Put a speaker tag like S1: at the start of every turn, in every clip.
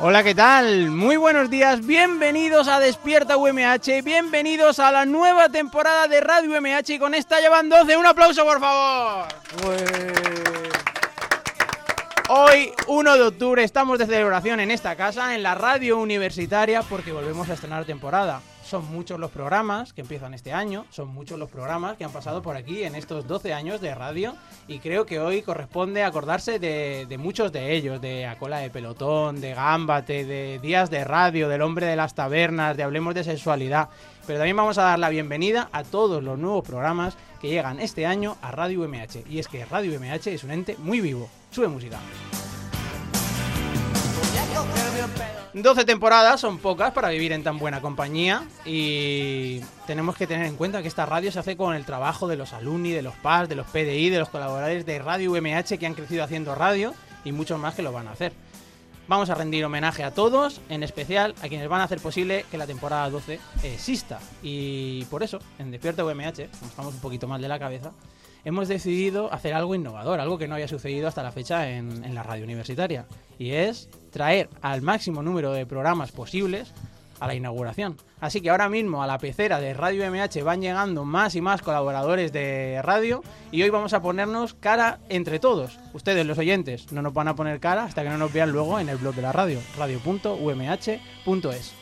S1: Hola, ¿qué tal? Muy buenos días, bienvenidos a Despierta UMH, bienvenidos a la nueva temporada de Radio UMH y con esta llevan 12, un aplauso por favor. Hoy, 1 de octubre, estamos de celebración en esta casa, en la radio universitaria, porque volvemos a estrenar temporada. Son muchos los programas que empiezan este año, son muchos los programas que han pasado por aquí en estos 12 años de radio, y creo que hoy corresponde acordarse de, de muchos de ellos, de A Cola de Pelotón, de Gámbate, de Días de Radio, del Hombre de las Tabernas, de Hablemos de Sexualidad. Pero también vamos a dar la bienvenida a todos los nuevos programas que llegan este año a Radio UMH. Y es que Radio UMH es un ente muy vivo. Sube música. 12 temporadas son pocas para vivir en tan buena compañía y tenemos que tener en cuenta que esta radio se hace con el trabajo de los alumni, de los PAS, de los PDI, de los colaboradores de Radio UMH que han crecido haciendo radio y muchos más que lo van a hacer. Vamos a rendir homenaje a todos, en especial a quienes van a hacer posible que la temporada 12 exista. Y por eso, en Despierta UMH, como estamos un poquito mal de la cabeza, hemos decidido hacer algo innovador, algo que no había sucedido hasta la fecha en, en la radio universitaria. Y es traer al máximo número de programas posibles a la inauguración. Así que ahora mismo a la pecera de Radio MH van llegando más y más colaboradores de radio y hoy vamos a ponernos cara entre todos. Ustedes, los oyentes, no nos van a poner cara hasta que no nos vean luego en el blog de la radio, radio.umh.es.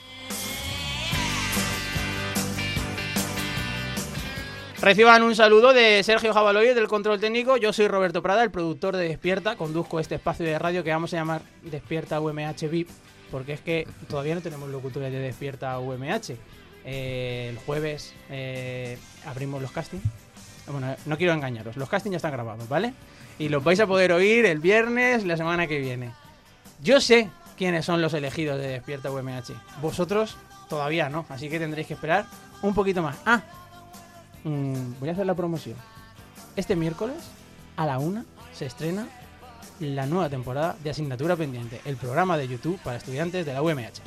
S1: Reciban un saludo de Sergio Jabaloy del control técnico. Yo soy Roberto Prada, el productor de Despierta. Conduzco este espacio de radio que vamos a llamar Despierta UMH VIP, porque es que todavía no tenemos locutores de Despierta UMH. Eh, el jueves eh, abrimos los castings. Bueno, no quiero engañaros, los castings ya están grabados, ¿vale? Y los vais a poder oír el viernes, la semana que viene. Yo sé quiénes son los elegidos de Despierta UMH. Vosotros todavía no, así que tendréis que esperar un poquito más. Ah, Mm, voy a hacer la promoción. Este miércoles, a la una, se estrena la nueva temporada de Asignatura Pendiente, el programa de YouTube para estudiantes de la UMH.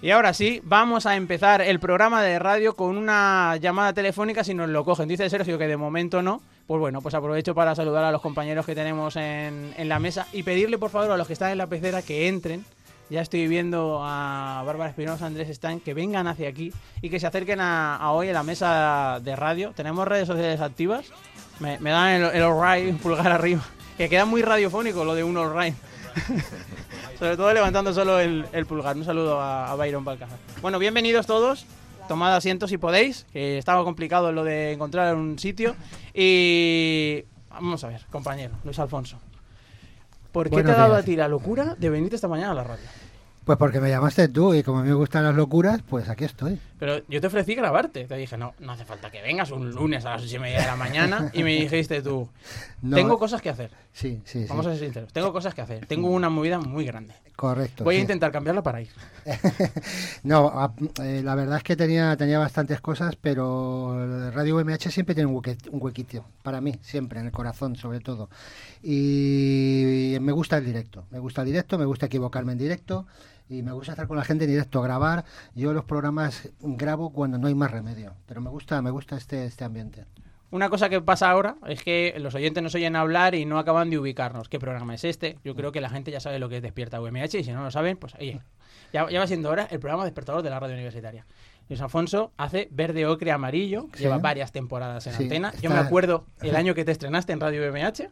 S1: Y ahora sí, vamos a empezar el programa de radio con una llamada telefónica si nos lo cogen. Dice Sergio que de momento no. Pues bueno, pues aprovecho para saludar a los compañeros que tenemos en, en la mesa y pedirle por favor a los que están en la pecera que entren. Ya estoy viendo a Bárbara Espinosa, Andrés Stein, que vengan hacia aquí y que se acerquen a, a hoy a la mesa de radio. Tenemos redes sociales activas. Me, me dan el, el alright, un pulgar arriba. Que queda muy radiofónico lo de un alright. Sobre todo levantando solo el, el pulgar. Un saludo a, a Byron Balcazar. Bueno, bienvenidos todos. Tomad asiento si podéis, que estaba complicado lo de encontrar un sitio. Y vamos a ver, compañero, Luis Alfonso. ¿Por qué
S2: Buenos
S1: te ha dado
S2: días.
S1: a ti la locura de venirte esta mañana a la radio?
S2: Pues porque me llamaste tú y como a mí me gustan las locuras, pues aquí estoy.
S1: Pero yo te ofrecí grabarte. Te dije, no, no hace falta que vengas un lunes a las ocho y media de la mañana. Y me dijiste tú,
S2: No,
S1: tengo cosas que hacer.
S2: Sí, sí, sí.
S1: Vamos a ser sinceros, tengo cosas que hacer. Tengo una movida muy grande.
S2: Correcto.
S1: Voy a
S2: sí.
S1: intentar cambiarla para ir.
S2: No, a- eh, la verdad es que tenía, tenía bastantes cosas, pero Radio UMH siempre tiene un, hueque- un huequito, para mí, siempre, en el corazón sobre todo. Y, me gusta el directo, me gusta el directo, me gusta equivocarme en directo y me gusta estar con la gente en directo, grabar. Yo los programas grabo cuando no hay más remedio, pero me gusta, me gusta este, este ambiente.
S1: Una cosa que pasa ahora es que los oyentes nos oyen hablar y no acaban de ubicarnos. ¿Qué programa es este? Yo creo que la gente ya sabe lo que es Despierta UMH y si no lo saben, pues oye, ya, ya va siendo hora el programa despertador de la radio universitaria. Luis Alfonso hace verde, ocre, amarillo,
S2: Sí.
S1: lleva varias temporadas en
S2: Sí,
S1: antena. Yo me
S2: está-
S1: acuerdo el año que te estrenaste en Radio UMH.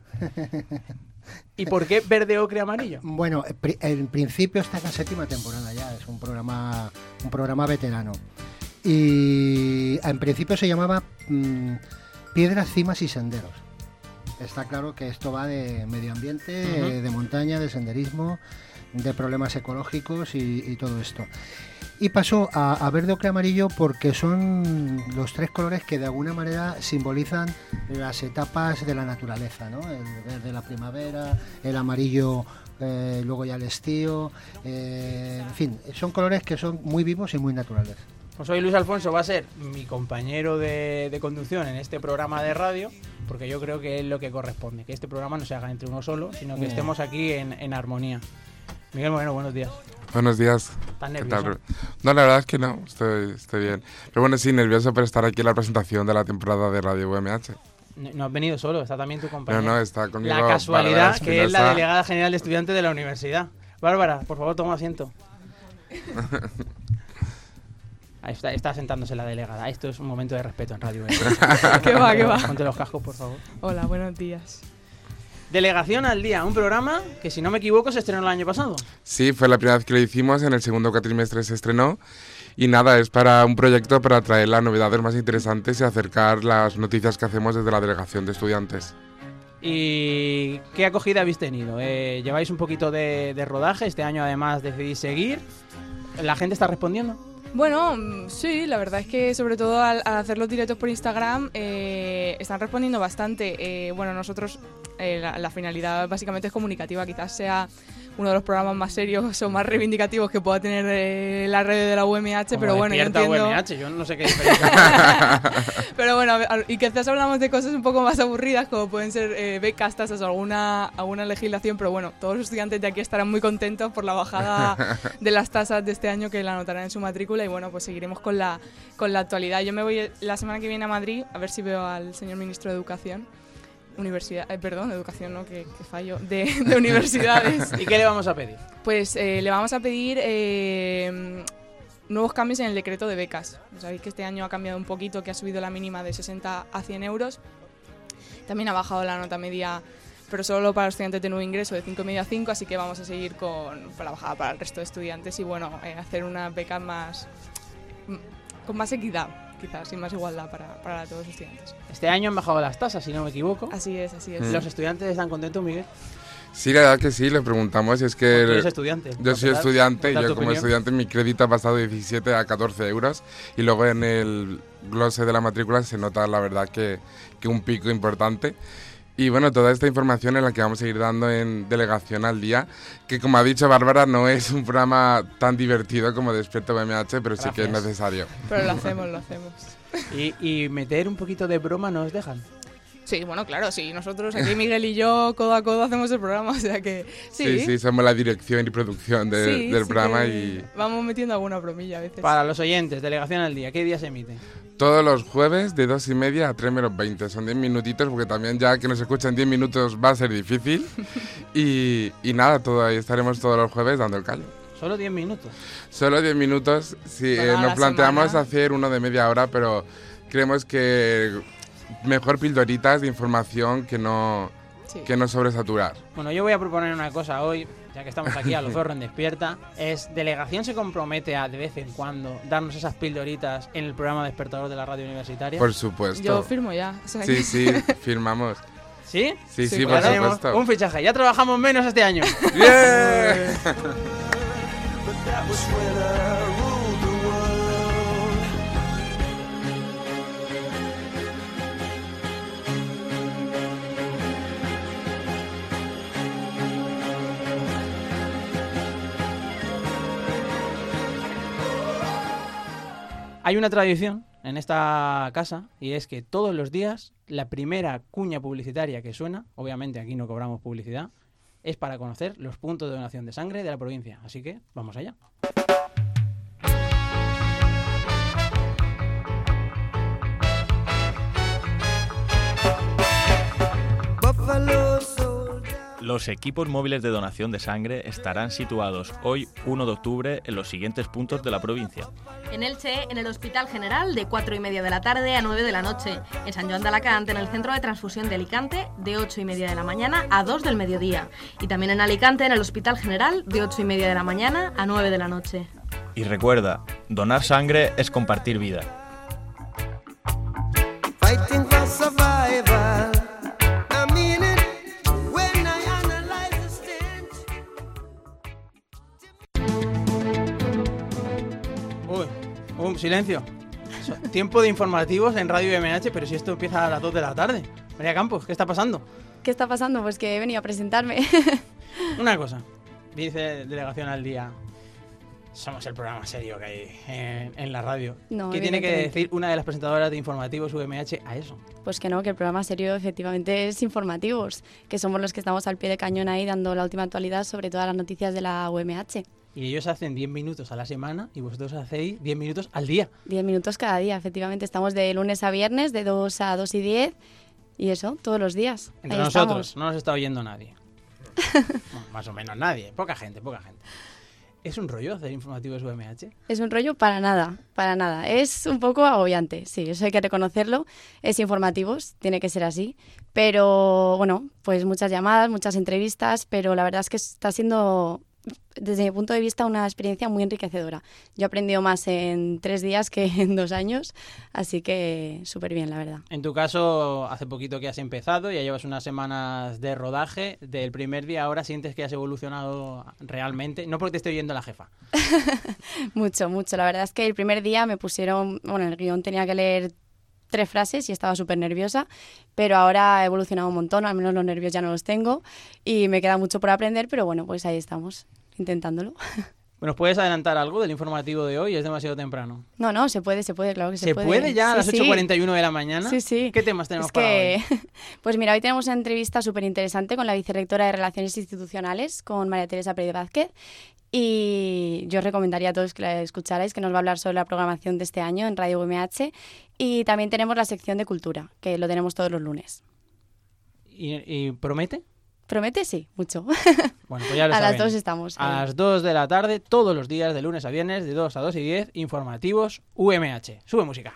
S1: ¿Y por qué verde, ocre, amarillo?
S2: Bueno, eh, pri- en principio está en la séptima temporada ya, es un programa, un programa veterano. Y en principio se llamaba mm, Piedras, Cimas y Senderos. Está claro que esto va de medio ambiente,
S1: Ujú.
S2: eh, de montaña, de senderismo, de problemas ecológicos y, y todo esto. Y pasó a, a, verde, ocre, amarillo porque son los tres colores que de alguna manera simbolizan las etapas de la naturaleza, ¿no? El verde la primavera, el amarillo eh, luego ya el estío, eh, en fin, son colores que son muy vivos y muy naturales.
S1: Pues hoy Luis Alfonso va a ser mi compañero de, de, conducción en este programa de radio, porque yo creo que es lo que corresponde, que este programa no se haga entre uno solo, sino
S2: Mm.
S1: que estemos aquí en, en armonía. Miguel Moreno, buenos días.
S3: Buenos días.
S1: ¿Tan nervioso?
S3: No, la verdad es que no, estoy, estoy bien. Pero bueno, sí, nervioso por estar aquí en la presentación de la temporada de Radio UMH.
S1: No, no has venido solo, está también tu compañero.
S3: No, no, está conmigo.
S1: La casualidad que es la delegada general de estudiantes de la universidad. Bárbara, por favor, toma asiento. Ahí está, está sentándose la delegada. Esto es un momento de respeto en Radio E.
S4: que va, que va.
S1: Ponte los cascos, por favor.
S4: Hola, Ah, buenos días.
S1: Delegación al día, un programa que si no me equivoco se estrenó el año pasado.
S3: Sí, fue la primera vez que lo hicimos, en el segundo cuatrimestre se estrenó y nada, es para un proyecto para traer las novedades más interesantes y acercar las noticias que hacemos desde la delegación de estudiantes.
S1: ¿Y qué acogida habéis tenido? Eh, ¿Lleváis un poquito de, de rodaje? Este año además decidís seguir. ¿La gente está respondiendo?
S4: Bueno, sí, la verdad es que sobre todo al, al hacer los directos por Instagram eh, están respondiendo bastante. Eh, bueno, nosotros eh, la, la, finalidad básicamente es comunicativa, quizás sea uno de los programas más serios o más reivindicativos que pueda tener eh, la red de la UMH,
S1: Como
S4: pero bueno, yo entiendo...
S1: UMH, yo no sé qué diferencia.
S4: pero bueno, y quizás hablamos de cosas un poco más aburridas, como pueden ser eh, becas, tasas o alguna, alguna legislación, pero bueno, todos los estudiantes de aquí estarán muy contentos por la bajada de las tasas de este año que la anotarán en su matrícula y bueno, pues seguiremos con la, con la actualidad. Yo me voy eh, la semana que viene a Madrid a ver si veo al señor ministro de Educación. Universidad, eh, perdón, educación, ¿no? Que, que fallo, de, de universidades.
S1: ¿Y qué le vamos a pedir?
S4: Pues eh, le vamos a pedir eh, nuevos cambios en el decreto de becas. Sabéis que este año ha cambiado un poquito, que ha subido la mínima de 60 a 100 euros. También ha bajado la nota media pero solo para estudiantes de nuevo ingreso de 5,5 a 5, así que vamos a seguir con, con la bajada para el resto de estudiantes y bueno, eh, hacer unas becas más con más equidad, quizás, y más igualdad para, para, todos los estudiantes.
S1: Este año han bajado las tasas, si no me equivoco.
S4: Así es, así es.
S1: ¿Los estudiantes están contentos, Miguel?
S3: Sí, la verdad que sí, le preguntamos. Es que.
S1: Tú eres estudiante.
S3: Yo soy estudiante y yo, como opinión? estudiante, mi crédito ha pasado de 17 a 14 euros. Y luego en el glose de la matrícula se nota, la verdad, que, que un pico importante. Y bueno, toda esta información es la que vamos a ir dando en Delegación al Día, que como ha dicho Bárbara, no es un programa tan divertido como Despierto BMH, pero Gracias. sí que es necesario.
S4: Pero lo hacemos, lo hacemos.
S1: ¿Y, y meter un poquito de broma nos dejan?
S4: Sí, bueno, claro, sí. Nosotros aquí, Miguel y yo, codo a codo, hacemos el programa, o sea que sí.
S3: Sí, sí somos la dirección y producción de, sí, del sí programa y...
S4: Vamos metiendo alguna bromilla a veces.
S1: Para los oyentes, Delegación al Día, ¿qué día se emite?
S3: Todos los jueves de dos y media a 3 menos 20. Son 10 minutitos porque también ya que nos escuchan 10 minutos va a ser difícil. y, y nada, todo, ahí estaremos todos los jueves dando el callo.
S1: Solo 10 minutos.
S3: Solo 10 minutos. Sí, eh, nos planteamos semana. hacer uno de media hora, pero creemos que mejor pildoritas de información que no, sí. que no sobresaturar.
S1: Bueno, yo voy a proponer una cosa hoy, ya que estamos aquí a los zorros en Despierta, es Delegación se compromete a de vez en cuando darnos esas pildoritas en el programa Despertador de la Radio Universitaria.
S3: Por supuesto.
S4: Yo firmo ya. O sea
S3: sí,
S4: que...
S3: sí, firmamos.
S1: ¿Sí? Pues
S3: Sí, sí, sí por supuesto.
S1: Un fichaje, ya trabajamos menos este año.
S3: ¡Bien!
S1: Hay una tradición en esta casa y es que todos los días la primera cuña publicitaria que suena, obviamente aquí no cobramos publicidad, es para conocer los puntos de donación de sangre de la provincia. Así que vamos allá.
S5: Los equipos móviles de donación de sangre estarán situados hoy 1 de octubre en los siguientes puntos de la provincia.
S6: En Elche, en el Hospital General, de 4 y media de la tarde a 9 de la noche. En San Joan de Alacant, en el Centro de Transfusión de Alicante, de 8 y media de la mañana a 2 del mediodía. Y también en Alicante, en el Hospital General, de 8 y media de la mañana a 9 de la noche.
S5: Y recuerda, donar sangre es compartir vida.
S1: Un silencio. So- Tiempo de informativos en Radio MH, pero si esto empieza a las 2 de la tarde. María Campos, ¿qué está pasando?
S7: ¿Qué está pasando? Pues que he venido a presentarme.
S1: Una cosa, dice Delegación al Día. Somos el programa serio que hay en, en la radio.
S7: No,
S1: ¿Qué tiene que
S7: evidentemente.
S1: decir una de las presentadoras de informativos UMH a eso?
S7: Pues que no, que el programa serio efectivamente es informativos, que somos los que estamos al pie del cañón ahí dando la última actualidad sobre todas las noticias de la UMH.
S1: Y ellos hacen 10 minutos a la semana y vosotros hacéis 10 minutos al día.
S7: Diez minutos cada día, efectivamente. Estamos de lunes a viernes, de 2 a 2 y 10, y eso, todos los días.
S1: Entre
S7: Ahí
S1: nosotros,
S7: estamos.
S1: no nos está oyendo nadie. Bueno, más o menos nadie, poca gente, poca gente. ¿Es un rollo hacer informativos UMH?
S7: Es un rollo para nada, para nada. Es un poco agobiante, sí, eso hay que reconocerlo. Es informativos, tiene que ser así. Pero bueno, pues muchas llamadas, muchas entrevistas, pero la verdad es que está siendo, desde mi punto de vista, una experiencia muy enriquecedora. Yo he aprendido más en tres días que en dos años, así que súper bien, la verdad.
S1: En tu caso, hace poquito que has empezado, ya llevas unas semanas de rodaje. Del primer día ahora sientes que has evolucionado realmente. No porque te esté oyendo la jefa.
S7: Mucho, mucho. La verdad es que el primer día me pusieron, bueno, en el guión tenía que leer tres frases y estaba súper nerviosa, pero ahora he evolucionado un montón, al menos los nervios ya no los tengo y me queda mucho por aprender, pero bueno, pues ahí estamos, intentándolo.
S1: ¿Nos puedes adelantar algo del informativo de hoy? Es demasiado temprano.
S7: No, no, se puede, se puede, claro que se,
S1: ¿Se, puede. ya a
S7: Sí,
S1: las
S7: sí.
S1: 8.41 de la mañana?
S7: Sí, sí.
S1: ¿Qué temas tenemos
S7: Es
S1: para
S7: que,
S1: hoy?
S7: pues mira, hoy tenemos una entrevista súper interesante con la vicerectora de Relaciones Institucionales, con María Teresa Pérez Vázquez. Y yo os recomendaría a todos que la escucharais, que nos va a hablar sobre la programación de este año en Radio UMH. Y también tenemos la sección de cultura, que lo tenemos todos los lunes.
S1: ¿Y, y promete?
S7: Promete, sí, mucho.
S1: Bueno, pues ya lo
S7: a las
S1: saben.
S7: dos estamos.
S1: A
S7: ahí.
S1: las 2 de la tarde, todos los días, de lunes a viernes, de 2 a 2 y 10, informativos UMH. Sube música.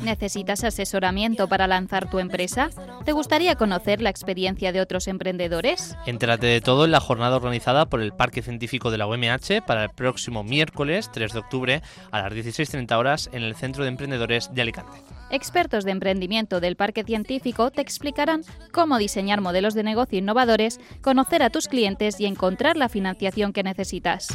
S8: ¿Necesitas asesoramiento para lanzar tu empresa? ¿Te gustaría conocer la experiencia de otros emprendedores?
S9: Entrate de todo en la jornada organizada por el Parque Científico de la UMH para el próximo miércoles 3 de octubre a las 16.30 horas en el Centro de Emprendedores de Alicante.
S8: Expertos de emprendimiento del Parque Científico te explicarán cómo diseñar modelos de negocio innovadores, conocer a tus clientes y encontrar la financiación que necesitas.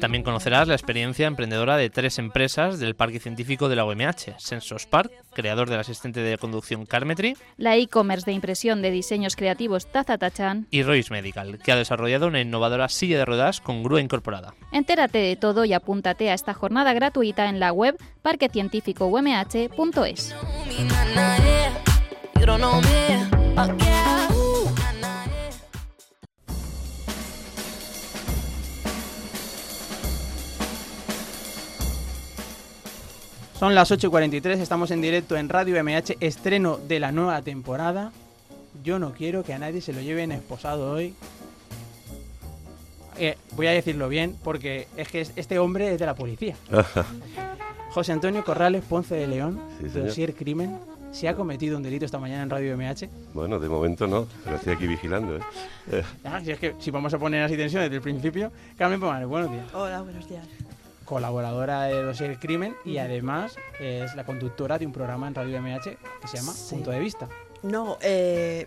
S9: También conocerás la experiencia emprendedora de tres empresas del Parque Científico de la UMH, Sensos Park, creador del asistente de conducción Carmetry,
S8: La e-commerce de impresión de diseños creativos Tazatachan.
S9: y Royce Medical, que ha desarrollado una innovadora silla de ruedas con grúa incorporada.
S8: Entérate de todo y apúntate a esta jornada gratuita en la web parquecientificomh.es.
S1: Son las 8.43, estamos en directo en Radio MH, estreno de la nueva temporada. Yo no quiero que a nadie se lo lleven esposado hoy. Eh, voy a decirlo bien, porque es que es- este hombre es de la policía. José Antonio Corrales Ponce de León,
S10: Sí, señor.
S1: dossier crimen, se ha cometido un delito esta mañana en Radio MH.
S10: Bueno, de momento no, pero estoy aquí vigilando, ¿eh? Eh,
S1: Ah, si es que si vamos a poner así tensión desde el principio, Carmen Pomares, buenos días.
S11: Hola, buenos días.
S1: Colaboradora de dossier crimen y además es la conductora de un programa en Radio MH que se llama
S11: Sí.
S1: Punto de Vista.
S11: No, eh,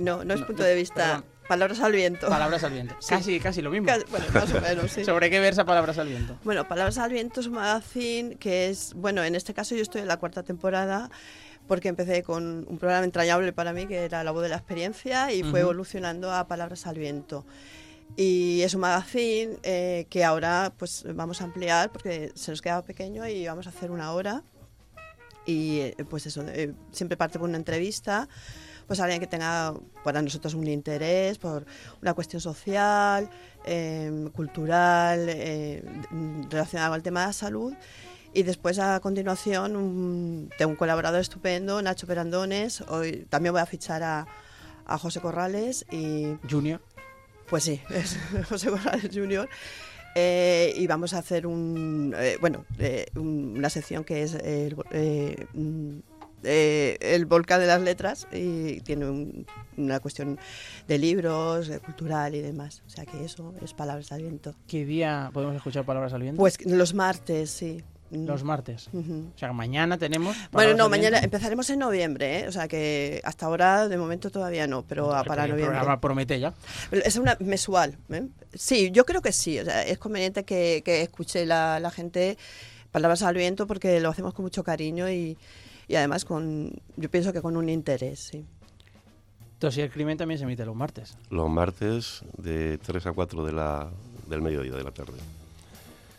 S11: no, no es
S1: No,
S11: punto
S1: no,
S11: de vista.
S1: perdón.
S11: Palabras al viento.
S1: Palabras al viento.
S11: Sí.
S1: Casi, casi lo mismo.
S11: Casi- Bueno, más o menos, sí.
S1: ¿Sobre qué versa Palabras al viento?
S11: Bueno, Palabras al Viento es un magazine que es, bueno, en este caso yo estoy en la cuarta temporada porque empecé con un programa entrañable para mí que era La voz de la experiencia y fue
S1: Ujú.
S11: evolucionando a Palabras al Viento. Y es un magazine eh, que ahora pues vamos a ampliar porque se nos quedaba pequeño y vamos a hacer una hora. Y eh, pues eso, eh, siempre parte por una entrevista, pues alguien que tenga para nosotros un interés, por una cuestión social, eh, cultural, eh, mm, relacionada con el tema de la salud. Y después a continuación un, tengo un colaborador estupendo, Nacho Perandones. Hoy también voy a fichar a, a José Corrales y
S1: Junior.
S11: pues sí, es José Corrales Jr. Eh, y vamos a hacer un, eh, bueno, eh, un- una sección que es eh, el, vo- eh, mm, eh, el volcán de las letras y tiene un- una cuestión de libros, eh, cultural y demás. O sea que eso es palabras al viento.
S1: ¿Qué día podemos escuchar Palabras al viento?
S11: Pues los martes, sí.
S1: Los martes. O sea, mañana tenemos. para
S11: Bueno,
S1: los
S11: no,
S1: oyentes.
S11: mañana empezaremos en noviembre, ¿eh? o sea que hasta ahora de momento todavía no, pero a- para
S1: El
S11: noviembre.
S1: programa promete ya.
S11: Es una mensual. ¿eh? Sí, yo creo que sí. o sea, es conveniente que, que escuche la, la gente palabras al viento porque lo hacemos con mucho cariño y, y además con, yo pienso que con un interés. Sí.
S1: Entonces, el crimen también se emite los martes.
S10: Los martes de 3 a 4 de la, del mediodía de la tarde.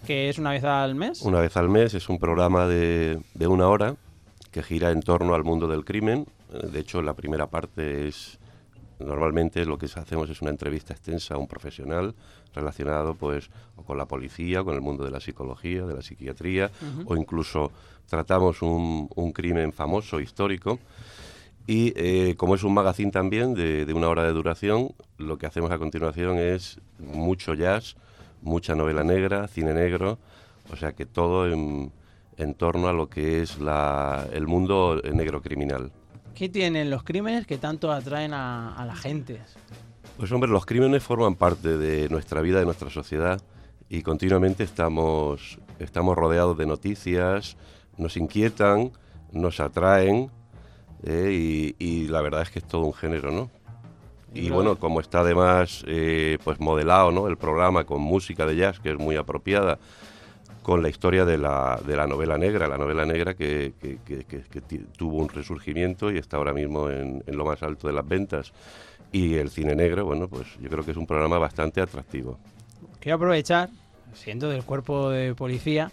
S1: Que es una vez al mes.
S10: Una vez al mes es un programa de, de una hora que gira en torno al mundo del crimen. Eh, De hecho, la primera parte es normalmente lo que hacemos es una entrevista extensa a un profesional relacionado pues o con la policía, o con el mundo de la psicología, de la psiquiatría
S12: Ujú.
S10: o incluso tratamos un, un crimen famoso histórico. Y eh, como es un magazine también de, de una hora de duración, lo que hacemos a continuación es mucho jazz, mucha novela negra, cine negro, o sea que todo en, en torno a lo que es la- el mundo eh, negro criminal.
S1: ¿Qué tienen los crímenes que tanto atraen a, a la gente?
S10: Pues hombre, los crímenes forman parte de nuestra vida, de nuestra sociedad, y continuamente estamos, estamos rodeados de noticias, nos inquietan, nos atraen, eh, y, y la verdad es que es todo un género, ¿no? Y
S12: Claro.
S10: bueno, como está además eh, pues modelado ¿no? el programa con música de jazz, que es muy apropiada, con la historia de la, de la novela negra, la novela negra que, que- que- que- que ti- tuvo un resurgimiento y está ahora mismo en, en lo más alto de las ventas. Y el cine negro, bueno, pues yo creo que es un programa bastante atractivo.
S1: Quiero aprovechar, siendo del cuerpo de policía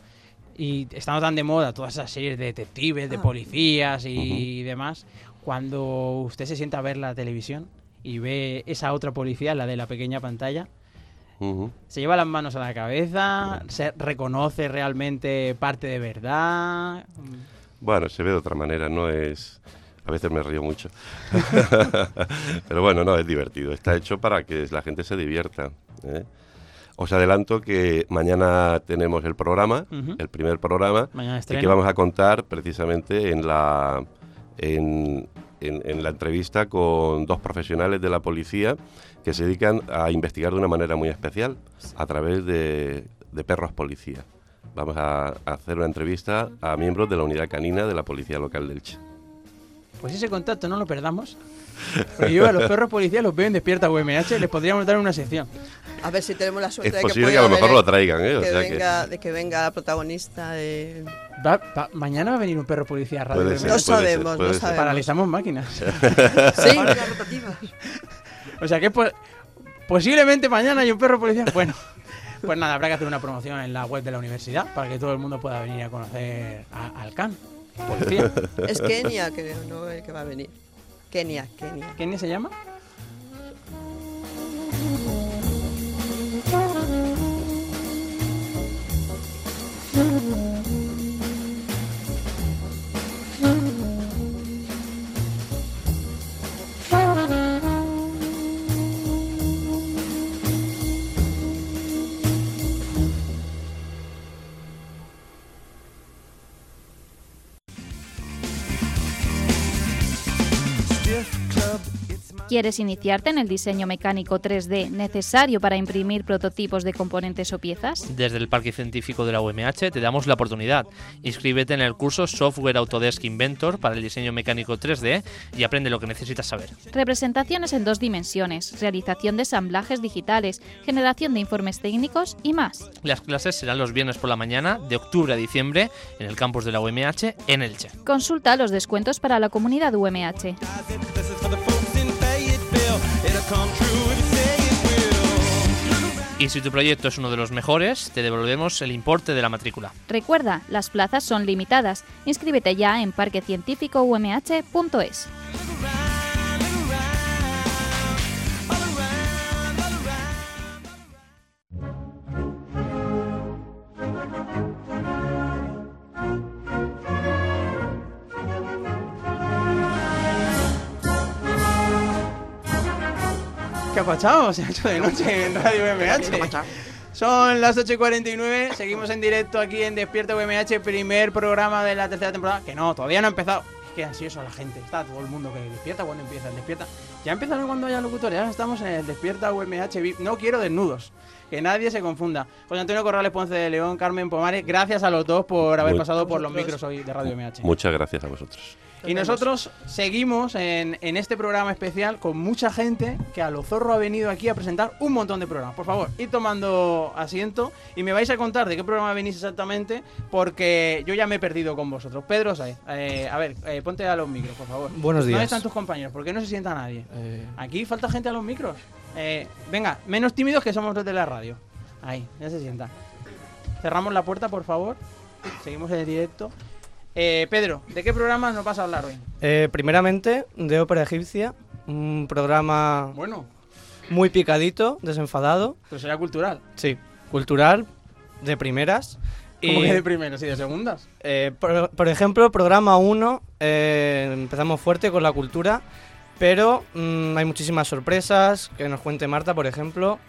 S1: y estando tan de moda todas esas series de detectives, de policías y, demás, cuando usted se sienta a ver la televisión y ve esa otra policía, la de la pequeña pantalla,
S10: Ujú.
S1: se lleva las manos a la cabeza, se reconoce realmente parte de verdad.
S10: Bueno, se ve de otra manera, no es... A veces me río mucho. Pero bueno, no, es divertido. Está hecho para que la gente se divierta. ¿eh? Os adelanto que mañana tenemos el programa,
S12: Ujú.
S10: el primer programa,
S12: Mañana
S10: y que
S12: estreno.
S10: vamos a contar precisamente en la, en, en- en la entrevista con dos profesionales de la policía que se dedican a investigar de una manera muy especial a través de, de perros policía. Vamos a a hacer una entrevista a miembros de la unidad canina de la policía local de Elche.
S1: Pues ese contacto no lo perdamos. Porque yo a los perros policías los veo en Despierta UMH, les podríamos dar una sección.
S11: A ver si tenemos la suerte
S10: Es
S11: de
S10: posible
S11: que,
S10: que a lo
S11: pueda
S10: mejor lo
S11: ver-
S10: traigan, ¿eh? O
S11: que
S10: sea que-
S11: venga, De que venga la protagonista de...
S1: Va- va- mañana va a venir un perro policía a radio.
S10: Puede
S1: de
S10: ser,
S1: Menos.
S10: puede ser, No sabemos, puede no ser. sabemos.
S1: Paralizamos máquinas.
S11: Sí, rotativas.
S1: O sea que po- posiblemente mañana hay un perro policía. Bueno, pues nada, habrá que hacer una promoción en la web de la universidad para que todo el mundo pueda venir a conocer a- al CAN. Policía.
S11: Es Kenia, creo, no el que va a venir. Kenia, Kenia.
S1: ¿Kenia se llama?
S8: ¿Quieres iniciarte en el diseño mecánico 3D necesario para imprimir prototipos de componentes o piezas?
S9: Desde el Parque Científico de la UMH te damos la oportunidad. Inscríbete en el curso Software Autodesk Inventor para el diseño mecánico 3D y aprende lo que necesitas saber.
S8: Representaciones en dos dimensiones, realización de ensamblajes digitales, generación de informes técnicos y más.
S9: Las clases serán los viernes por la mañana de octubre a diciembre en el campus de la UMH en Elche.
S8: Consulta los descuentos para la comunidad UMH.
S9: Y si tu proyecto es uno de los mejores, te devolvemos el importe de la matrícula.
S8: Recuerda, las plazas son limitadas. Inscríbete ya en parquecientificoumh.es.
S1: ¿Qué ha pasado? Se ha hecho de noche en Radio UMH. Son las 8 y 49, seguimos en directo aquí en Despierta UMH, primer programa de la tercera temporada, que no, todavía no ha empezado. qué ansioso la gente. Está todo el mundo que despierta cuando empieza el despierta. Ya empezaron cuando haya locutores, ahora estamos en el despierta UMH VIP. No quiero desnudos. Que nadie se confunda. José Antonio Corrales Ponce de León, Carmen Pomares, gracias a los dos por haber
S10: Muy-
S1: pasado por los micros hoy de Radio MH.
S10: Muchas gracias a vosotros.
S1: Y nosotros seguimos en, en este programa especial con mucha gente que a lo zorro ha venido aquí a presentar un montón de programas. Por favor, ir tomando asiento y me vais a contar de qué programa venís exactamente porque yo ya me he perdido con vosotros. Pedro Saez, eh, a ver, eh, ponte a los micros, por favor.
S13: Buenos días.
S1: ¿Dónde están tus compañeros? Porque no se sienta nadie.
S13: Eh,
S1: Aquí falta gente a los micros. Eh, venga, menos tímidos que somos los de la radio. Ahí, ya se sienta. Cerramos la puerta, por favor. Seguimos en directo. Eh, Pedro, ¿de qué programa nos vas a hablar hoy?
S13: eh, primeramente, de ópera egipcia, un programa
S1: Bueno,
S13: muy picadito, desenfadado.
S1: pero será cultural.
S13: Sí, cultural, de primeras.
S1: Como que de primeras y de segundas.
S13: Eh, por, por ejemplo, programa 1, eh, empezamos fuerte con la cultura, pero mm, hay muchísimas sorpresas, que nos cuente Marta, por ejemplo.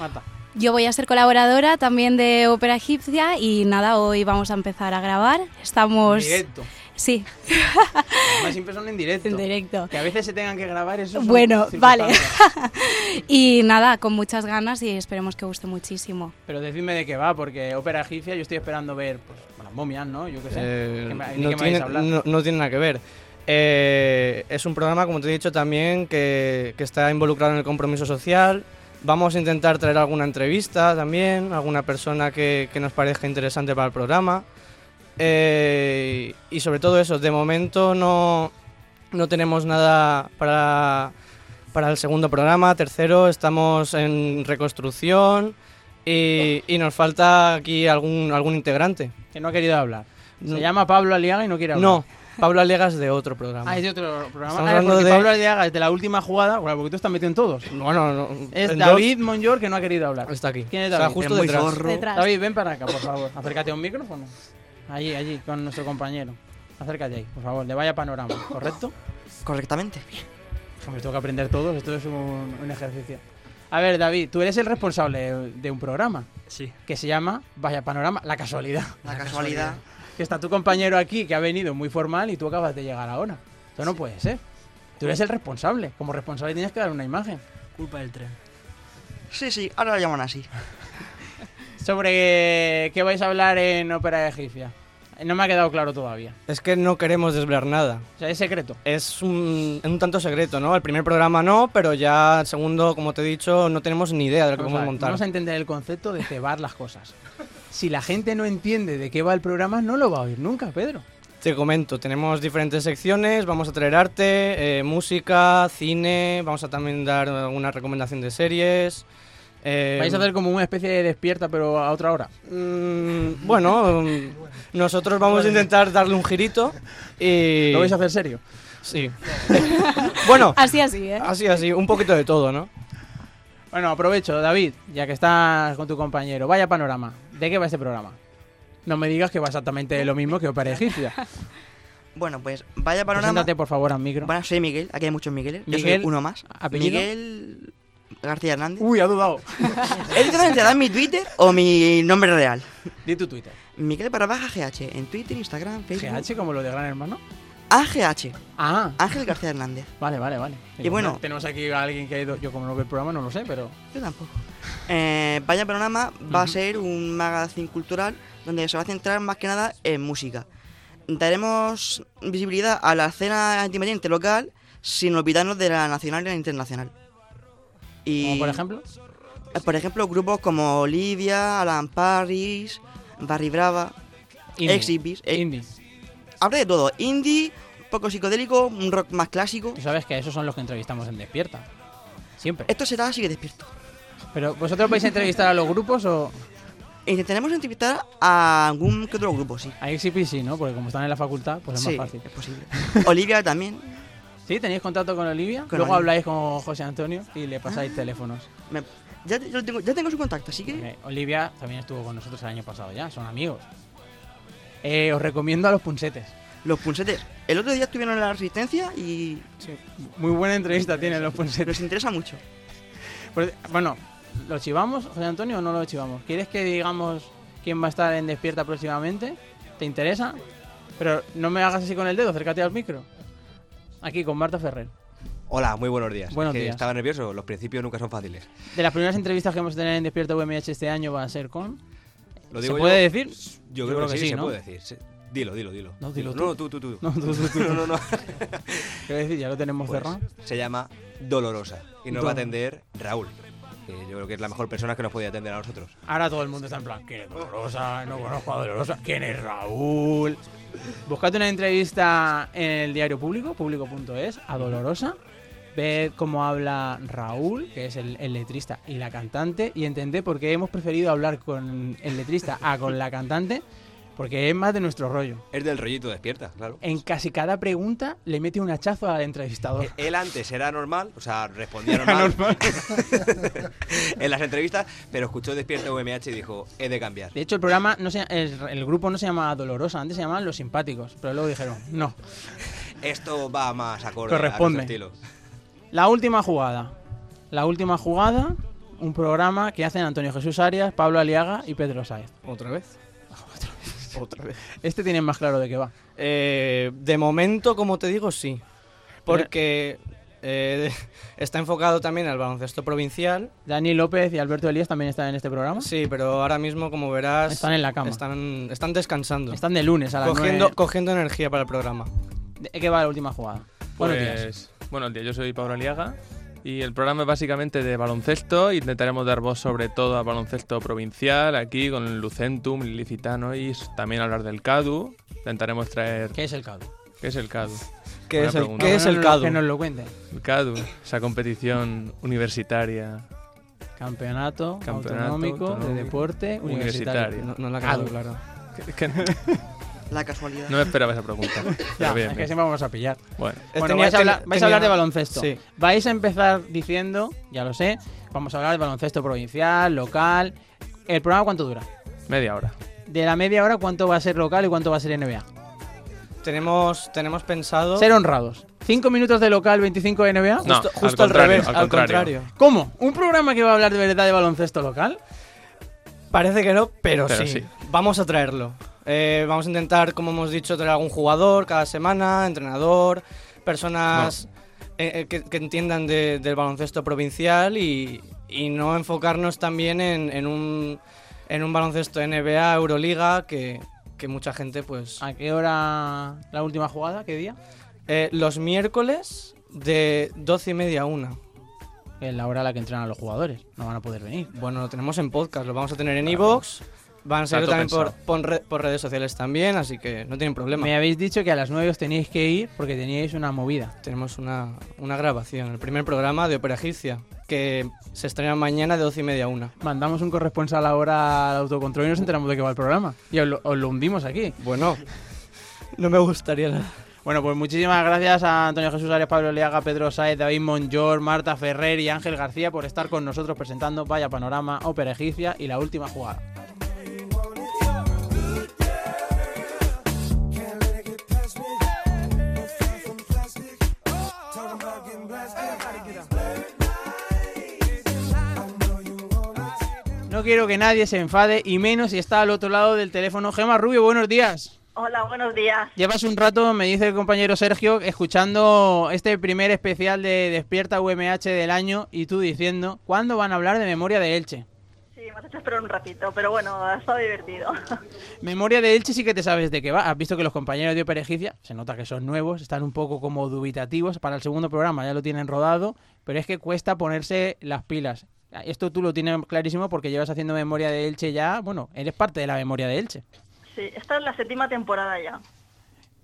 S1: Marta.
S6: Yo voy a ser colaboradora también de Ópera Egipcia y nada, hoy vamos a empezar a grabar. Estamos...
S1: Directo.
S6: Sí,
S1: Más siempre son en directo. En
S6: directo.
S1: Que a veces se tengan que grabar eso. es una
S6: bueno, vale.
S1: circunstancia.
S6: y nada, con muchas ganas y esperemos que guste muchísimo.
S1: Pero decidme de qué va, porque ópera egipcia yo estoy esperando ver pues, las momias, ¿no? Yo qué sé.
S13: Eh,
S1: ¿Qué me- ¿De qué
S13: no,
S1: me
S13: tiene,
S1: vais a hablar?
S13: no- no tiene nada que ver. Eh, es un programa, como te he dicho también, que, que está involucrado en el compromiso social. Vamos a intentar traer alguna entrevista también, alguna persona que, que nos parezca interesante para el programa. Eh, y sobre todo eso, de momento no, no tenemos nada para, para el segundo programa, tercero, estamos en reconstrucción y, y nos falta aquí algún, algún integrante.
S1: Que no ha querido hablar.
S13: No.
S1: Se llama Pablo Aliaga y no quiere hablar.
S13: No, Pablo Alega es de otro programa.
S1: Ah, es de otro programa.
S13: Estamos
S1: Ah,
S13: hablando
S1: porque
S13: de-
S1: Pablo Aliaga es de la última jugada. Bueno, porque tú estás metido en todos.
S13: Bueno, no,
S1: Es
S13: en
S1: David Monjor que no ha querido hablar.
S13: Está aquí.
S1: ¿Quién es
S13: Está
S1: David?
S13: justo Es muy detrás. zorro.
S6: Detrás.
S1: David, ven para acá, por favor. Acércate a un micrófono. Allí, allí, con nuestro compañero. Acércate ahí, por favor. Le vaya panorama, ¿correcto?
S14: Correctamente.
S1: Me tengo que aprender todos. Esto es un, un ejercicio. A ver, David, tú eres el responsable de un programa.
S14: Sí.
S1: Que se llama Vaya Panorama, la casualidad.
S14: La casualidad.
S1: Que está tu compañero aquí, que ha venido muy formal y tú acabas de llegar ahora. Esto no puede ser. Tú eres el responsable. Como responsable tienes que dar una imagen.
S14: Culpa del tren. Sí, sí, ahora la llaman así.
S1: Sobre qué vais a hablar en Ópera Egipcia. No me ha quedado claro todavía.
S13: Es que no queremos desvelar nada.
S1: O sea, es secreto.
S13: Es un, un tanto secreto, ¿no? El primer programa no, pero ya el segundo, como te he dicho, no tenemos ni idea de lo que vamos
S1: Vamos a,
S13: a
S1: ver,
S13: montar.
S1: vamos a entender el concepto de cebar las cosas. Si la gente no entiende de qué va el programa, no lo va a oír nunca, Pedro.
S13: Te comento, tenemos diferentes secciones, vamos a traer arte, eh, música, cine, vamos a también dar alguna recomendación de series. eh,
S1: Vais a hacer como una especie de despierta, pero a otra hora.
S13: mm, Bueno, mm, nosotros vamos a intentar darle un girito y...
S1: ¿Lo vais a hacer serio?
S13: Sí. bueno,
S6: Así, así, ¿eh?
S13: así, así, un poquito de todo, ¿no?
S1: Bueno, aprovecho, David, ya que estás con tu compañero. Vaya panorama. ¿De qué va este programa? No me digas que va exactamente de lo mismo que Ópera Egipcia.
S14: Bueno, pues vaya panorama.
S1: Preséntate, por favor, al micro.
S14: Bueno, soy Miguel, aquí hay muchos Migueles. Yo
S1: Miguel,
S14: soy uno más.
S1: ¿apellido?
S14: Miguel García Hernández.
S1: Uy, ha dudado.
S14: ¿Es directamente dar mi Twitter o mi nombre real?
S1: Di tu Twitter.
S14: Miguel barra baja GH en Twitter, Instagram, Facebook.
S1: GH como lo de Gran Hermano.
S14: AGH.
S1: Ah.
S14: Ángel García Hernández.
S1: Vale, vale, vale.
S14: Y bueno,
S1: Tenemos aquí a alguien que ha ido. Yo, como no veo el programa, no lo sé, pero.
S14: Yo tampoco. Eh, Vaya Panorama va a ser un magazine cultural donde se va a centrar más que nada en música. Daremos visibilidad a la escena independiente local sin olvidarnos de la nacional y la internacional. Y,
S1: ¿Como por ejemplo?
S14: Eh, Por ejemplo, grupos como Olivia, Alan Paris, Barry Brava,
S1: Indie.
S14: Exhibis. eh,
S1: Indie.
S14: Habrá de todo: indie, poco psicodélico, un rock más clásico.
S1: Tú sabes que esos son los que entrevistamos en Despierta. Siempre.
S14: Esto será así que despierto.
S1: Pero vosotros vais a entrevistar a los grupos o.
S14: Intentaremos entrevistar a algún que otro grupo, sí.
S1: A XP sí, ¿no? Porque como están en la facultad, pues es
S14: Sí,
S1: más fácil.
S14: Es posible. Olivia también.
S1: ¿Sí? ¿Tenéis contacto con Olivia?
S14: Con
S1: Luego
S14: Olivia.
S1: habláis con José Antonio y le pasáis teléfonos.
S14: Me- ya, te- yo tengo, ya tengo su contacto, así que.
S1: Eh, Olivia también estuvo con nosotros el año pasado ya, son amigos. Eh, os recomiendo a los punsetes.
S14: Los punsetes. El otro día estuvieron en la Resistencia y.
S1: Muy buena entrevista tienen los punsetes.
S14: Nos interesa mucho.
S1: Pues, bueno, ¿lo chivamos, José Antonio, o no lo chivamos? ¿Quieres que digamos quién va a estar en Despierta próximamente? ¿Te interesa? Pero no me hagas así con el dedo, acércate al micro. Aquí, con Marta Ferrer.
S15: Hola, muy buenos días.
S1: Buenos
S15: Es que
S1: días.
S15: Estaba nervioso, los principios nunca son fáciles.
S1: De las primeras entrevistas que vamos a tener en Despierta UMH este año va a ser con...
S15: Lo digo yo?
S1: ¿Se puede decir?
S15: Yo, creo, que, sí, se
S1: ¿no?
S15: puede decir. Se- Dilo, dilo, dilo.
S1: No, dilo
S15: No,
S1: tú.
S15: tú, tú, tú.
S1: No, tú, tú, tú.
S15: no, no, no.
S1: ¿Qué decir? Ya lo tenemos
S15: Pues,
S1: cerrado.
S15: Se llama Dolorosa y nos va a
S1: Dolorosa.
S15: atender Raúl, que yo creo que es la mejor persona que nos podía atender a nosotros.
S1: Ahora todo el mundo está en plan, ¿quién es Dolorosa? No conozco a Dolorosa. ¿Quién es Raúl? Buscad una entrevista en el diario público, público.es, a Dolorosa. Ved cómo habla Raúl, que es el, el letrista y la cantante, y entended por qué hemos preferido hablar con el letrista a con la cantante, porque es más de nuestro rollo.
S15: Es del rollito despierta, claro. Eh,
S1: En casi cada pregunta le mete un hachazo al entrevistador.
S15: Él antes era normal, o sea, respondía normal, en las entrevistas, pero escuchó Despierta UMH y dijo, he de cambiar.
S1: De hecho, el programa, no se, el, el grupo no se llamaba Dolorosa, antes se llamaban Los Simpáticos, pero luego dijeron, no,
S15: Esto va más acorde
S1: Corresponde.
S15: a nuestro estilo.
S1: La última jugada. La última jugada, un programa que hacen Antonio Jesús Arias, Pablo Aliaga y Pedro Sáez.
S13: ¿Otra vez? Otra vez.
S1: Este tiene más claro de qué va.
S13: Eh, de momento, como te digo, sí. Porque eh, está enfocado también al baloncesto provincial.
S1: Dani López y Alberto Elías también están en este programa.
S13: Sí, pero ahora mismo, como verás...
S1: Están en la cama.
S13: Están, están descansando.
S1: Están de lunes a las
S13: cogiendo,
S1: nueve.
S13: cogiendo energía para el programa.
S1: ¿De qué va la última jugada? Buenos días.
S16: Pues, buenos días, yo soy Pablo Aliaga y el programa es básicamente de baloncesto. Intentaremos dar voz sobre todo a baloncesto provincial, aquí con el Lucentum, Licitano y s- también hablar del CADU. Intentaremos traer...
S1: ¿Qué es el CADU?
S16: ¿Qué es el CADU?
S1: ¿Qué
S16: Buena
S1: es el-
S16: pregunta.
S1: qué es el No, no, no, CADU? que nos lo cuente.
S16: El CADU, esa competición universitaria.
S1: Campeonato,
S16: Campeonato
S1: autonómico, de
S16: autonómico,
S1: universitario.
S16: universitario.
S1: No-
S13: no la
S16: CADU.
S13: acabo, claro.
S16: Que- que no-
S17: La casualidad.
S16: No me esperaba esa pregunta.
S1: Ya,
S16: pero bien,
S1: es que
S16: bien.
S1: siempre vamos a pillar.
S16: Bueno.
S1: Bueno,
S13: Tenía-
S1: vais, a hablar,
S13: tenía-
S1: vais a hablar de
S13: tenía-
S1: baloncesto.
S13: sí.
S1: Vais a empezar diciendo, ya lo sé, vamos a hablar de baloncesto provincial, local. ¿El programa cuánto dura?
S16: Media hora.
S1: De la media hora, ¿cuánto va a ser local y cuánto va a ser NBA?
S13: Tenemos, tenemos pensado...
S1: Ser honrados. ¿Cinco minutos de local, 25 de NBA?
S13: No, Justo- al justo al contrario, revés, al al contrario. contrario.
S1: ¿Cómo? ¿Un programa que va a hablar de verdad de baloncesto local?
S13: Parece que no, pero,
S1: Pero
S13: sí.
S1: sí.
S13: Vamos a traerlo. Eh, vamos a intentar, como hemos dicho, traer algún jugador cada semana, entrenador, personas eh, eh, que, que entiendan de- del baloncesto provincial y, y no enfocarnos también en, en un, en un baloncesto NBA, Euroliga, que, que mucha gente pues...
S1: ¿A qué hora la última jugada? ¿Qué día?
S13: Eh, los miércoles de 12 y media a 1.
S1: Es la hora a la que entrenan los jugadores. No van a poder venir.
S13: Bueno, lo tenemos en podcast, lo vamos a tener en iVoox. Van a
S1: Está
S13: ser
S1: todo
S13: también por,
S1: pensado.
S13: por re- por redes sociales también, así que no tienen problema.
S1: Me habéis dicho que a las 9 os teníais que ir porque teníais una movida.
S13: Tenemos una, una grabación, el primer programa de Ópera Egipcia, que se estrena mañana de 12 y media a 1.
S1: Mandamos un corresponsal ahora al autocontrol y nos enteramos de qué va el programa. Y os lo, os lo hundimos aquí.
S13: Bueno, no me gustaría nada.
S1: Bueno, pues muchísimas gracias a Antonio Jesús Arias, Pablo Leaga, Pedro Saez, David Monjor, Marta Ferrer y Ángel García por estar con nosotros presentando Vaya Panorama, Ópera Egipcia y la última jugada. No quiero que nadie se enfade y menos si está al otro lado del teléfono. Gema Rubio, buenos días.
S18: Hola, buenos días.
S1: Llevas un rato, me dice el compañero Sergio, escuchando este primer especial de Despierta UMH del año y tú diciendo, ¿cuándo van a hablar de Memoria de Elche?
S18: Sí, me has hecho esperar un ratito, pero bueno, ha estado divertido.
S1: Memoria de Elche sí que te sabes de qué va. Has visto que los compañeros de Perejicia, se nota que son nuevos, están un poco como dubitativos. Para el segundo programa ya lo tienen rodado, pero es que cuesta ponerse las pilas. Esto tú lo tienes clarísimo porque llevas haciendo Memoria de Elche ya, bueno, eres parte de la Memoria de Elche.
S18: Sí, esta es la séptima temporada ya.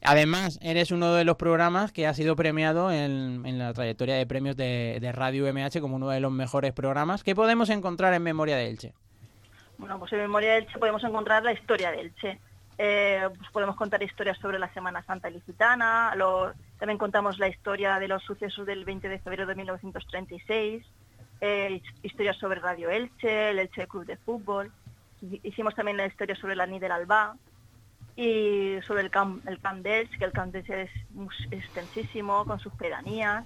S1: Además, eres uno de los programas que ha sido premiado en, en la trayectoria de premios de, de Radio MH como uno de los mejores programas que podemos encontrar en Memoria de Elche.
S18: Bueno, pues en Memoria de Elche podemos encontrar la historia de Elche. Eh, pues podemos contar historias sobre la Semana Santa Ilicitana, lo- también contamos la historia de los sucesos del 20 de febrero de 1936, eh, his- historias sobre Radio Elche, el Elche Club de Fútbol. Hi- Hicimos también la historia sobre la NI del Alba y sobre el Camp, el camp de Elche, que el Camp de Elche es mus- extensísimo, con sus pedanías,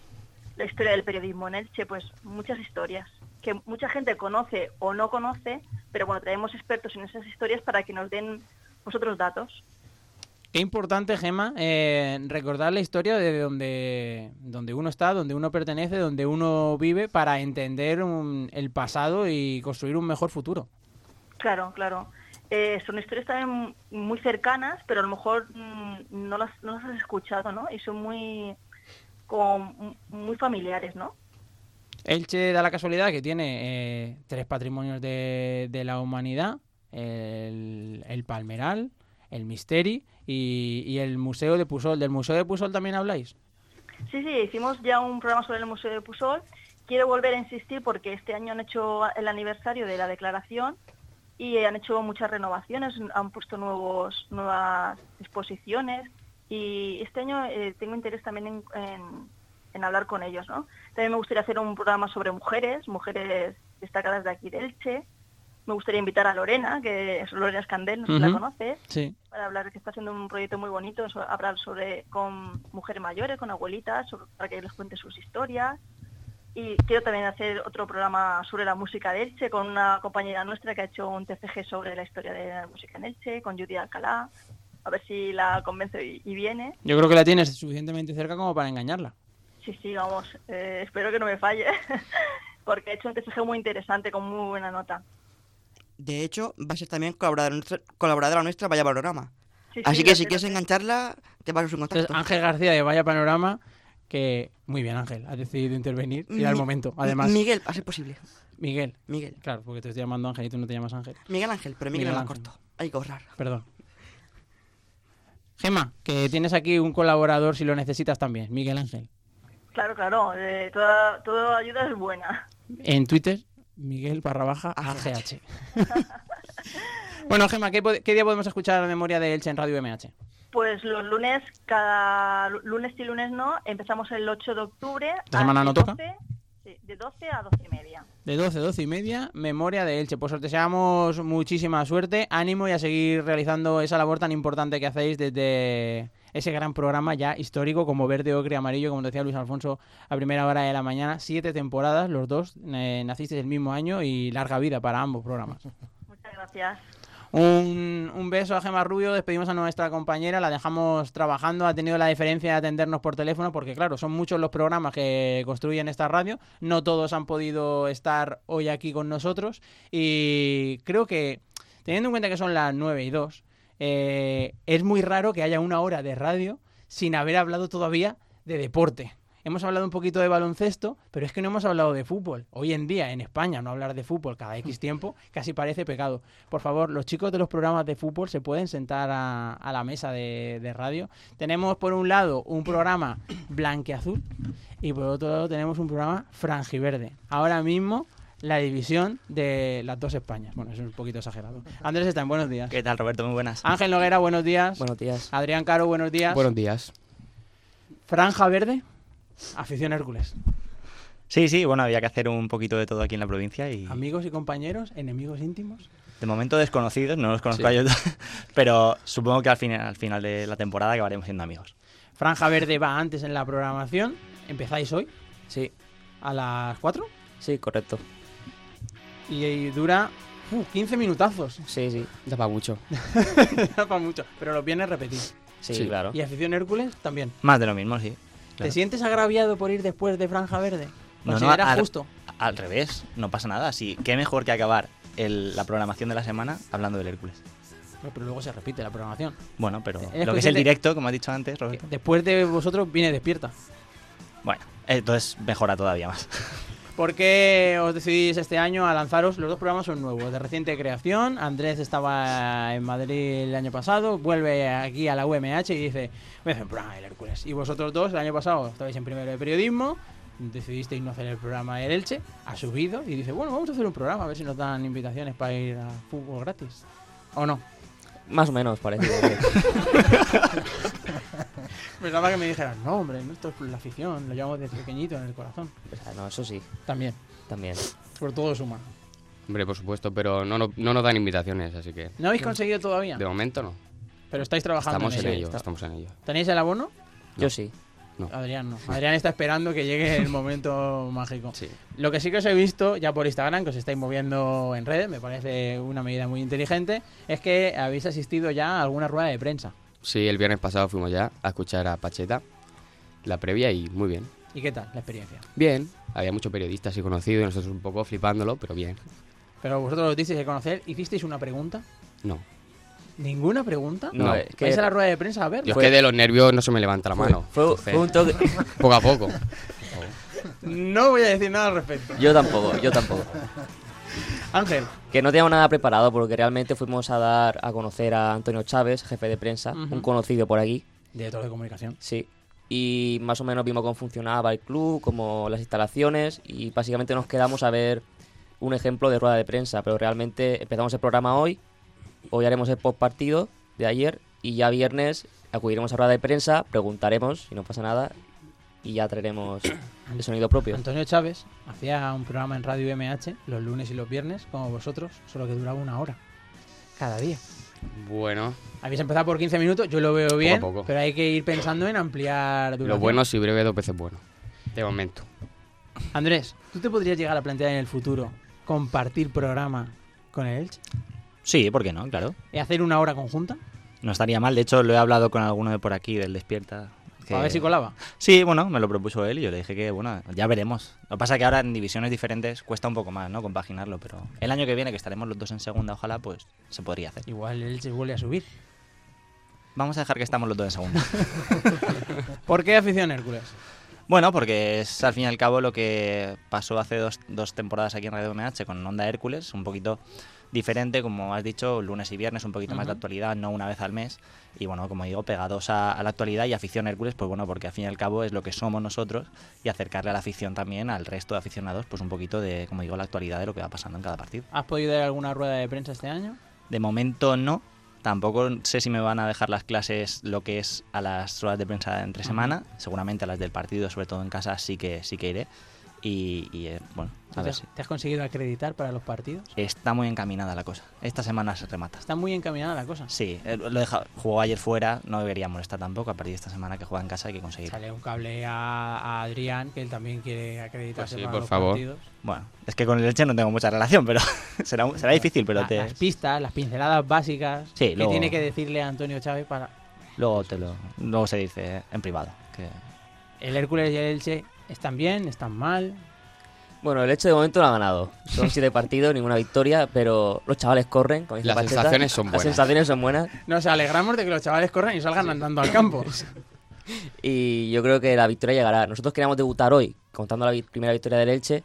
S18: la historia del periodismo en Elche, pues muchas historias que mucha gente conoce o no conoce, pero bueno, traemos expertos en esas historias para que nos den vosotros datos.
S1: Qué importante, Gema, eh, recordar la historia de donde, donde uno está, donde uno pertenece, donde uno vive, para entender un- el pasado y construir un mejor futuro.
S18: Claro, claro. Eh, son historias también muy cercanas, pero a lo mejor mm, no las, no las has escuchado, ¿no? Y son muy, como muy familiares, ¿no?
S1: Elche da la casualidad que tiene eh, tres patrimonios de, de la humanidad, el, el Palmeral, el Misteri y, y el Museo de Pusol. ¿Del Museo de Pusol también habláis?
S18: Sí, sí, hicimos ya un programa sobre el Museo de Pusol. Quiero volver a insistir porque este año han hecho el aniversario de la declaración y han hecho muchas renovaciones, han puesto nuevos, nuevas exposiciones y este año eh, tengo interés también en, en- en hablar con ellos. ¿no? También me gustaría hacer un programa sobre mujeres, mujeres destacadas de aquí de Elche. Me gustaría invitar a Lorena, que es Lorena Escandel, no sé si la
S1: Ujú.
S18: conoces
S1: Sí.
S18: para hablar que está haciendo un proyecto muy bonito so- hablar sobre con mujeres mayores con abuelitas sobre- para que les cuente sus historias y quiero también hacer otro programa sobre la música de Elche con una compañera nuestra que ha hecho un TCG sobre la historia de la música en Elche con Judy Alcalá a ver si la convenzo y, y viene
S1: Yo creo que la tienes suficientemente cerca como para engañarla.
S18: sí sí vamos eh, espero que no me falle porque ha hecho un TCG muy interesante con muy buena nota
S19: De hecho, va a ser también colaboradora nuestra, colaboradora nuestra Vaya Panorama.
S18: Sí, sí,
S19: Así
S18: lo
S19: que
S18: sé,
S19: si
S18: lo
S19: quieres
S18: sé.
S19: engancharla, te paso un contacto.
S1: Entonces, Ángel García de Vaya Panorama, que muy bien Ángel, has decidido intervenir y era el
S19: Mi-
S1: momento, además.
S19: Miguel, a ser posible.
S1: Miguel.
S19: Miguel.
S1: Claro, porque te estoy llamando Ángel y tú no te llamas Ángel.
S19: Miguel Ángel, pero Miguel,
S1: Miguel
S19: era
S1: Ángel.
S19: corto. Hay que ahorrar.
S1: Perdón. Gema, que tienes aquí un colaborador si lo necesitas también, Miguel Ángel.
S18: claro claro eh, toda toda ayuda es buena
S1: En Twitter, Miguel barra baja AGH. bueno, Gema, ¿qué, pod- qué día podemos escuchar la memoria de Elche en Radio MH?
S18: Pues los lunes, cada lu- lunes y lunes no, empezamos el 8 de octubre.
S1: ¿Esta
S18: a
S1: semana no toca?
S18: 12, sí, de 12 a 12 y media.
S1: De 12 a 12 y media, memoria de Elche. Pues os deseamos muchísima suerte, ánimo y a seguir realizando esa labor tan importante que hacéis desde ese gran programa ya histórico como Verde, Ocre, Amarillo, como decía Luis Alfonso a primera hora de la mañana. Siete temporadas, los dos eh, nacisteis el mismo año y larga vida para ambos programas.
S18: Muchas gracias.
S1: Un, un beso a Gemma Rubio, despedimos a nuestra compañera, la dejamos trabajando, ha tenido la diferencia de atendernos por teléfono, porque claro, son muchos los programas que construyen esta radio, no todos han podido estar hoy aquí con nosotros y creo que, teniendo en cuenta que son las 9 y 2, eh, es muy raro que haya una hora de radio sin haber hablado todavía de deporte. Hemos hablado un poquito de baloncesto, pero es que no hemos hablado de fútbol. Hoy en día, en España, no hablar de fútbol cada X tiempo casi parece pecado. Por favor, los chicos de los programas de fútbol se pueden sentar a, a la mesa de, de radio. Tenemos, por un lado, un programa blanqueazul y por otro lado tenemos un programa frangiverde. Ahora mismo, la división de las dos Españas. Bueno, eso es un poquito exagerado. Andrés está en buenos días.
S20: ¿Qué tal, Roberto? Muy buenas.
S1: Ángel Noguera, buenos días.
S20: Buenos días.
S1: Adrián Caro, buenos días.
S20: Buenos días.
S1: Franja verde, afición Hércules.
S20: Sí, sí, bueno, había que hacer un poquito de todo aquí en la provincia y
S1: Amigos y compañeros, enemigos íntimos.
S20: de momento desconocidos, no los conozco
S1: Sí.
S20: a ellos, pero supongo que al final, al final de la temporada acabaremos siendo amigos.
S1: Franja verde va antes en la programación. ¿Empezáis hoy?
S20: Sí.
S1: ¿A las 4?
S20: Sí, correcto.
S1: Y, y dura uh, 15 minutazos.
S20: Sí, sí.
S1: Da para mucho. da para mucho. Pero los viernes repetís.
S20: Sí, Sí. claro.
S1: Y afición Hércules también.
S20: Más de lo mismo, sí.
S1: ¿Te
S20: Claro.
S1: sientes agraviado por ir después de Franja Verde?
S20: No, no,
S1: ¿Consideras
S20: al-
S1: justo?
S20: Al revés, no pasa nada. Sí, qué mejor que acabar el- la programación de la semana hablando del Hércules.
S1: No, pero luego se repite la programación.
S20: Bueno, pero
S1: Eres
S20: lo que es el
S1: consciente-
S20: directo, como has dicho antes, Roberto.
S1: Después de vosotros viene despierta.
S20: Bueno, entonces mejora todavía más.
S1: ¿Por qué os decidís este año a lanzaros? Los dos programas son nuevos, de reciente creación. Andrés estaba en Madrid el año pasado, vuelve aquí a la UMH y dice, voy a hacer un programa del Hércules. Y vosotros dos, el año pasado, estabais en primero de periodismo, decidisteis no hacer el programa del Elche, ha subido y dice, bueno, vamos a hacer un programa, a ver si nos dan invitaciones para ir a fútbol gratis. ¿O no?
S20: Más o menos, parecido.
S1: Pensaba que me dijeran, no, hombre, no, esto es por la afición, lo llevamos desde pequeñito en el corazón.
S21: no, eso sí.
S1: También.
S21: También.
S1: Por todo suma.
S21: Hombre, por supuesto, pero no, no, no nos dan invitaciones, así que...
S1: ¿No habéis conseguido todavía?
S21: De momento no.
S1: Pero estáis trabajando
S21: Estamos en
S1: ello.
S21: ello, estamos en ello.
S1: ¿Tenéis el abono?
S21: Yo sí.
S1: Adrián no. Adrián está esperando que llegue el momento mágico. Lo que sí que os he visto ya por Instagram, que os estáis moviendo en redes, me parece una medida muy inteligente, es que habéis asistido ya a alguna rueda de prensa.
S21: Sí, el viernes pasado fuimos ya a escuchar a Pacheta, la previa, y muy bien.
S1: ¿Y qué tal la experiencia?
S21: Bien, había muchos periodistas y conocidos, y nosotros un poco flipándolo, pero bien.
S1: Pero vosotros lo disteis de conocer, ¿hicisteis una pregunta?
S21: No.
S1: ¿Ninguna pregunta?
S21: No, es que-
S1: ¿Vais a la rueda de prensa a ver?
S21: Yo es que de los nervios no se me levanta la mano.
S20: fue-
S21: entonces,
S20: fue un toque-
S21: Poco a poco.
S1: No voy a decir nada al respecto.
S22: Yo tampoco, yo tampoco.
S1: Ángel.
S22: Que no teníamos nada preparado porque realmente fuimos a dar a conocer a Antonio Chávez, jefe de prensa,
S1: Ujú.
S22: un conocido por aquí.
S1: Director de comunicación.
S22: Sí. Y más o menos vimos cómo funcionaba el club, como las instalaciones y básicamente nos quedamos a ver un ejemplo de rueda de prensa, pero realmente empezamos el programa hoy, hoy haremos el post partido de ayer y ya viernes acudiremos a rueda de prensa, preguntaremos si no pasa nada y ya traeremos el sonido propio.
S1: Antonio Chávez hacía un programa en Radio MH los lunes y los viernes, como vosotros, solo que duraba una hora. Cada día.
S21: Bueno,
S1: Habéis empezado por 15 minutos, yo lo veo bien,
S21: poco.
S1: pero hay que ir pensando en ampliar duración.
S21: lo bueno si breve dos veces bueno. De momento.
S1: Andrés, ¿tú te podrías llegar a plantear en el futuro compartir programa con el Elche
S20: Sí, ¿por qué no? Claro.
S1: y hacer una hora conjunta?
S20: No estaría mal. De hecho, lo he hablado con alguno de por aquí, del Despierta. que-
S1: A ver si colaba.
S20: Sí, bueno, me lo propuso él y yo le dije que, bueno, ya veremos. Lo que pasa es que ahora en divisiones diferentes cuesta un poco más, ¿no? Compaginarlo, pero el año que viene, que estaremos los dos en segunda, ojalá, pues se podría hacer.
S1: Igual el Elche vuelve a subir.
S20: Vamos a dejar que estamos los dos en segunda.
S1: ¿Por qué afición Hércules?
S20: Bueno, porque es al fin y al cabo lo que pasó hace dos, dos temporadas aquí en Radio MH con Onda Hércules, un poquito diferente, como has dicho, lunes y viernes, un poquito más de
S1: Ujú.
S20: actualidad, no una vez al mes. Y bueno, como digo, pegados a, a la actualidad y afición Hércules, pues bueno, porque al fin y al cabo es lo que somos nosotros y acercarle a la afición también, al resto de aficionados, pues un poquito de, como digo, la actualidad de lo que va pasando en cada partido.
S1: ¿Has podido ir a alguna rueda de prensa este año?
S20: De momento no. Tampoco sé si me van a dejar las clases lo que es a las ruedas de prensa de entre
S1: Ajá.
S20: semana. Seguramente a las del partido, sobre todo en casa, sí que sí que iré. Y, y, eh, bueno, a
S1: ¿Te
S20: ver
S1: has-
S20: si.
S1: ¿Te has conseguido acreditar para los partidos?
S20: Está muy encaminada la cosa. Esta semana se remata.
S1: Está muy encaminada la cosa.
S20: Sí, eh, lo he dejado- jugó ayer fuera, no debería molestar tampoco. A partir de esta semana que juega en casa hay que conseguir.
S1: Sale un cable a, a Adrián, que él también quiere acreditarse
S21: Pues
S1: para los partidos.
S20: Bueno, es que con el Elche no tengo mucha relación, pero será, será difícil, pero
S1: La-
S20: te,
S1: Las pistas, las pinceladas básicas
S20: Sí,
S1: que
S20: luego-
S1: tiene que decirle a Antonio Chávez para...
S20: luego te lo luego se dice en privado. Que
S1: El Hércules y el Elche están bien, están mal.
S22: Bueno, el hecho de momento lo ha ganado. Son siete partidos, ninguna victoria, pero los chavales corren. como dice
S21: Las
S22: Pacheta.
S21: sensaciones son buenas.
S22: Las sensaciones son buenas.
S1: Nos alegramos de que los chavales corran y salgan andando al campo.
S22: Y yo creo que la victoria llegará. Nosotros queríamos debutar hoy, contando la vi- primera victoria del Elche.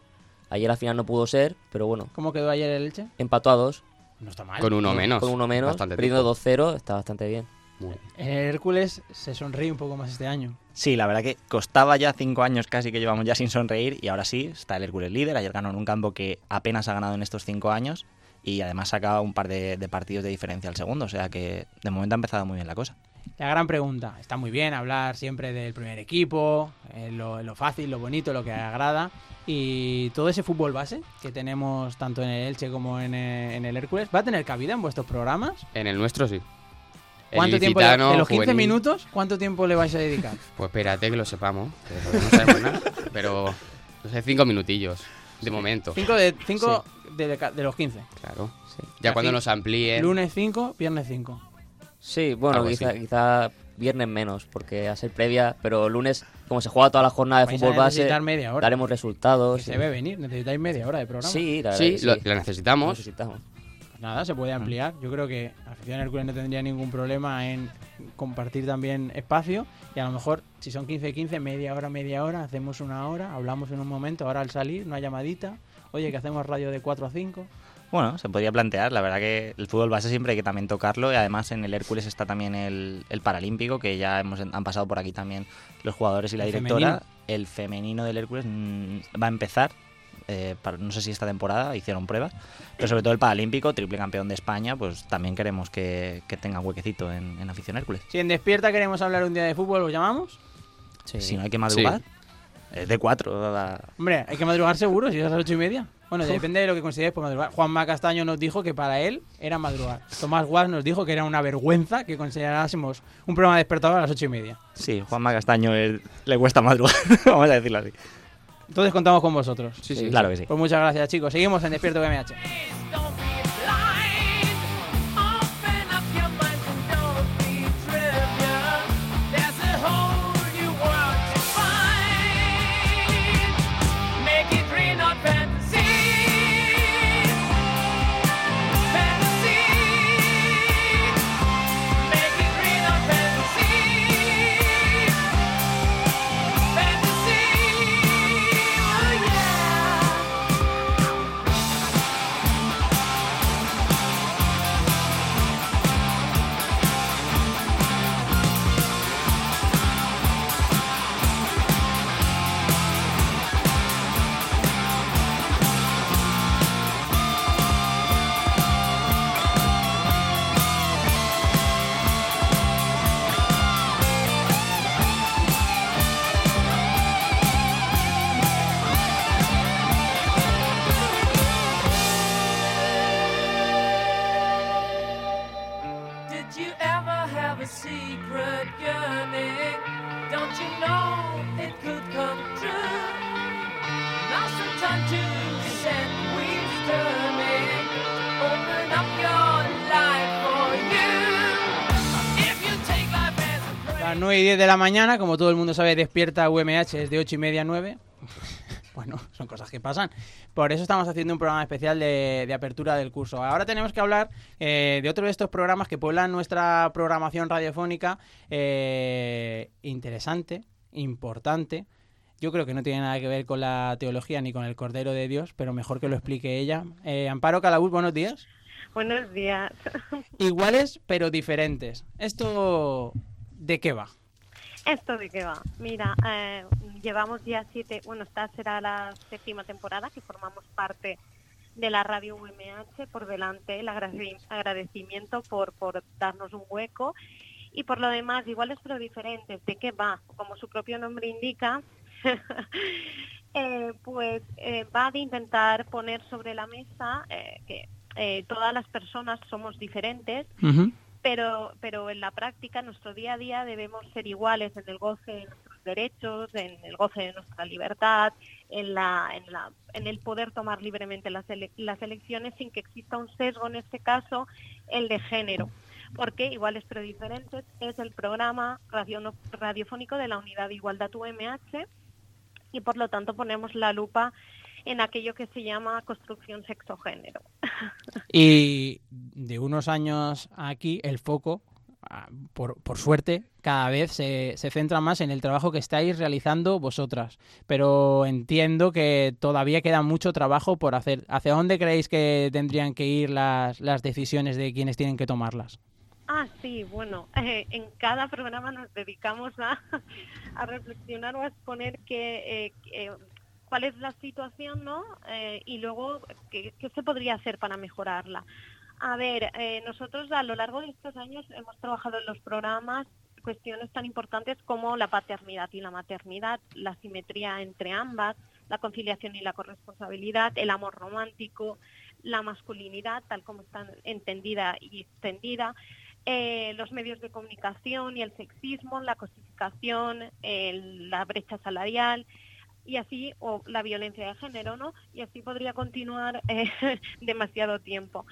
S22: Ayer al final no pudo ser, pero bueno,
S1: ¿Cómo quedó ayer el Elche?
S22: empató a dos.
S1: No está mal.
S21: Con uno menos.
S22: Con uno menos,
S21: Bastante
S22: perdiendo
S21: tiempo.
S22: 2-0, está bastante bien.
S1: El Hércules se sonríe un poco más este año.
S20: Sí, la verdad que costaba ya cinco años casi que llevamos ya sin sonreír y ahora sí, está el Hércules líder. Ayer ganó en un campo que apenas ha ganado en estos cinco años y además saca un par de, de partidos de diferencia al segundo. O sea que de momento ha empezado muy bien la cosa.
S1: La gran pregunta. Está muy bien hablar siempre del primer equipo, eh, lo, lo fácil, lo bonito, lo que agrada. Y todo ese fútbol base que tenemos tanto en el Elche como en el, en el Hércules, ¿va a tener cabida en vuestros programas?
S21: En el nuestro sí. El
S1: ¿Cuánto tiempo le-
S21: licitano,
S1: de los 15
S21: juvenil-
S1: minutos, cuánto tiempo le vais a dedicar?
S21: Pues espérate que lo sepamos. que todavía no sabemos nada, pero no sé, cinco minutillos. De momento.
S1: Cinco de, cinco de, de los 15.
S21: Claro. Ya cuando
S1: Así,
S21: nos amplíen.
S1: Lunes 5, viernes 5.
S22: Sí, bueno,
S21: Algo
S22: quizá,
S21: así.
S22: quizá viernes menos, porque a ser previa, pero lunes, como se juega toda la jornada de
S1: Vais a
S22: fútbol base,
S1: necesitar media hora.
S22: daremos resultados.
S1: Se
S22: y-
S1: debe venir, necesitáis media hora de programa.
S22: Sí, la
S21: Sí,
S22: verdad que
S21: lo-
S22: sí.
S21: la necesitamos. Mm.
S22: Lo necesitamos.
S1: Pues nada, se puede ampliar. Yo creo que Afición Hércules no tendría ningún problema en compartir también espacio. Y a lo mejor, si son 15-15, media hora, media hora, hacemos una hora, hablamos en un momento, ahora al salir, una llamadita. Oye, que hacemos radio de 4 a 5.
S20: Bueno, se podría plantear. La verdad que el fútbol base siempre hay que también tocarlo y además en el Hércules está también el, el Paralímpico, que ya hemos, han pasado por aquí también los jugadores y la
S1: El
S20: directora.
S1: femenino.
S20: El femenino del Hércules mm, va a empezar. eh, para- no sé si esta temporada hicieron pruebas, pero sobre todo el Paralímpico, triple campeón de España, pues también queremos que, que tenga huequecito en, en afición Hércules.
S1: Si en Despierta queremos hablar un día de fútbol, ¿lo llamamos?
S20: Si no hay que madrugar, es de cuatro. la-
S1: Hombre, hay que madrugar seguro, si es a las 8 y media. Bueno,
S20: Uf.
S1: depende de lo que consideres por madrugar. Juanma Castaño nos dijo que para él era madrugar. Tomás Guas nos dijo que era una vergüenza que considerásemos un programa despertador a las 8 y media.
S20: Sí, Juanma Castaño eh, le cuesta madrugar, vamos a decirlo así.
S1: Entonces contamos con vosotros.
S20: Sí, sí. Claro que sí.
S1: Pues muchas gracias, chicos. Seguimos en Despierto BMH.
S23: Open up your mind and don't be driven.
S1: las 9 y 10 de la mañana, como todo el mundo sabe, despierta UMH es de 8 y media a 9. bueno, son cosas que pasan. Por eso estamos haciendo un programa especial de, de apertura del curso. Ahora tenemos que hablar eh, de otro de estos programas que pueblan nuestra programación radiofónica. eh, interesante, importante. Yo creo que no tiene nada que ver con la teología ni con el Cordero de Dios, pero mejor que lo explique ella. Eh, Amparo Calabús, buenos días.
S23: Buenos días.
S1: Iguales pero diferentes. ¿Esto de qué va?
S23: ¿Esto de qué va? Mira, eh, llevamos ya siete, bueno, esta será la séptima temporada que formamos parte de la radio UMH, por delante el agradeci- agradecimiento por, por darnos un hueco y por lo demás, iguales pero diferentes, ¿de qué va? Como su propio nombre indica, eh, pues eh, va de intentar poner sobre la mesa eh, que eh, todas las personas somos diferentes pero, pero en la práctica, en nuestro día a día, debemos ser iguales en el goce de nuestros derechos, en el goce de nuestra libertad, en, la, en, la- en el poder tomar libremente las, ele- las elecciones sin que exista un sesgo, en este caso, el de género. Porque Iguales pero Diferentes es el programa radio- radiofónico de la Unidad de Igualdad UMH y por lo tanto ponemos la lupa en aquello que se llama construcción sexogénero.
S1: Y de unos años aquí, el foco, ah, por, por suerte, cada vez se, se centra más en el trabajo que estáis realizando vosotras. Pero entiendo que todavía queda mucho trabajo por hacer. ¿Hacia dónde creéis que tendrían que ir las, las decisiones de quienes tienen que tomarlas?
S23: Ah, sí, bueno, eh, en cada programa nos dedicamos a, a reflexionar o a exponer que, eh, que, eh, cuál es la situación, ¿no? Eh, y luego, ¿qué, qué se podría hacer para mejorarla? A ver, eh, nosotros a lo largo de estos años hemos trabajado en los programas cuestiones tan importantes como la paternidad y la maternidad, la simetría entre ambas, la conciliación y la corresponsabilidad, el amor romántico, la masculinidad, tal como está entendida y extendida, eh, los medios de comunicación y el sexismo, la cosificación, el- la brecha salarial y así, o la violencia de género, ¿no? Y así podría continuar eh, demasiado tiempo.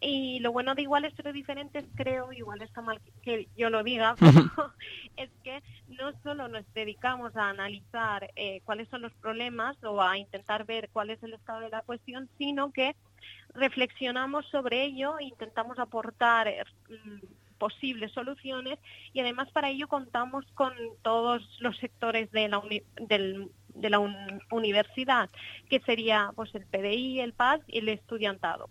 S23: Y lo bueno de iguales pero diferentes, creo, igual está mal que yo lo diga, pero es que no solo nos dedicamos a analizar eh, cuáles son los problemas o a intentar ver cuál es el estado de la cuestión, sino que reflexionamos sobre ello e intentamos aportar eh, mm, posibles soluciones y además para ello contamos con todos los sectores de la, uni- del- de la un- universidad, que sería pues el PDI, el PAS y el estudiantado.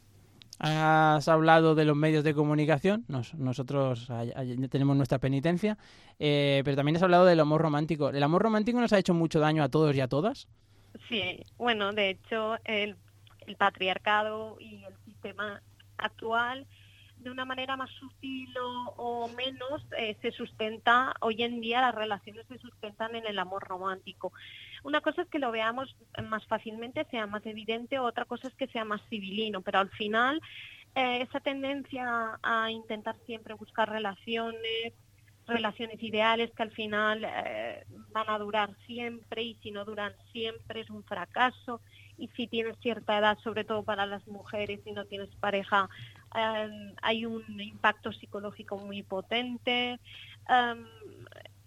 S1: Has hablado de los medios de comunicación, nos- nosotros ay- ay- tenemos nuestra penitencia, eh, pero también has hablado del amor romántico. ¿El amor romántico nos ha hecho mucho daño a todos y a todas?
S23: Sí, bueno, de hecho, el, el patriarcado y el sistema actual, de una manera más sutil o, o menos, eh, se sustenta, hoy en día las relaciones se sustentan en el amor romántico. Una cosa es que lo veamos más fácilmente, sea más evidente, otra cosa es que sea más civilino, pero al final eh, esa tendencia a intentar siempre buscar relaciones, relaciones ideales que al final eh, van a durar siempre y si no duran siempre es un fracaso y si tienes cierta edad, sobre todo para las mujeres, y no tienes pareja, eh, hay un impacto psicológico muy potente. Em,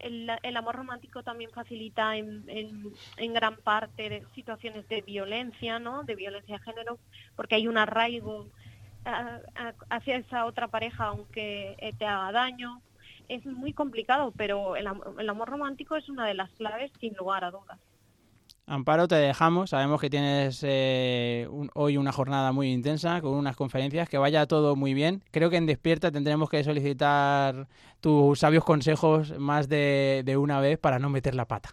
S23: el, el amor romántico también facilita en, en- en gran parte de situaciones de violencia, ¿no? De violencia de género, porque hay un arraigo ah, ah, hacia esa otra pareja aunque eh, te haga daño. Es muy complicado, pero el, am- el amor romántico es una de las claves sin lugar a dudas.
S1: Amparo, te dejamos. Sabemos que tienes eh, un- hoy una jornada muy intensa con unas conferencias. Que vaya todo muy bien. Creo que en Despierta tendremos que solicitar tus sabios consejos más de, de una vez para no meter la pata.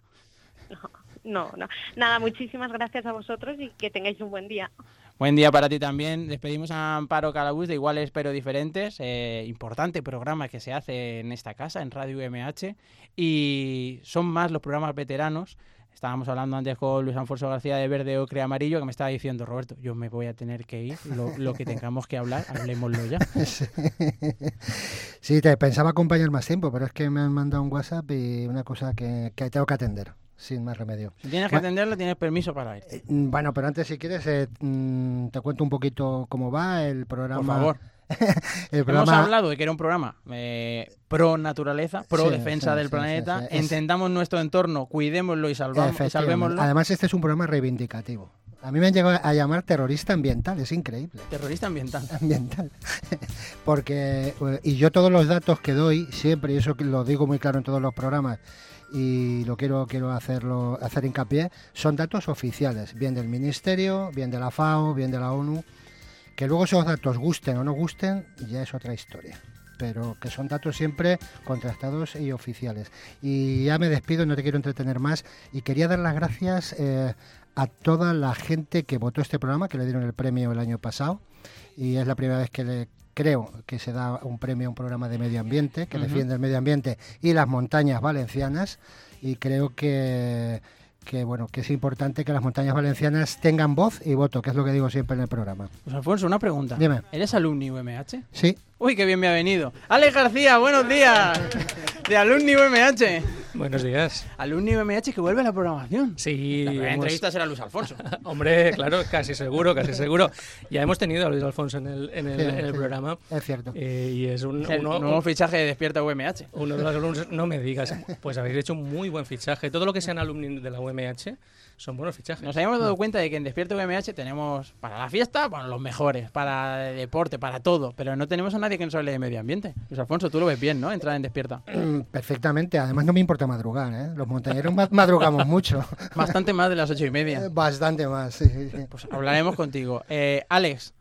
S23: No, no. Nada, muchísimas gracias a vosotros y que tengáis un buen día.
S1: Buen día para ti también. Despedimos a Amparo Calabuz de Iguales pero Diferentes. eh, importante programa que se hace en esta casa, en Radio UMH. Y son más los programas veteranos. Estábamos hablando antes con Luis Anfonso García de Verde Ocre Amarillo, que me estaba diciendo, Roberto, yo me voy a tener que ir. Lo, lo que tengamos que hablar, hablemoslo ya.
S2: Sí, te pensaba acompañar más tiempo, pero es que me han mandado un WhatsApp y una cosa que, que tengo que atender, sin más remedio.
S1: Si tienes que
S2: Bueno,
S1: atenderlo, tienes permiso para irte.
S2: eh, Mm, Bueno, pero antes si quieres eh, mm, te cuento un poquito cómo va el programa.
S1: favor.
S2: El
S1: Hemos
S2: programa-
S1: hablado de que era un programa eh, pro naturaleza, pro
S2: Sí,
S1: defensa
S2: sí,
S1: del
S2: sí,
S1: planeta.
S2: sí, sí. Es-
S1: Entendamos nuestro entorno, cuidémoslo y, salvamos, y
S2: Efectivamente.
S1: salvémoslo.
S2: Además, este es un programa reivindicativo. A mí me han llegado a llamar terrorista ambiental, es increíble.
S1: Terrorista ambiental.
S2: Ambiental. Porque, eh, y yo todos los datos que doy, siempre, y eso que lo digo muy claro en todos los programas, y lo quiero, quiero hacerlo, hacer hincapié, son datos oficiales, bien del Ministerio, bien de la FAO, bien de la ONU. Que luego esos datos gusten o no gusten, ya es otra historia. Pero que son datos siempre contrastados y oficiales. Y ya me despido, no te quiero entretener más. Y quería dar las gracias eh, a toda la gente que votó este programa, que le dieron el premio el año pasado. Y es la primera vez que le creo que se da un premio a un programa de medio ambiente, que
S15: Ujú.
S2: defiende el medio ambiente y las montañas valencianas. Y creo que que bueno, que es importante que las montañas valencianas tengan voz y voto, que es lo que digo siempre en el programa.
S1: Pues Alfonso, una pregunta.
S2: Dime.
S1: ¿Eres alumni UMH?
S2: Sí.
S1: Uy, qué bien me ha venido. Alex García, buenos días. De alumni UMH.
S24: Buenos días.
S1: Alumni UMH que vuelve a la programación.
S24: Sí.
S1: La primera
S24: hemos-
S1: entrevista será Luis Alfonso.
S24: Hombre, claro, casi seguro, casi seguro. Ya hemos tenido a Luis Alfonso en el, en el-
S1: Sí,
S24: en el
S1: sí,
S24: programa. Eh,
S2: Es cierto.
S24: y es un,
S1: Es el
S24: uno-
S1: nuevo fichaje de Despierta UMH.
S24: uno de los alumnos, no me digas, pues habéis hecho un muy buen fichaje. Todo lo que sean alumnos de la UMH son buenos fichajes.
S1: Nos habíamos dado cuenta de que en Despierta UMH tenemos para la fiesta, bueno, los mejores, para el deporte, para todo, pero no tenemos a nadie que nos hable de medio ambiente. Luis Alfonso, tú lo ves bien, ¿no? Entrar en Despierta.
S2: Perfectamente, además no me importa madrugar, ¿eh? los montañeros ma- madrugamos mucho.
S1: Bastante más de las ocho y media.
S2: Eh,
S1: Pues
S2: Bastante más, sí, sí, sí.
S1: Hablaremos contigo. Eh, Alex,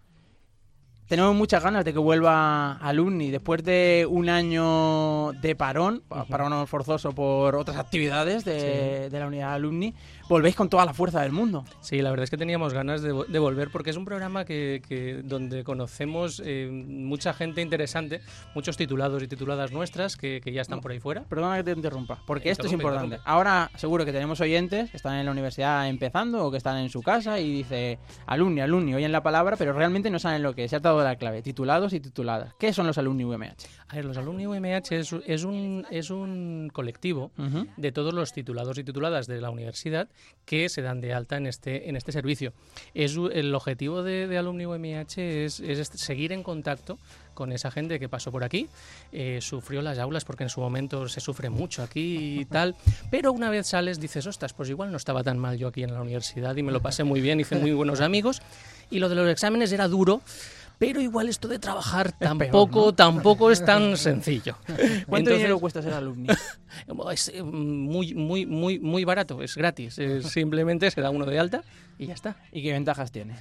S1: tenemos muchas ganas de que vuelva Alumni después de un año de parón, pa- parón forzoso por otras actividades de, de la unidad Alumni. Volvéis con toda la fuerza del mundo.
S24: Sí, la verdad es que teníamos ganas de, vo- de volver porque es un programa que, que- donde conocemos eh, mucha gente interesante, muchos titulados y tituladas nuestras que, que ya están por ahí fuera.
S1: Perdona que te interrumpa, porque esto es
S24: Interrumpe,
S1: importante. Ahora seguro que tenemos oyentes que están en la universidad empezando o que están en su casa y dice alumni, alumni, oyen la palabra, pero realmente no saben lo que es. Se ha dado la clave, titulados y tituladas. ¿Qué son los alumni UMH?
S24: A ver, los alumni UMH es, es un, es un colectivo
S1: Ujú.
S24: de todos los titulados y tituladas de la universidad que se dan de alta en este, en este servicio. Es, u- el objetivo de, de Alumni UMH es, es est- seguir en contacto con esa gente que pasó por aquí, eh, sufrió las aulas porque en su momento se sufre mucho aquí y tal, pero una vez sales dices, ostras, pues igual no estaba tan mal yo aquí en la universidad y me lo pasé muy bien, hice muy buenos amigos y lo de los exámenes era duro, pero igual esto de trabajar tampoco, tampoco es tan sencillo.
S1: ¿Cuánto
S24: Entonces-
S1: dinero cuesta ser alumni?
S24: es eh, muy, muy, muy, muy barato, es gratis. eh, simplemente se da uno de alta y ya está.
S1: ¿Y qué ventajas tiene?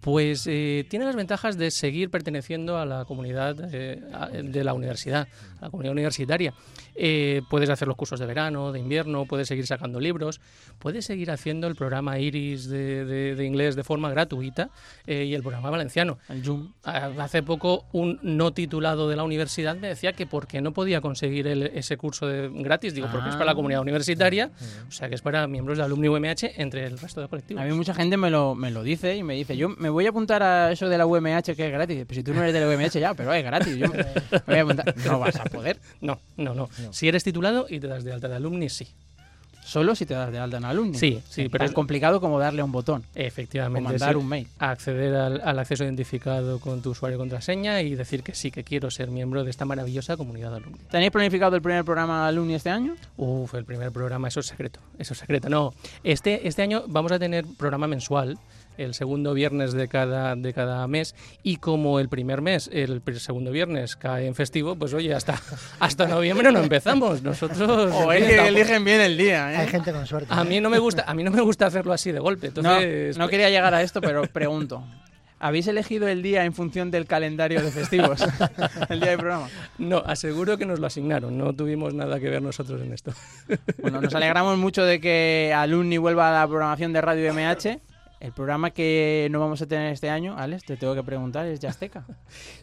S24: Pues eh, tiene las ventajas de seguir perteneciendo a la comunidad eh, a- de la universidad, a la comunidad universitaria. Eh, puedes hacer los cursos de verano, de invierno, puedes seguir sacando libros, puedes seguir haciendo el programa Iris de, de- de inglés de forma gratuita eh, y el programa valenciano. Ah, Hace poco un no titulado de la universidad me decía que porque no podía conseguir el- ese curso de- gratis, digo, porque es para
S1: Ah.
S24: la comunidad universitaria, o sea que es para miembros de Alumni UMH entre el resto de colectivos.
S1: A mí mucha gente me lo, me lo dice y me dice, yo me voy a apuntar a eso de la UMH que es gratis. Pues si tú no eres de la UMH ya, pero es gratis. Yo me voy a apuntar. No vas a poder.
S24: No, no, no. Si eres titulado y te das de alta de alumni, sí.
S1: Solo si te das de alta en alumni.
S24: Sí, sí, pero
S1: Tan
S24: es-
S1: complicado como darle a un botón.
S24: Efectivamente.
S1: O mandar
S24: sí.
S1: un mail.
S24: Acceder al, al acceso identificado con tu usuario y contraseña y decir que sí, que quiero ser miembro de esta maravillosa comunidad de alumni.
S1: ¿Tenéis planificado el primer programa alumni este año?
S24: Uf, el primer programa, eso es secreto. Eso es secreto. No, este, este año vamos a tener programa mensual, el segundo viernes de cada, de cada mes. Y como el primer mes, el pr- segundo viernes cae en festivo, pues oye, hasta, hasta noviembre no empezamos. Nosotros.
S1: O es que eligen bien el día, ¿eh?
S24: Hay
S2: gente con suerte.
S24: A mí no me gusta, a mí no me gusta hacerlo así de golpe. Entonces, pues-
S1: no, no quería llegar a esto, pero pregunto. ¿Habéis elegido el día en función del calendario de festivos? el día del programa.
S24: No, aseguro que nos lo asignaron. No tuvimos nada que ver nosotros en esto.
S1: Bueno, nos alegramos mucho de que Alumni vuelva a la programación de Radio MH. El programa que no vamos a tener este año, Alex, te tengo que preguntar, es Yasteca.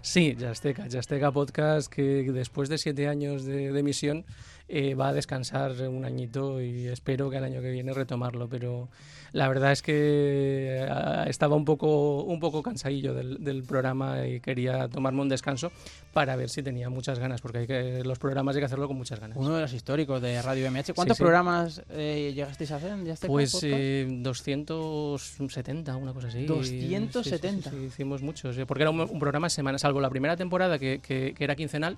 S24: Sí, Yasteca, Yasteca Podcast, que después de siete años de, de emisión eh, va a descansar un añito y espero que el año que viene retomarlo. Pero la verdad es que ah, estaba un poco, un poco cansadillo del, del programa y quería tomarme un descanso para ver si tenía muchas ganas, porque hay que, los programas hay que hacerlo con muchas ganas.
S1: Uno de los históricos de Radio MH. ¿Cuántos
S24: Sí, sí.
S1: programas eh, llegasteis a hacer en Yasteca?
S24: Pues
S1: Podcast?
S24: eh, 200, 270, una cosa así.
S25: 270.
S24: Sí, sí, sí, hicimos muchos, eh, porque era un, un programa semana, salvo la primera temporada que, que- que era quincenal.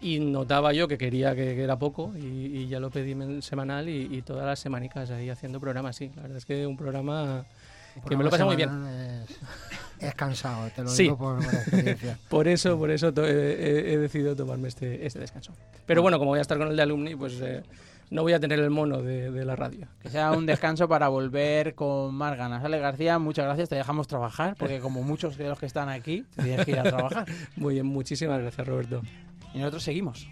S24: Y notaba yo que quería que, que era poco y, y ya lo pedí men- semanal y, y todas las semanicas ahí haciendo programas, sí. La verdad es que un programa que me lo pasa muy bien.
S2: Es, es cansado, te lo
S24: Sí.
S2: digo por, por experiencia.
S24: Por eso, por eso to- eh, eh, he decidido tomarme este, este descanso. Pero bueno, como voy a estar con el de alumni, pues eh, no voy a tener el mono de, de la radio.
S1: Que sea un descanso para volver con más ganas. Ale García, muchas gracias. Te dejamos trabajar porque como muchos de los que están aquí, te tienes que ir a trabajar.
S24: Muy bien, muchísimas gracias, Roberto.
S1: Y nosotros seguimos.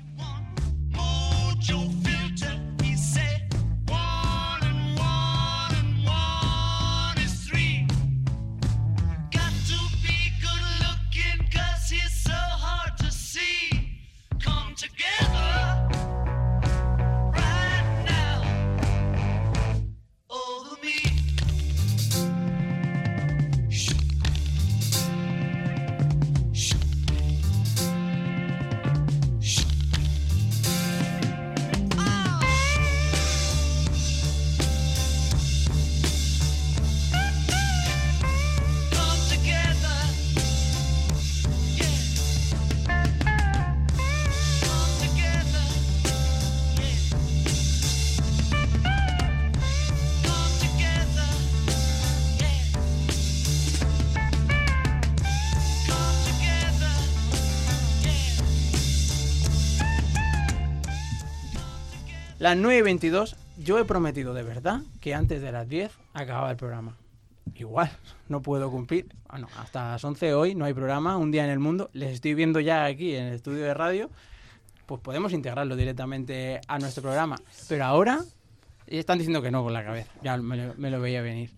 S1: Las 9 y 22, yo he prometido de verdad que antes de las 10 acababa el programa. Igual, no puedo cumplir. Ah, no, hasta las 11 hoy no hay programa, un día en el mundo. Les estoy viendo ya aquí en el estudio de radio. Pues podemos integrarlo directamente a nuestro programa. Pero ahora están diciendo que no con la cabeza. Ya me lo, me lo veía venir.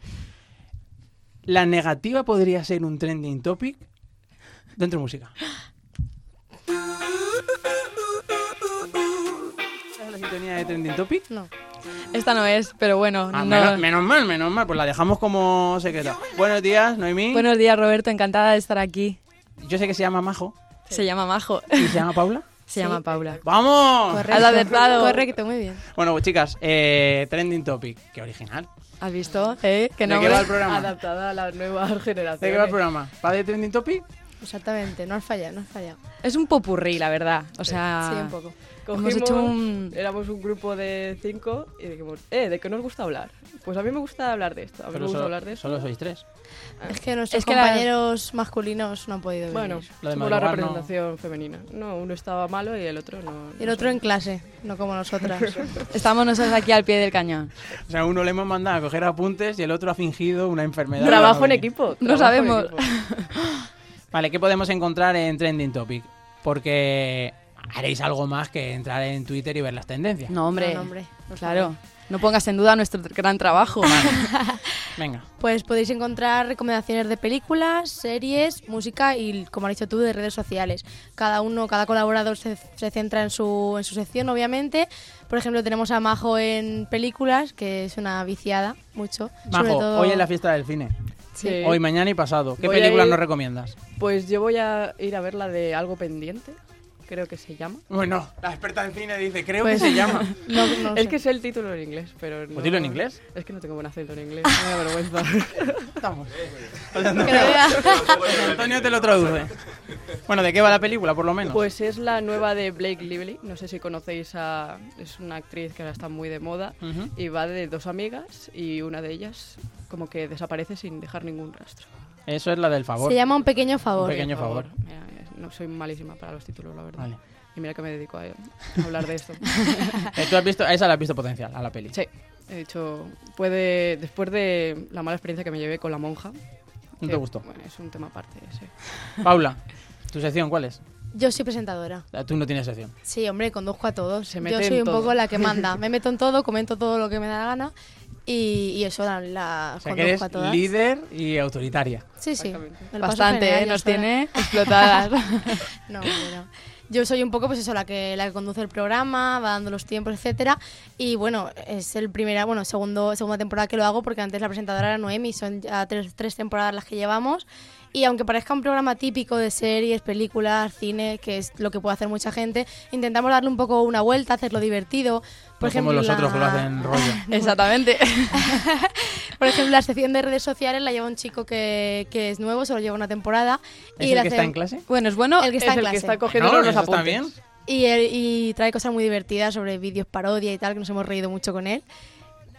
S1: La negativa podría ser un trending topic dentro música. ¿Esa es la sintonía de trending topic?
S26: No. Esta no es, pero bueno.
S1: Ah,
S26: no-
S1: menos, menos mal, menos mal. Pues la dejamos como secreta. Buenos días, Noemí.
S26: Buenos días, Roberto. Encantada de estar aquí.
S1: Yo sé que se llama Majo.
S26: Se llama Majo.
S1: ¿Y se llama Paula?
S26: Se llama Paula.
S1: ¡Vamos!
S26: Has acertado.
S27: Correcto, muy bien.
S1: Bueno, pues, chicas, eh, trending topic. Qué original.
S26: ¿Has visto? ¿Eh?
S1: ¿De
S26: ¿Qué nombre?
S1: qué va el programa?
S27: Adaptada a las nuevas generaciones.
S1: ¿De qué va el programa? ¿Va de trending topic?
S27: Exactamente, no has fallado, no has fallado.
S26: Es un popurrí, la verdad. O sea,
S27: Sí, un poco.
S26: hemos hecho un
S27: Éramos un grupo de cinco y dijimos, eh, ¿de qué nos gusta hablar? Pues a mí me gusta hablar de esto, a mí me
S1: Pero
S27: gusta
S1: solo,
S27: hablar de esto.
S1: solo sois tres.
S27: Ah. Es que nuestros Es que la- compañeros masculinos no han podido venir. Bueno,
S1: Lo de
S27: como la
S1: madrugar no.
S27: representación femenina. No, uno estaba malo y el otro no. Y el otro en
S26: eh,
S27: clase, no como nosotras.
S26: Estamos nosotros aquí al pie del cañón.
S1: O sea, uno le hemos mandado a coger apuntes y el otro ha fingido una enfermedad.
S27: Trabajo en equipo.
S26: No
S27: trabajo en
S26: sabemos.
S27: equipo.
S1: Vale, ¿qué podemos encontrar en trending topic? Porque haréis algo más que entrar en Twitter y ver las tendencias.
S26: No, hombre.
S27: No, no, hombre, por
S26: claro.
S27: favor.
S26: No pongas en duda nuestro gran trabajo.
S1: Venga.
S27: Pues podéis encontrar recomendaciones de películas, series, música y, como has dicho tú, de redes sociales. Cada uno, cada colaborador se, se centra en su, en su sección, obviamente. Por ejemplo, tenemos a Majo en películas, que es una viciada, mucho. Sobre
S1: Majo,
S27: todo-
S1: hoy es la fiesta del cine.
S27: Sí.
S1: Hoy, mañana y pasado. ¿Qué
S27: Voy a
S1: película
S27: ir-
S1: nos recomiendas?
S27: Pues yo voy a ir a ver la de Algo Pendiente, creo que se llama.
S1: Bueno, la experta en cine dice, creo
S27: Pues-
S1: que se llama.
S27: No, no es que sé el título en inglés, pero no...
S1: dilo en inglés?
S27: Es que no tengo buen acento en inglés, me da vergüenza.
S1: Estamos.
S27: Creo-
S1: Antonio te lo traduce. Bueno, ¿de qué va la película, por lo menos?
S27: Pues es la nueva de Blake Lively. No sé si conocéis a. Es una actriz que ahora está muy de moda.
S1: Ujú.
S27: Y va de dos amigas y una de ellas, como que desaparece sin dejar ningún rastro.
S1: Eso es la del favor.
S27: Se llama Un pequeño favor.
S1: Un pequeño favor.
S27: Mira, no soy malísima para los títulos, la verdad.
S1: Vale.
S27: Y mira que me dedico a, a hablar de esto.
S1: Eh, ¿Tú has visto, a esa la has visto potencial, a la peli.
S27: sí, he dicho. Puede, después de la mala experiencia que me llevé con la monja.
S1: No
S27: que,
S1: te gustó.
S27: Bueno, es un tema aparte ese.
S1: Paula, ¿tu sección cuál es?
S27: Yo soy presentadora.
S1: Ah, Tú no tienes sección.
S27: Sí, hombre, conduzco a todos. mete Yo en soy un todo. poco la que manda. Me meto en todo, comento todo lo que me da la gana y, y eso la, la
S1: O sea, que
S27: conduzco
S1: eres
S27: a todas.
S1: líder y autoritaria.
S27: Sí, sí. Me lo paso
S26: Bastante,
S27: genial,
S26: ¿eh?
S27: yo
S26: Nos
S27: sola.
S26: tiene explotadas.
S27: no, hombre, no. Yo soy un poco, pues eso, la que, la que conduce el programa, va dando los tiempos, etcétera. Y bueno, es el primera, bueno, segundo, segunda temporada que lo hago porque antes la presentadora era Noemi, son ya tres, tres temporadas las que llevamos. Y aunque parezca un programa típico de series, películas, cine, que es lo que puede hacer mucha gente, intentamos darle un poco una vuelta, hacerlo divertido.
S1: no
S27: Por ejemplo,
S1: como los
S27: la-
S1: otros que lo hacen rollo.
S26: Exactamente.
S27: Por ejemplo, la sección de redes sociales la lleva un chico que, que es nuevo, solo lleva una temporada.
S26: ¿Es
S27: y
S26: el
S27: la
S26: que
S27: hace-
S26: está en clase?
S27: Bueno, es bueno el que está
S26: es
S27: en
S26: el que
S27: clase.
S1: Ah,
S26: está cogiendo No, los eso está apuntes. bien.
S27: Y, él- y trae cosas muy divertidas sobre vídeos parodia y tal, que nos hemos reído mucho con él.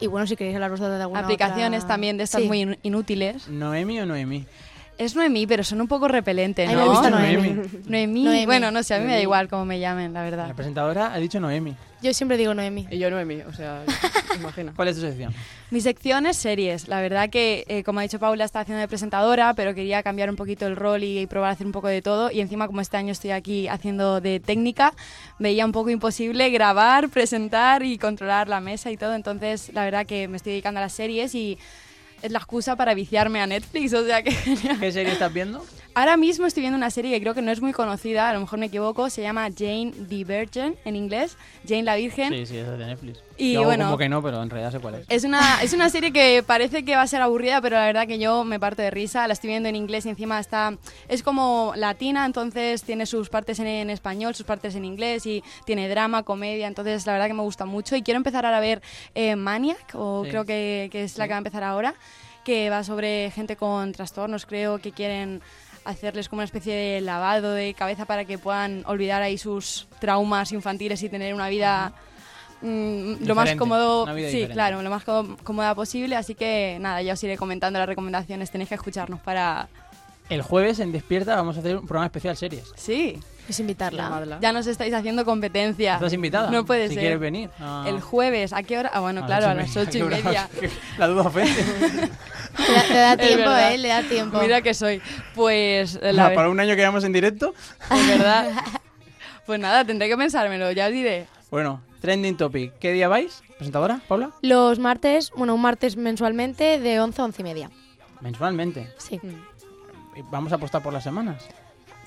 S27: Y bueno, si queréis hablar vosotros de alguna
S26: Aplicaciones
S27: otra-
S26: también de estas
S27: Sí.
S26: muy in- inútiles.
S1: ¿Noemi o Noemi?
S26: Es Noemí, pero son un poco repelentes,
S1: Ay,
S26: ¿no?
S1: me gusta Noemí.
S26: Noemí.
S27: Noemí.
S26: Bueno, no sé, a mí me da
S27: Noemí.
S26: igual cómo me llamen, la verdad.
S1: La presentadora ha dicho Noemi.
S27: Yo siempre digo Noemi.
S26: Y yo Noemí, o sea, imagina.
S1: ¿Cuál es tu sección?
S26: Mi sección es series. La verdad que, eh, como ha dicho Paula, está haciendo de presentadora, pero quería cambiar un poquito el rol y, probar a hacer un poco de todo. Y encima, como este año estoy aquí haciendo de técnica, veía un poco imposible grabar, presentar y controlar la mesa y todo. Entonces, la verdad que me estoy dedicando a las series y es la excusa para viciarme a Netflix. O sea que
S1: ¿Qué serie estás viendo?
S26: Ahora mismo estoy viendo una serie que creo que no es muy conocida, a lo mejor me equivoco, se llama Jane the Virgin en inglés, Jane la Virgen.
S1: Sí, sí, es de Netflix.
S26: Y
S1: Yo hago
S26: bueno- Eh.
S1: como que no, pero en realidad sé cuál es.
S26: Es una, es una serie que parece que va a ser aburrida, pero la verdad que yo me parto de risa. La estoy viendo en inglés y encima está. Es como latina, entonces tiene sus partes en, en español, sus partes en inglés y tiene drama, comedia. Entonces, la verdad que me gusta mucho. Y quiero empezar ahora a ver eh, Maniac, o
S27: Sí.
S26: creo que, que es la
S27: Sí.
S26: que va a empezar ahora, que va sobre gente con trastornos, creo que quieren hacerles como una especie de lavado de cabeza para que puedan olvidar ahí sus traumas infantiles y tener una vida mm, lo más
S27: Diferente,
S26: cómodo,
S27: una vida
S26: sí,
S27: diferente.
S26: claro, lo más có- cómoda posible. Así que nada, ya os iré comentando las recomendaciones. Tenéis que escucharnos para.
S1: El jueves en Despierta vamos a hacer un programa especial series.
S26: Sí.
S27: Es invitarla.
S26: Ya nos estáis haciendo competencia.
S1: ¿Estás invitada?
S26: No puede
S1: Si
S26: ser.
S1: quieres venir. Ah.
S26: El jueves, ¿a qué hora? Ah, bueno, claro, a las ocho y media.
S1: La duda ofende.
S27: Le da
S26: Es
S27: tiempo,
S26: verdad.
S27: ¿eh? Le da tiempo.
S26: Mira que soy. Pues eh, la
S1: Ah,
S26: ver-
S1: Para un año que llevamos en directo.
S26: es verdad. Pues nada, tendré que pensármelo, ya os diré.
S1: Bueno, trending topic. ¿Qué día vais? ¿Presentadora, Paula?
S27: Los martes, bueno, un martes mensualmente de 11 a 11 y media.
S1: Mensualmente.
S27: Sí.
S26: Mm.
S1: Y eh, Vamos a apostar por las semanas.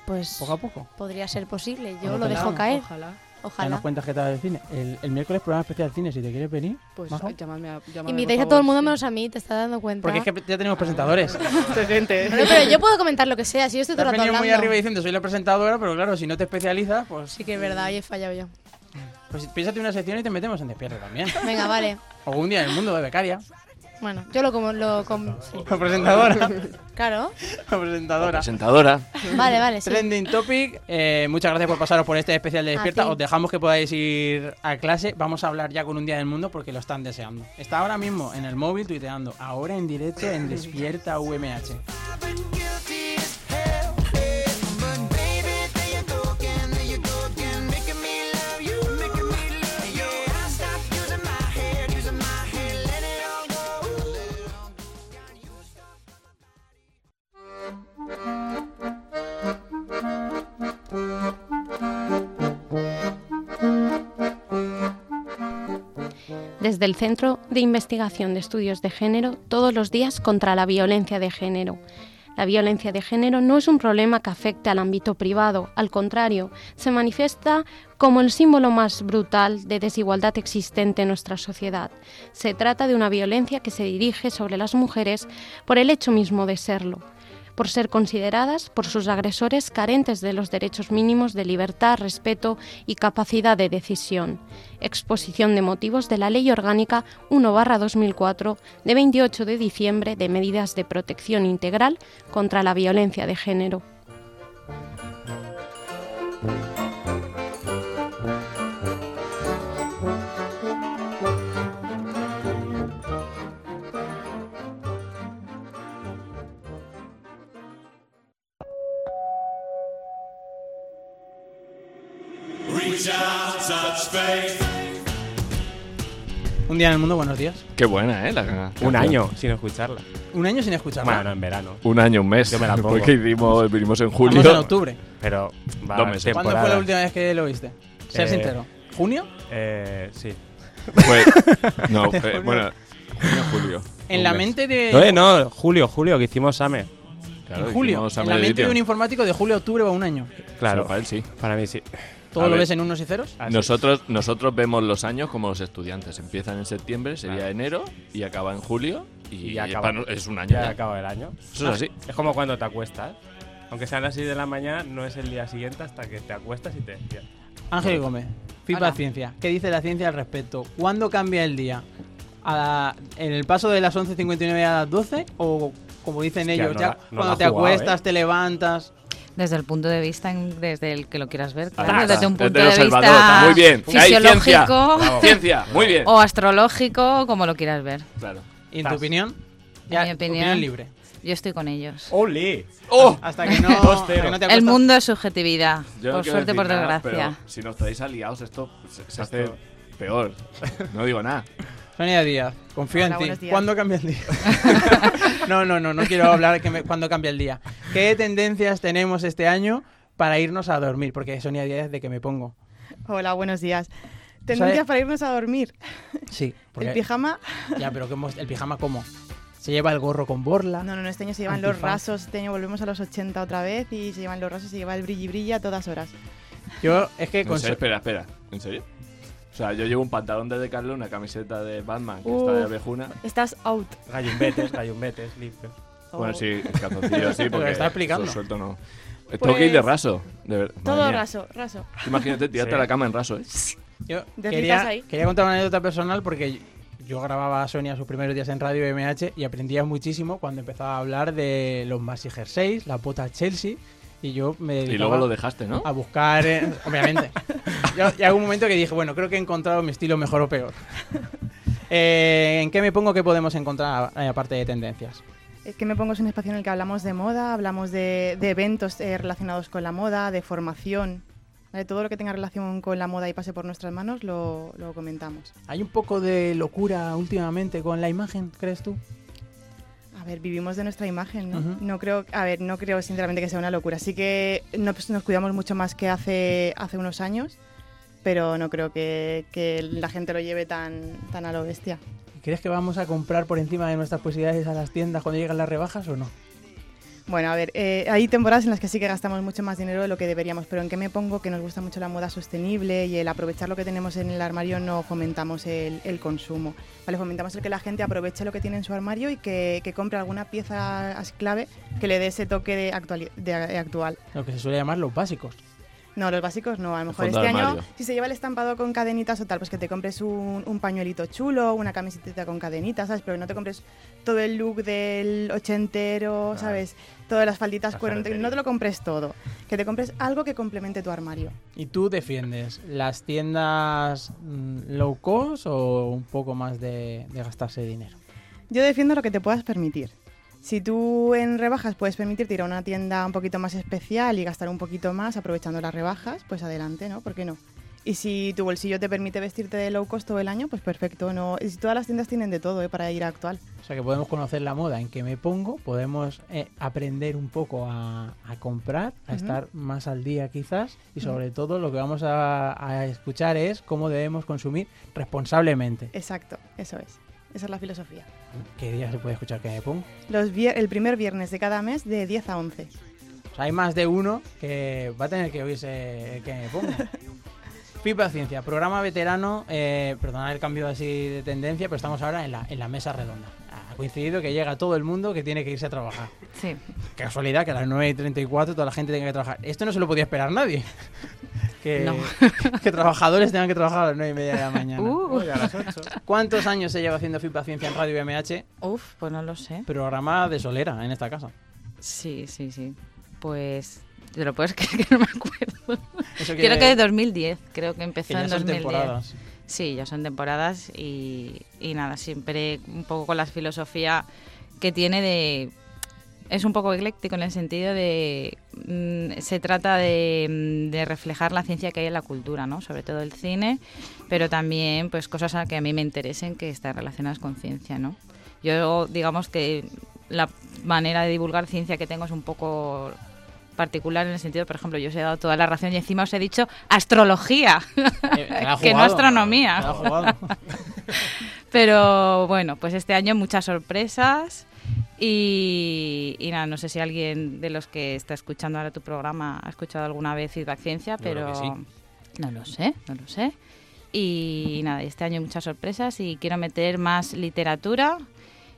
S27: Pues.
S1: Poco a poco.
S27: Podría ser posible, yo
S1: Ojalá,
S27: lo dejo caer.
S26: Ojalá.
S1: Ya nos
S27: Ojalá.
S1: cuentas qué tal el cine. El, el miércoles programa especial de cine, si te quieres venir.
S26: Pues
S1: Majo.
S26: llamadme a. llamadme, por
S27: Invitáis a
S26: favor.
S27: todo el mundo menos a mí, te estás dando cuenta.
S1: Porque es que ya tenemos presentadores.
S26: Se siente.
S27: Bueno, pero yo puedo comentar lo que sea, si yo estoy
S1: Te
S27: todo
S1: has
S27: el rato
S1: venido
S27: hablando.
S1: muy arriba diciendo soy la presentadora, pero claro, si no te especializas, pues...
S27: Sí que es verdad, hoy he fallado yo.
S1: Pues piénsate una sección y te metemos en despierta también.
S27: Venga, vale.
S1: O un día en el mundo de becaria.
S27: Bueno, yo lo como... Lo com- sí.
S1: La presentadora.
S27: Claro.
S1: La presentadora.
S28: presentadora.
S27: Vale, vale, sí.
S1: Trending Topic. Eh, muchas gracias por pasaros por este especial de
S27: A
S1: Despierta.
S27: ti.
S1: Os dejamos que podáis ir a clase. Vamos a hablar ya con un día del mundo porque lo están deseando. Está ahora mismo en el móvil tuiteando. Ahora en directo en Despierta UMH.
S6: Desde el Centro de Investigación de Estudios de Género, todos los días contra la violencia de género. La violencia de género no es un problema que afecte al ámbito privado, al contrario, se manifiesta como el símbolo más brutal de desigualdad existente en nuestra sociedad. Se trata de una violencia que se dirige sobre las mujeres por el hecho mismo de serlo por ser consideradas por sus agresores carentes de los derechos mínimos de libertad, respeto y capacidad de decisión. Exposición de motivos de la Ley Orgánica 1-2004 de 28 de diciembre de medidas de protección integral contra la violencia de género.
S16: Reach out, touch faith.
S1: Un día en el mundo, buenos días.
S5: Qué buena, ¿eh? La
S16: Un
S5: canción.
S16: año sin escucharla.
S1: Un año sin escuchar.
S16: Bueno, no, en verano.
S5: Un año, un mes.
S16: Yo me la pongo.
S5: Porque hicimos, vinimos en julio.
S1: Vamos en octubre.
S16: Pero va
S5: Dos meses.
S1: ¿Cuándo fue la última vez que lo viste? Ser
S16: Eh,
S1: sincero. ¿Junio?
S16: Eh, sí.
S5: Pues- no, eh, bueno, junio, julio.
S1: En la mente de-
S16: No, eh, no, julio, julio, que hicimos E. Summer.
S1: en julio. En
S5: E
S1: la mente de un informático de julio a octubre va un año.
S16: Claro.
S5: Solo para él sí.
S16: Para mí sí.
S1: ¿Todo
S5: A
S1: lo
S5: ver.
S1: ves en unos y ceros?
S5: Nosotros, nosotros vemos los años como los estudiantes. Empiezan en septiembre, sería enero, y acaba en julio. Y,
S16: Y acaba.
S5: es, para no- es un año. Ya,
S16: acaba el año.
S5: Eso es así.
S16: Es como cuando te acuestas. Aunque sean las 6 de la mañana, no es el día siguiente hasta que te acuestas y te despiertas.
S1: Ángel Gómez, FIPA
S16: Hola.
S1: Ciencia. ¿Qué dice la ciencia al respecto? ¿Cuándo cambia el día? a la- en el paso de las 11.59 a las 12 o como dicen
S29: Hostia,
S1: ellos,
S29: no
S1: ya
S29: la- no la
S1: cuando
S29: ha
S1: te
S29: jugado, ¿eh?
S1: acuestas, te levantas.
S29: Desde el punto de vista, en- desde el que lo quieras ver,
S1: Ah,
S29: claro,
S1: está.
S29: desde un
S1: Desde
S29: punto
S1: el
S29: de
S1: observador,
S29: vista
S1: muy bien. Ahí, ciencia.
S29: fisiológico,
S1: Bravo. Ciencia, muy bien.
S29: o astrológico, o como lo quieras ver.
S1: ¿Y en tu opinión?
S29: mi opinión,
S1: opinión libre.
S29: Yo estoy con ellos.
S1: ¡Ole! ¡Oh! Hasta que no, hasta que no te
S29: el
S1: acuestas.
S29: mundo es
S5: Yo
S29: subjetividad,
S5: no
S29: por
S5: quiero
S29: suerte,
S5: decir
S29: por
S5: nada,
S29: desgracia.
S5: pero si nos traéis aliados, esto se, se hace peor. No digo nada.
S1: Sonia Díaz, confío
S5: Hola,
S1: en
S5: buenos
S1: ti.
S5: días.
S1: ¿Cuándo cambia el día? no, no, no, no quiero hablar que me- cuándo cambia el día. ¿Qué tendencias tenemos este año para irnos a dormir? Porque Sonia Díaz, ¿de que me pongo?
S30: Hola, buenos días. Tendencias para irnos a dormir.
S1: Sí. porque-
S30: El pijama.
S1: Ya, pero ¿cómo es- ¿el pijama cómo? ¿Se lleva el gorro con borla?
S30: No, no, no, este año se llevan los
S1: Antifaz.
S30: rasos. Este año volvemos a los 80 otra vez y se llevan los rasos, se lleva el brilli brilla a todas horas.
S1: Yo, es que
S5: No
S1: con
S5: sé,
S1: so-
S5: espera, espera. ¿En serio? O sea, yo llevo un pantalón de Decathlon, una camiseta de Batman que está de
S30: Uf,
S5: abejuna.
S30: Estás out.
S16: Gallumbetes, gallumbetes, limpio.
S5: Bueno, sí, calzoncillo, sí,
S16: Pero
S5: porque
S16: está explicando.
S5: eso suelto no.
S30: Pues-
S5: Tengo que ir de raso. De ver...
S30: Todo
S5: madre mía.
S30: raso, raso.
S5: Imagínate tirarte
S1: Sí.
S5: a la cama en raso, ¿eh?
S1: Yo
S30: Deslizas
S1: quería,
S30: ahí.
S1: quería contar una anécdota personal porque yo grababa a Sonia sus primeros días en Radio MH y aprendía muchísimo cuando empezaba a hablar de los Massinger 6, la bota Chelsea. Y yo me
S5: Y
S1: dedicaba
S5: luego lo dejaste, ¿no?
S1: A buscar, eh, obviamente. Yo- y algún momento que dije, bueno, creo que he encontrado mi estilo mejor o peor. Eh, ¿En qué me pongo que podemos encontrar eh, aparte de tendencias?
S30: Es que me pongo es un espacio en el que hablamos de moda, hablamos de, de eventos eh, relacionados con la moda, de formación. ¿vale? Todo lo que tenga relación con la moda y pase por nuestras manos lo, lo comentamos.
S1: ¿Hay un poco de locura últimamente con la imagen, crees tú?
S30: A ver, vivimos de nuestra imagen, ¿no? No creo, a ver, no creo sinceramente que sea una locura. Sí que nos, nos cuidamos mucho más que hace, hace unos años, pero no creo que, que la gente lo lleve tan, tan a lo bestia.
S1: ¿Crees que vamos a comprar por encima de nuestras posibilidades a las tiendas cuando llegan las rebajas o no?
S30: Bueno, a ver, eh, hay temporadas en las que sí que gastamos mucho más dinero de lo que deberíamos, pero ¿en qué me pongo? Que nos gusta mucho la moda sostenible y el aprovechar lo que tenemos en el armario no fomentamos el, el consumo. ¿vale? Fomentamos el que la gente aproveche lo que tiene en su armario y que, que compre alguna pieza as- clave que le dé ese toque de, actuali- de a- actual.
S1: Lo que se suele llamar los básicos.
S30: No, los básicos no, a lo mejor
S1: fondo
S30: este
S1: de
S30: año,
S1: armario.
S30: si se lleva el estampado con cadenitas o tal, pues que te compres un, un pañuelito chulo, una camiseta con cadenitas, ¿sabes? Pero que no te compres todo el look del ochentero, ¿sabes? Todas las falditas,
S1: La
S30: cuero,
S1: ferretería.
S30: no te lo compres todo. Que te compres algo que complemente tu armario.
S1: ¿Y tú defiendes las tiendas mm, low cost o un poco más de, de gastarse dinero?
S30: Yo defiendo lo que te puedas permitir. Si tú en rebajas puedes permitirte ir a una tienda un poquito más especial y gastar un poquito más aprovechando las rebajas, pues adelante, ¿no? ¿Por qué no? Y si tu bolsillo te permite vestirte de low cost todo el año, pues perfecto, ¿no? Y si todas las tiendas tienen de todo, ¿eh? Para ir a actual.
S1: O sea que podemos conocer la moda en que me pongo, podemos eh, aprender un poco a, a comprar, a
S30: Ujú.
S1: estar más al día quizás y
S30: Ujú.
S1: sobre todo lo que vamos a, a escuchar es cómo debemos consumir responsablemente.
S30: Exacto, eso es. Esa es la filosofía.
S1: ¿Qué día se puede escuchar que me pongo?
S30: Los vier- el primer viernes de cada mes de 10 a 11.
S1: O sea, hay más de uno que va a tener que oírse el que me pongo. Pipa Ciencia, programa veterano, eh, perdonad el cambio así de tendencia, pero estamos ahora en la, en la mesa redonda. Ha coincidido que llega todo el mundo que tiene que irse a trabajar.
S29: Sí.
S1: Casualidad que a las 9 y 34 toda la gente tenga que trabajar. Esto no se lo podía esperar nadie. Que,
S29: No.
S1: que trabajadores tengan que trabajar a las 9 y media de la mañana.
S29: Uh. Uy, a las
S1: ¿Cuántos años se lleva haciendo Pipa Ciencia en Radio BMH?
S29: Uf, pues no lo sé.
S1: Programa de solera en esta casa.
S29: Sí, sí, sí. Pues te lo puedes creer que no me acuerdo.
S1: Eso
S29: Creo
S1: que-
S29: que de 2010, creo que empezó
S1: Que ya
S29: en
S1: son
S29: 2010.
S1: temporadas.
S29: Sí, ya son temporadas y, y nada, siempre un poco con la filosofía que tiene de... Es un poco ecléctico en el sentido de... mm, se trata de, mm, de reflejar la ciencia que hay en la cultura, ¿no? Sobre todo el cine, pero también pues cosas a que a mí me interesen que están relacionadas con ciencia, ¿no? Yo digamos que la manera de divulgar ciencia que tengo es un poco particular en el sentido, por ejemplo, yo os he dado toda la razón y encima os he dicho astrología,
S1: la ha
S29: que no
S1: jugado.
S29: astronomía.
S1: Te la ha jugado.
S29: Pero bueno, pues este año muchas sorpresas y, y nada, no sé si alguien de los que está escuchando ahora tu programa ha escuchado alguna vez Feedback Ciencia,
S31: Yo creo
S29: pero
S31: que sí.
S29: no lo sé, no lo sé. Y nada, este año hay muchas sorpresas y quiero meter más literatura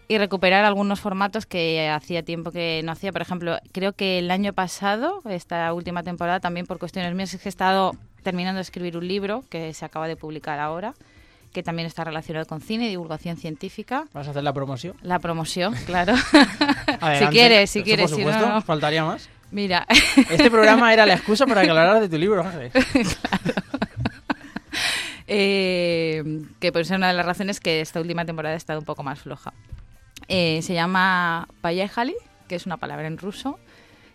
S29: y recuperar algunos formatos que hacía tiempo que no hacía. Por ejemplo, creo que el año pasado, esta última temporada, también por cuestiones mías, es que he estado terminando de escribir un libro que se acaba de publicar ahora que también está relacionado con cine, divulgación científica.
S1: ¿Vas a hacer la promoción?
S29: La promoción, claro. si
S1: Adelante.
S29: quieres, si
S1: Eso,
S29: quieres,
S1: Por
S29: si
S1: supuesto,
S29: no.
S1: faltaría más.
S29: Mira.
S1: Este programa era la excusa para que hablaras de tu libro, Ángeles.
S29: Eh, que por eso es una de las razones que esta última temporada ha estado un poco más floja. Eh, se llama Payajali, que es una palabra en ruso.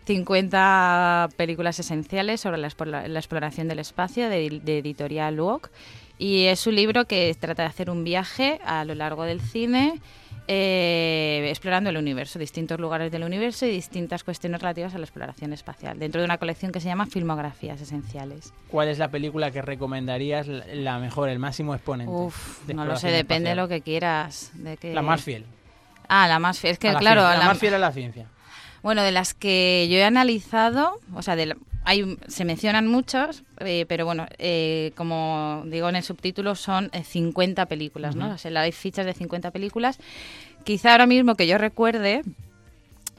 S29: 50 películas esenciales sobre la, explo- la exploración del espacio de, de editorial UOC. Y es un libro que trata de hacer un viaje a lo largo del cine, eh, explorando el universo, distintos lugares del universo y distintas cuestiones relativas a la exploración espacial, dentro de una colección que se llama Filmografías Esenciales.
S1: ¿Cuál es la película que recomendarías la- la mejor, el máximo exponente?
S29: Uf,
S1: de
S29: no lo sé,
S1: exploración
S29: depende de
S1: espacial?
S29: lo que quieras. de que-
S1: La más fiel.
S29: Ah, la más fiel. Es que,
S1: A la
S29: claro,
S1: ciencia, la
S29: la-
S1: más fiel a la ciencia.
S29: Bueno, de las que yo he analizado, o sea, de la- hay, un- se mencionan muchas, eh, pero bueno, eh, como digo en el subtítulo, son eh, 50 películas, ¿no?
S31: Ujú.
S29: O sea, la- hay fichas de 50 películas. Quizá ahora mismo que yo recuerde,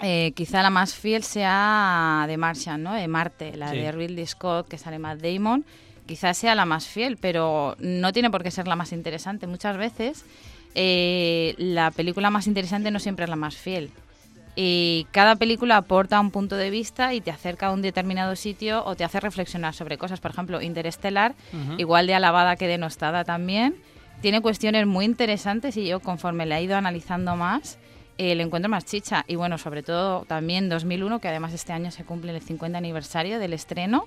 S29: eh, quizá la más fiel sea de Martian, ¿no? De Marte, la
S31: Sí.
S29: de Ridley Scott, que sale Matt Damon. Quizás sea la más fiel, pero no tiene por qué ser la más interesante. Muchas veces eh, la película más interesante no siempre es la más fiel. Y cada película aporta un punto de vista y te acerca a un determinado sitio o te hace reflexionar sobre cosas. Por ejemplo, Interestelar,
S31: Ujú.
S29: igual de alabada que denostada también, tiene cuestiones muy interesantes y yo conforme la he ido analizando más, eh, le encuentro más chicha. Y bueno, sobre todo también 2001, que además este año se cumple el 50 aniversario del estreno,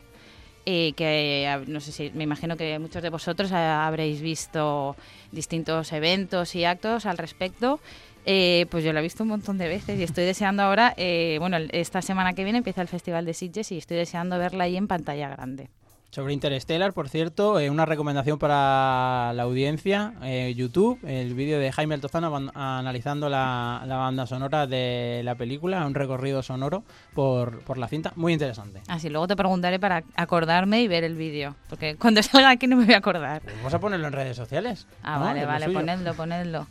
S29: eh, que eh, no sé si me imagino que muchos de vosotros ah, habréis visto distintos eventos y actos al respecto. Eh, pues yo la he visto un montón de veces y estoy deseando ahora, eh, bueno, el- esta semana que viene empieza el Festival de Sitges y estoy deseando verla ahí en pantalla grande.
S1: Sobre Interstellar, por cierto, eh, una recomendación para la audiencia, eh, YouTube, el vídeo de Jaime Altozano aban- analizando la, la banda sonora de la película, un recorrido sonoro por, por la cinta, muy interesante.
S29: Así, luego te preguntaré para acordarme y ver el vídeo, porque cuando salga aquí no me voy a acordar.
S1: Vamos a ponerlo en redes sociales.
S29: Ah,
S1: ¿no?
S29: vale,
S1: Es lo
S29: vale,
S1: suyo.
S29: ponedlo, ponedlo.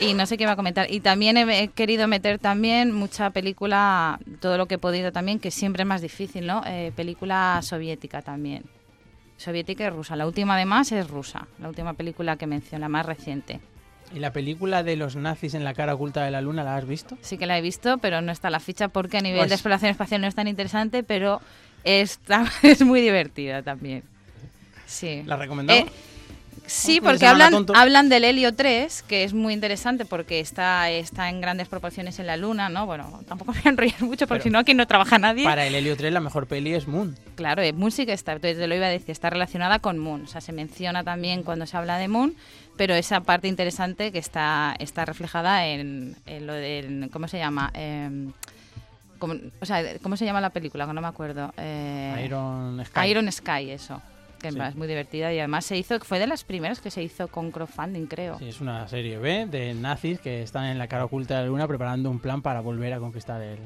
S29: Y no sé qué iba a comentar. Y también he, he querido meter también mucha película, todo lo que he podido también, que siempre es más difícil, ¿no? Eh, película soviética también. Soviética y rusa. La última además es rusa, la última película que menciona, más reciente.
S1: ¿Y la película de los nazis en la cara oculta de la luna la has visto?
S29: Sí que la he visto, pero no está la ficha porque a nivel
S1: Pues-
S29: de exploración espacial no es tan interesante, pero está, es muy divertida también. Sí.
S1: ¿La recomendamos?
S29: Eh, Sí,
S1: Un fin de
S29: porque
S1: semana
S29: hablan,
S1: tonto.
S29: hablan del helio 3, que es muy interesante porque está, está en grandes proporciones en la Luna, ¿no? Bueno, tampoco me voy a enrollar mucho
S1: Pero-
S29: porque si no aquí no trabaja nadie.
S1: Para el Helio 3 la mejor peli es Moon.
S29: Claro, eh, Moon sí que está, entonces te lo iba a decir, está relacionada con Moon. O sea, se menciona también cuando se habla de Moon, pero esa parte interesante que está, está reflejada en, en lo del. ¿Cómo se llama? Em, como- o sea, ¿cómo se llama la película? Que No me acuerdo. Eh,
S1: Iron Sky.
S29: Iron Sky, eso. Que en
S1: Sí.
S29: verdad es muy divertida y además se hizo, fue de las primeras que se hizo con crowdfunding, creo.
S1: Sí, es una serie B de nazis que están en la cara oculta de la luna preparando un plan para volver a conquistar el, el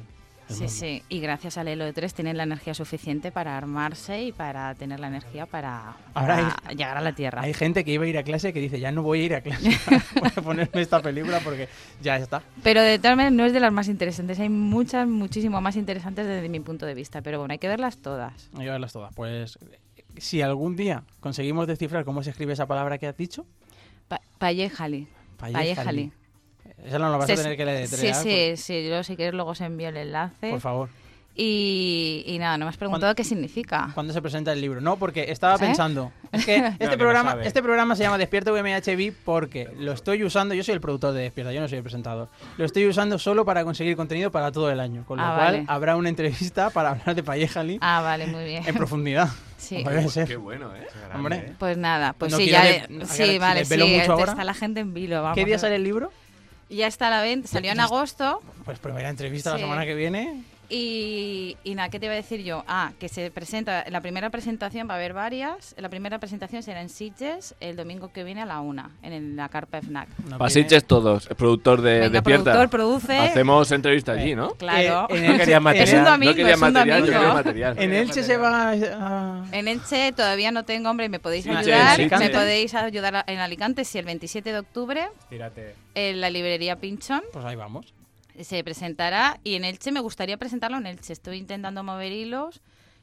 S29: Sí,
S1: mundo.
S29: sí, y gracias al Elo 3 tienen la energía suficiente para armarse y para tener la energía para,
S1: Ahora
S29: para
S1: hay-
S29: llegar a la Tierra.
S1: Hay gente que iba a ir a clase que dice, ya no voy a ir a clase, voy a ponerme esta película porque ya está.
S29: Pero de todas maneras no es de las más interesantes, hay muchas, muchísimo más interesantes desde mi punto de vista, pero bueno, hay que verlas todas.
S1: Hay que verlas todas. Pues si algún día conseguimos descifrar cómo se escribe esa palabra que has dicho,
S29: Pa Pallejali.
S1: Pallejali.
S29: Pallejali.
S1: esa no la vas a
S29: Se-
S1: tener que leer.
S29: Sí, sí, sí, yo si quieres luego os envío el enlace.
S1: Por favor.
S29: Y, y nada, no me has preguntado qué significa.
S1: ¿Cuándo se presenta el libro? No, porque estaba
S29: ¿Eh?
S1: pensando. Es que este,
S29: que no
S1: programa,
S29: sabe.
S1: este programa se llama Despierta VMHB porque lo estoy usando. Yo soy el productor de Despierta, yo no soy el presentador. Lo estoy usando solo para conseguir contenido para todo el año. Con lo
S29: Ah,
S1: cual
S29: vale.
S1: habrá una entrevista para hablar de Pallejali
S29: Ah, vale, muy bien.
S1: en profundidad.
S29: Sí.
S1: Puede ser.
S29: Qué
S32: bueno, ¿eh?
S1: Hombre.
S29: Pues nada, pues
S1: No
S29: sí,
S1: quiero
S29: ya.
S1: de-
S29: de-
S1: a-
S29: sí,
S1: si
S29: vale, sí,
S1: desvelo mucho
S29: este-
S1: ahora.
S29: está la gente en vilo. Vamos
S1: ¿Qué día sale el libro?
S29: Ya está a la venta, salió en agosto.
S1: Pues primera entrevista la
S29: Sí.
S1: semana que viene.
S29: Y, y nada, ¿qué te iba a decir yo? Ah, que se presenta, la primera presentación va a haber varias. La primera presentación será en Sitges el domingo que viene a la una, en el- la carpa FNAC.
S5: Pasiches todos, el productor de
S29: Venga,
S5: Despierta.
S29: productor, produce.
S5: Hacemos entrevista allí, ¿no?
S29: Claro.
S5: Eh, en No el- quería en- material,
S29: Es un domingo,
S5: no quería
S29: es un
S5: material, yo
S29: domingo.
S5: quería material.
S1: En Elche se va a...
S29: En Elche todavía no tengo, hombre, me podéis
S1: Sí,
S29: ayudar.
S1: sí, sí,
S29: me
S1: sí.
S29: podéis ayudar a- en Alicante, sí, el 27 de octubre,
S16: Tírate.
S29: en la librería Pinchón.
S1: Pues ahí vamos.
S29: se presentará y en Elche me gustaría presentarlo en Elche. Estoy intentando mover hilos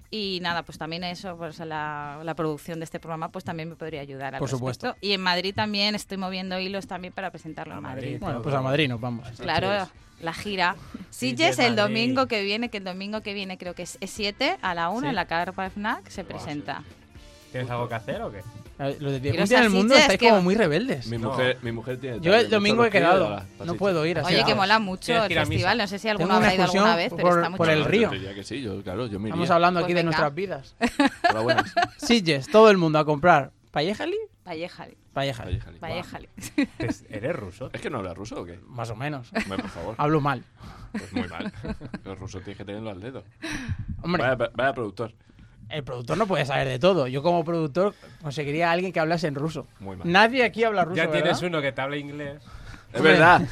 S29: Y nada, pues también eso, pues la, la producción de este programa, pues también me podría ayudar. al
S1: Por supuesto.
S29: respecto. Y en Madrid también estoy moviendo hilos también para presentarlo en Madrid.
S1: Bueno, pues a Madrid nos vamos.
S29: Claro, la gira. Sitges
S1: de
S29: el
S1: Madrid.
S29: domingo que viene, que el domingo que viene creo que es 7 a la 1
S16: Sí.
S29: en la carpa FNAC se presenta.
S16: ¿Tienes algo que hacer o qué?
S1: Ah, Lo de
S29: Iros
S1: un día en
S29: a
S1: el mundo
S29: Sitges,
S1: estáis
S29: que-
S1: como muy rebeldes.
S16: Mi mujer-
S5: mi mujer tiene
S1: Yo el domingo he quedado. No puedo ir. así
S29: Oye, que
S1: que-
S29: mola mucho el festival. No sé si alguno
S1: Tengo una
S29: habrá ido alguna
S1: excursión
S29: vez, pero
S1: por-
S29: está muy
S1: por el
S29: chulo.
S1: río.
S5: Yo te diría que sí, yo, claro, yo me
S1: Estamos
S5: iría.
S1: hablando
S29: Pues
S1: aquí de
S29: venga.
S1: nuestras vidas. Sitges, todo el mundo a comprar. ¿Pallejali?
S29: Valléjali.
S1: Pallejali.
S29: Valléjali.
S5: ¿Eres ruso? ¿Es que no hablas ruso o qué?
S1: Más o menos.
S5: Hombre, por favor.
S1: Hablo mal.
S5: Pues muy mal. Los rusos tienes que tenerlo al dedo.
S1: Hombre.
S5: Vaya, vaya productor.
S1: El productor no puede saber de todo. Yo como productor conseguiría a alguien que hablase en ruso.
S5: Muy mal.
S1: Nadie aquí habla ruso,
S16: Ya tienes
S1: ¿verdad?
S16: uno que te habla inglés.
S5: Es verdad.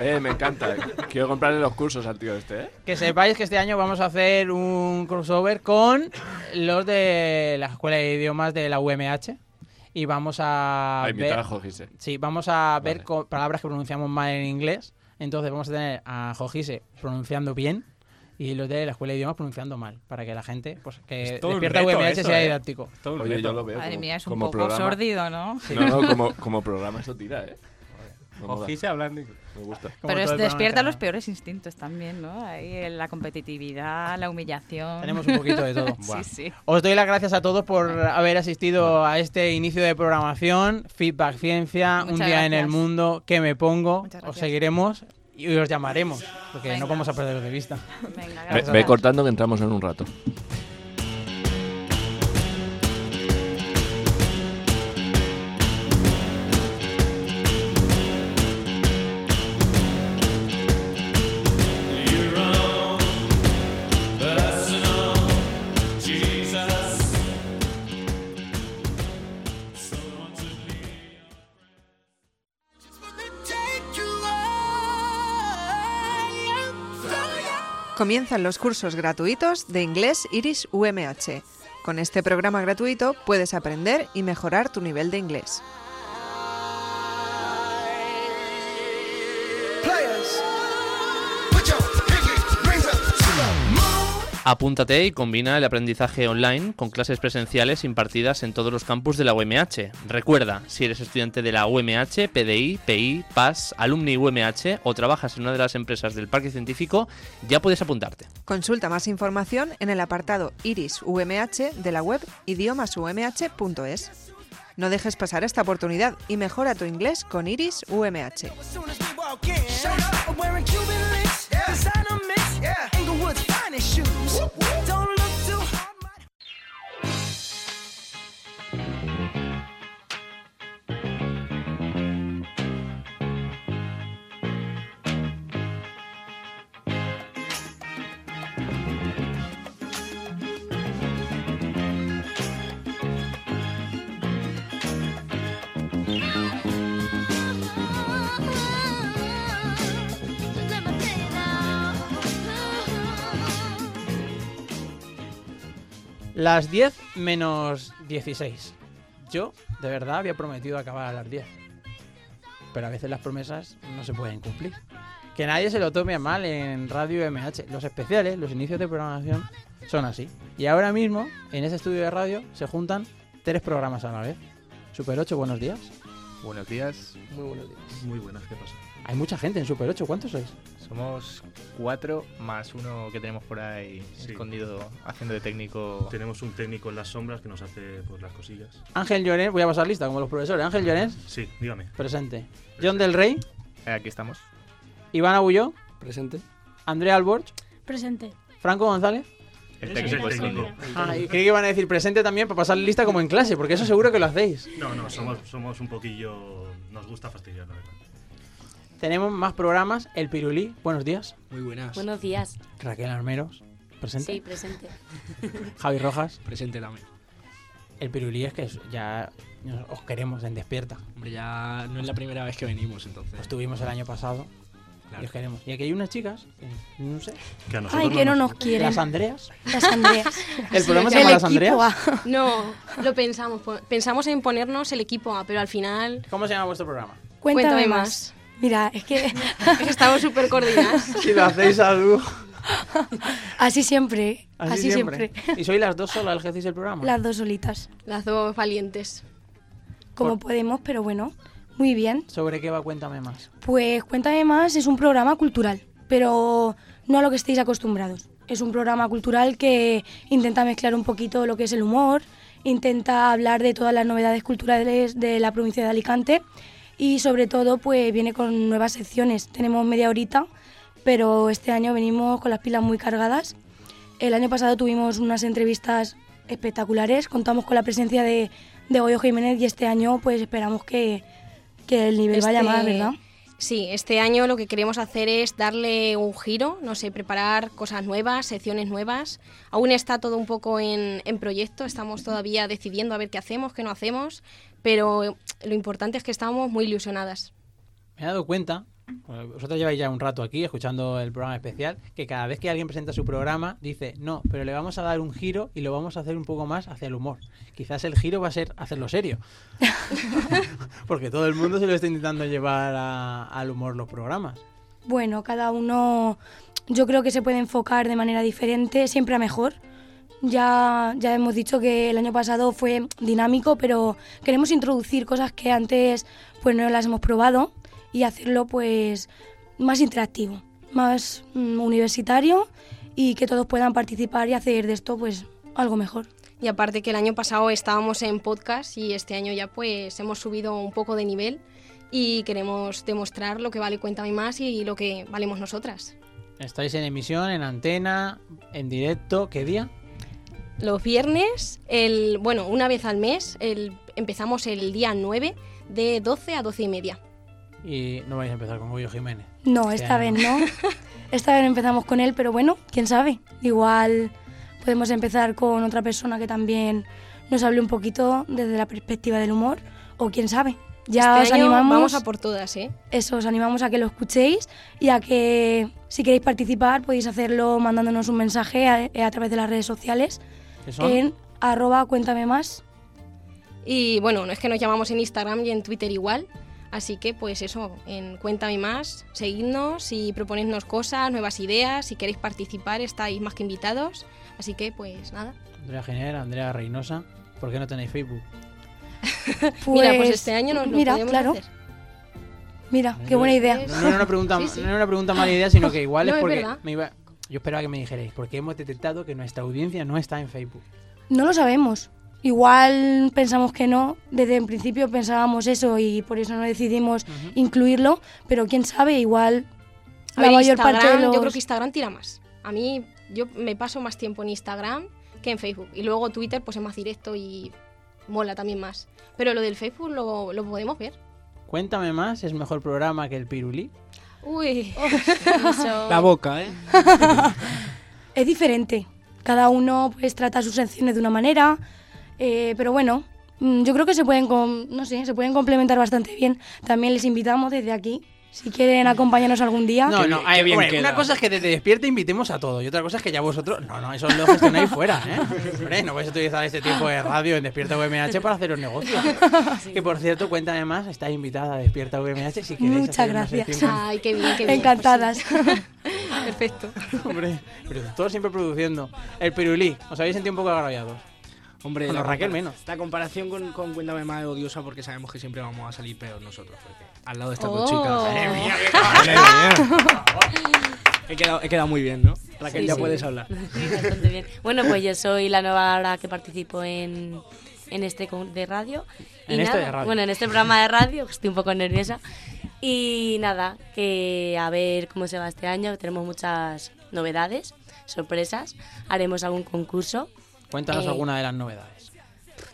S5: Eh, me encanta. Quiero comprarle los cursos al tío este, ¿eh?
S1: Que sepáis que este año vamos a hacer un crossover con los de la Escuela de Idiomas de la UMH. Y vamos a.
S5: A invitar
S1: ver-
S5: a Jojise.
S1: Sí, vamos a ver co- palabras que pronunciamos mal en inglés. Entonces vamos a tener a Jojise pronunciando bien y los de la Escuela de Idiomas pronunciando mal. Para que la gente, pues, que
S5: Es todo un
S1: despierta
S5: reto
S1: UMH
S5: eso,
S1: sea
S5: ¿eh?
S1: didáctico.
S5: Es todo un Oye, reto. yo lo veo.
S29: Madre mía, es un
S5: Como
S29: poco
S5: programa.
S29: sordido, ¿no?
S5: No, no, como, como programa eso tira, ¿eh? Me mola.
S16: Ojise hablando inglés.
S5: Me gusta.
S29: Pero es- despierta los peores instintos también, ¿no? Ahí eh, la competitividad, la humillación.
S1: Tenemos un poquito de todo.
S29: sí, sí.
S1: Os doy las gracias a todos por haber asistido a este inicio de programación. Feedback Ciencia, un
S29: Muchas
S1: día en el
S29: gracias.
S1: mundo, que me pongo. Os seguiremos y os llamaremos, porque
S29: Venga.
S1: no vamos a perderos de vista.
S5: Ve, ve cortando que entramos en un rato.
S9: Comienzan los cursos gratuitos de inglés Iris UMH. Con este programa gratuito puedes aprender y mejorar tu nivel de inglés.
S10: Apúntate y combina el aprendizaje online con clases presenciales impartidas en todos los campus de la UMH. Recuerda, si eres estudiante de la UMH, PDI, PI, PAS, Alumni UMH o trabajas en una de las empresas del Parque Científico, ya puedes apuntarte.
S9: Consulta más información en el apartado Iris UMH de la web idiomasumh.es. No dejes pasar esta oportunidad y mejora tu inglés con Iris UMH.
S1: Las 10 menos 16. Yo, de verdad, había prometido acabar a las 10. Pero a veces las promesas no se pueden cumplir. Que nadie se lo tome a mal en Radio MH. Los especiales, los inicios de programación, son así. Y ahora mismo, en ese estudio de radio, se juntan tres programas a la vez. Super 8, buenos días.
S28: Buenos días.
S1: Muy buenos días.
S28: Muy buenas, ¿qué pasa?
S1: Hay mucha gente en Super 8. ¿Cuántos sois?
S28: Somos cuatro más uno que tenemos por ahí escondido haciendo de técnico.
S12: Tenemos un técnico en las sombras que nos hace pues, las cosillas.
S1: Ángel Llorens, voy a pasar lista como los profesores. Ángel Llorens,
S12: Sí, dígame.
S1: presente. John del Rey,
S28: Aquí estamos.
S1: Iván Agulló, presente. Andrea Alborch,
S6: Presente.
S1: Franco González.
S28: El técnico.
S12: el técnico.
S1: Ah, y creí que iban a decir presente también para pasar lista como en clase, porque eso seguro que lo hacéis.
S12: No, no, somos, somos un poquillo. Nos gusta fastidiar, la verdad.
S1: Tenemos más programas. El Pirulí, buenos días.
S33: Muy buenas.
S6: Buenos días.
S1: Raquel Armeros, presente.
S6: Sí, presente.
S1: Javi Rojas.
S33: Presente también.
S1: El Pirulí es que es- ya nos- os queremos en Despierta.
S33: Hombre, ya no es la primera vez que venimos, entonces.
S1: Estuvimos el año pasado.
S33: Claro.
S1: Y os queremos. Y aquí hay unas chicas, eh, no sé.
S33: Que a
S6: nosotros Ay, que no no nos nos- quieren.
S1: Las Andreas.
S6: Las Andreas.
S1: El programa se llama Las Andreas.
S6: No, lo pensamos. po- Pensamos en ponernos el equipo A, pero al final.
S1: ¿Cómo se llama vuestro programa?
S6: Cuéntame, más. Mira, es que estamos súper coordinadas.
S1: Si lo hacéis algo.
S34: Así siempre, así, siempre.
S1: ¿Y sois las dos solas las que hacéis el programa?
S34: Las dos solitas.
S6: Las dos valientes.
S34: Como
S1: Por-
S34: podemos, pero bueno, muy bien.
S1: ¿Sobre qué va? Cuéntame más.
S34: Pues Cuéntame Más es un programa cultural, pero no a lo que estéis acostumbrados. Es un programa cultural que intenta mezclar un poquito lo que es el humor, intenta hablar de todas las novedades culturales de la provincia de Alicante y sobre todo pues viene con nuevas secciones. Tenemos media horita, pero este año venimos con las pilas muy cargadas. El año pasado tuvimos unas entrevistas espectaculares, contamos con la presencia de, de Goyo Jiménez y este año pues esperamos que, que el nivel vaya
S6: Este-
S34: más, ¿verdad?
S6: Sí, este año lo que queremos hacer es darle un giro, no sé, preparar cosas nuevas, secciones nuevas. Aún está todo un poco en, en proyecto, estamos todavía decidiendo a ver qué hacemos, qué no hacemos, pero lo importante es que estamos muy ilusionadas.
S1: Me he dado cuenta, eh, vosotros lleváis ya un rato aquí escuchando el programa especial, que cada vez que alguien presenta su programa dice, no, pero le vamos a dar un giro y lo vamos a hacer un poco más hacia el humor. Quizás el giro va a ser hacerlo serio. Porque todo el mundo se lo está intentando llevar a- al humor los programas.
S34: Bueno, cada uno yo creo que se puede enfocar de manera diferente, siempre a mejor. Ya, ya hemos dicho que el año pasado fue dinámico, pero queremos introducir cosas que antes pues no las hemos probado y hacerlo pues más interactivo, más mm, universitario y que todos puedan participar y hacer de esto pues algo mejor.
S6: Y aparte que el año pasado estábamos en podcast y este año ya pues hemos subido un poco de nivel y queremos demostrar lo que vale Cuéntame Más y lo que valemos nosotras.
S1: Estáis en emisión, en antena, en directo, ¿qué día?
S6: Los viernes, el, bueno, una vez al mes, el, empezamos el día 9 de 12 a 12 y media.
S1: Y no vais a empezar con Goyo Jiménez.
S34: No,
S1: Este
S34: esta
S1: año
S34: vez no. Esta vez empezamos con él, pero bueno, quién sabe. Igual podemos empezar con otra persona que también nos hable un poquito desde la perspectiva del humor, o quién sabe. Ya
S6: Este
S34: os
S6: año
S34: animamos.
S6: Vamos a por todas, ¿eh?
S34: Eso, os animamos a que lo escuchéis y a que si queréis participar podéis hacerlo mandándonos un mensaje a, a través de las redes sociales
S6: ¿Qué son?
S34: en arroba cuéntame más.
S6: Y bueno, no es que nos llamamos en Instagram y en Twitter igual. Así que pues eso, en Cuéntame Más, seguidnos y proponednos cosas, nuevas ideas. Si queréis participar, estáis más que invitados. Así que pues nada.
S1: Andrea Giner, Andrea Reynosa, ¿por qué no tenéis Facebook?
S6: Mira, pues este año nos lo
S34: mira,
S6: podemos
S34: claro.
S6: hacer.
S34: Mira, qué buena idea.
S1: No era una pregunta,
S34: Sí, sí.
S1: no era una pregunta mala idea, sino que igual
S34: No,
S1: es
S34: es
S1: porque
S34: verdad.
S1: me iba- yo esperaba que me dijerais, porque hemos detectado que nuestra audiencia no está en Facebook.
S34: No lo sabemos. Igual pensamos que no, desde en principio pensábamos eso y por eso no decidimos incluirlo, pero quién sabe, igual
S6: A
S34: la
S6: ver,
S34: mayor
S6: Instagram,
S34: parte de los...
S6: Yo creo que Instagram tira más. A mí, yo me paso más tiempo en Instagram que en Facebook. Y luego Twitter, pues es más directo y mola también más. Pero lo del Facebook lo, lo podemos ver.
S1: Cuéntame más, es mejor programa que el Pirulí.
S6: Uy.
S33: La boca, ¿eh?
S34: Es diferente. Cada uno pues trata sus secciones de una manera, eh, pero bueno, mm, yo creo que se pueden, com- no sé, se pueden complementar bastante bien. También les invitamos desde aquí, si quieren acompañarnos algún día.
S1: No, no, ahí-
S33: bien
S1: Ah. hombre,
S33: queda.
S1: una cosa es que desde despierta e invitemos a todo y otra cosa es que ya vosotros, no, no, eso lo gestionáis fuera, ¿eh? Hombre, no vais a utilizar este tiempo de radio en Despierta VMH para haceros negocios. Que por cierto, cuéntame más, estáis invitada a Despierta VMH si queréis.
S34: Muchas
S1: hacer una
S34: gracias.
S1: sección con-
S6: Ay, qué bien, qué bien.
S34: Encantadas.
S32: Pues
S6: Perfecto.
S1: Hombre, productor siempre produciendo. El Pirulí, ¿os habéis sentido un poco agraviados?
S33: Hombre,
S1: Bueno,
S33: la
S1: Raquel
S33: compara-
S1: menos.
S33: La comparación con, con Cuéntame Más es odiosa porque sabemos que siempre vamos a salir peor nosotros. porque al lado de estas dos
S6: Oh.
S33: chicas.
S6: Madre mía,
S33: Madre
S6: qué cabrón.
S33: mía. He quedado, he quedado muy bien, ¿no? Raquel,
S19: Sí,
S33: ya
S19: sí.
S33: puedes hablar.
S19: Sí, bastante bien. Bueno, pues yo soy la nueva ahora que participo en, en este con- de radio. Y
S34: En este
S19: nada,
S34: de radio.
S19: Bueno, en este programa de radio, que estoy un poco nerviosa. Y nada, que a ver cómo se va este año. Tenemos muchas novedades, sorpresas. Haremos algún concurso.
S1: Cuéntanos
S19: Eh,
S1: alguna de las novedades.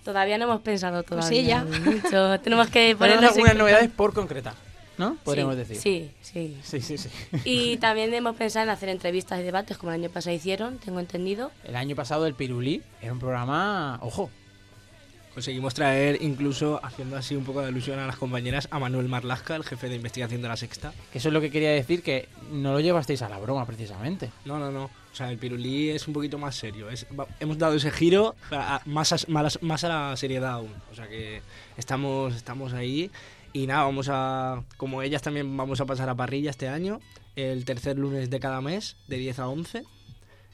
S19: Todavía no hemos pensado todavía.
S1: ella.
S19: mucho. Tenemos que
S1: Tenemos
S19: ponernos en-
S1: algunas novedades por concretar, ¿no? Podríamos
S19: Sí,
S1: decir.
S19: sí, sí.
S1: Sí, sí, sí.
S19: Y también hemos pensado en hacer entrevistas y debates, como el año pasado hicieron, tengo entendido.
S1: El año pasado el Pirulí era un programa, ojo,
S33: Conseguimos traer, incluso haciendo así un poco de alusión a las compañeras, a Manuel Marlasca, el jefe de investigación de la Sexta.
S1: que eso es lo que quería decir, que no lo llevasteis a la broma precisamente.
S33: No, no, no. O sea, el pirulí es un poquito más serio. Es- va- hemos dado ese giro a- a- más, a, más, más a la seriedad aún. O sea que estamos, estamos ahí. Y nada, vamos a. Como ellas también vamos a pasar a parrilla este año. el tercer lunes de cada mes, de 10 a 11.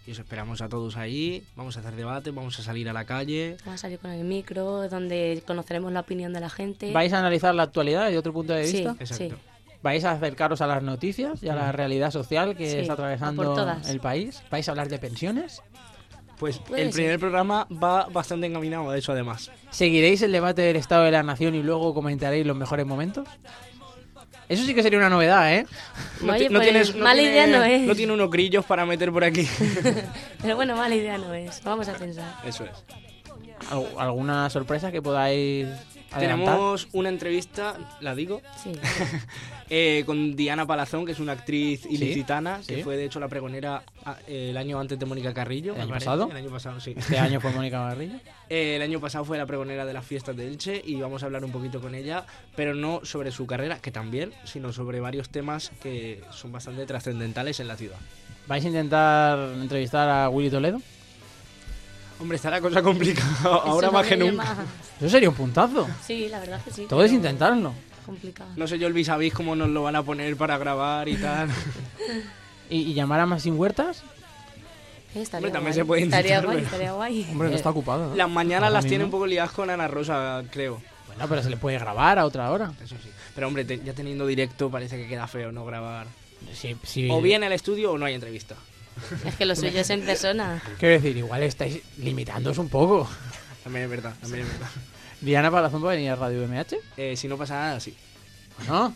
S33: Y os esperamos a todos allí. Vamos a hacer debate, vamos a salir a la calle.
S19: Vamos a salir con el micro, donde conoceremos la opinión de la gente.
S1: ¿Vais a analizar la actualidad desde otro punto de
S19: Sí,
S1: vista?
S19: sí. Exacto.
S1: ¿Vais a acercaros a las noticias y a la realidad social que
S33: Sí,
S1: está
S33: a por
S1: atravesando
S33: todas.
S1: el país? ¿Vais a hablar de pensiones?
S33: Pues
S1: Puede
S33: el
S1: ser.
S33: primer programa va bastante encaminado a eso, además.
S1: ¿Seguiréis el debate del Estado de la Nación y luego comentaréis los mejores momentos? Eso sí que sería una novedad, ¿eh?
S33: No,
S19: Oye,
S33: ti- no
S19: pues,
S33: tienes, no
S19: mala
S33: tiene-
S19: idea no es.
S33: No tiene unos grillos para meter por aquí.
S19: Pero bueno, mala idea no es. Vamos a pensar.
S33: eso es.
S1: ¿Al- ¿Alguna sorpresa que podáis adelantar?
S33: Tenemos una entrevista, la digo, Eh, con Diana Palazón, que es una actriz ilicitana,
S1: sí.
S33: que fue de hecho la pregonera ah, eh, el año antes de Mónica Carrillo.
S1: ¿El
S33: me
S1: año
S33: parece.
S1: pasado?
S33: El año pasado, sí.
S1: Este año fue Mónica Barrillo.
S33: Eh, el año pasado fue la pregonera de las fiestas de Elche y vamos a hablar un poquito con ella, pero no sobre su carrera, que también, sino sobre varios temas que son bastante trascendentales en la ciudad.
S1: ¿Vais a intentar entrevistar a Willy Toledo?
S33: Hombre, está la cosa complicada ahora
S19: Eso
S33: más que
S19: también
S33: nunca.
S19: es más-
S1: Eso sería un puntazo.
S19: Sí, la verdad que sí.
S1: Todo es
S19: pero
S1: intentarlo.
S19: Complicado.
S33: No sé yo el vis a vis cómo nos lo van a poner para grabar y tal.
S1: ¿Y, y llamar a Maxim Huertas?
S19: Eh, estaría
S33: Hombre, también
S19: guay.
S33: se puede
S19: Estaría
S33: intentar,
S19: guay,
S33: pero- Eh,
S19: estaría guay.
S1: Hombre, no está ocupado. ¿no?
S33: Las mañanas
S1: Ahora
S33: las tiene un
S1: mismo.
S33: poco liadas con Ana Rosa, creo.
S1: Bueno, pero se le puede grabar a otra hora.
S33: Eso sí. Pero hombre, te- ya teniendo directo parece que queda feo no grabar.
S1: Sí, sí.
S33: O bien el estudio o no hay entrevista.
S19: Es que lo suyo es en persona.
S1: Quiero decir, igual estáis limitándoos un poco.
S33: También es verdad, también es verdad.
S1: ¿Diana Palazón va a venir a Radio MH?
S33: Eh, si no pasa nada, sí.
S1: ¿No?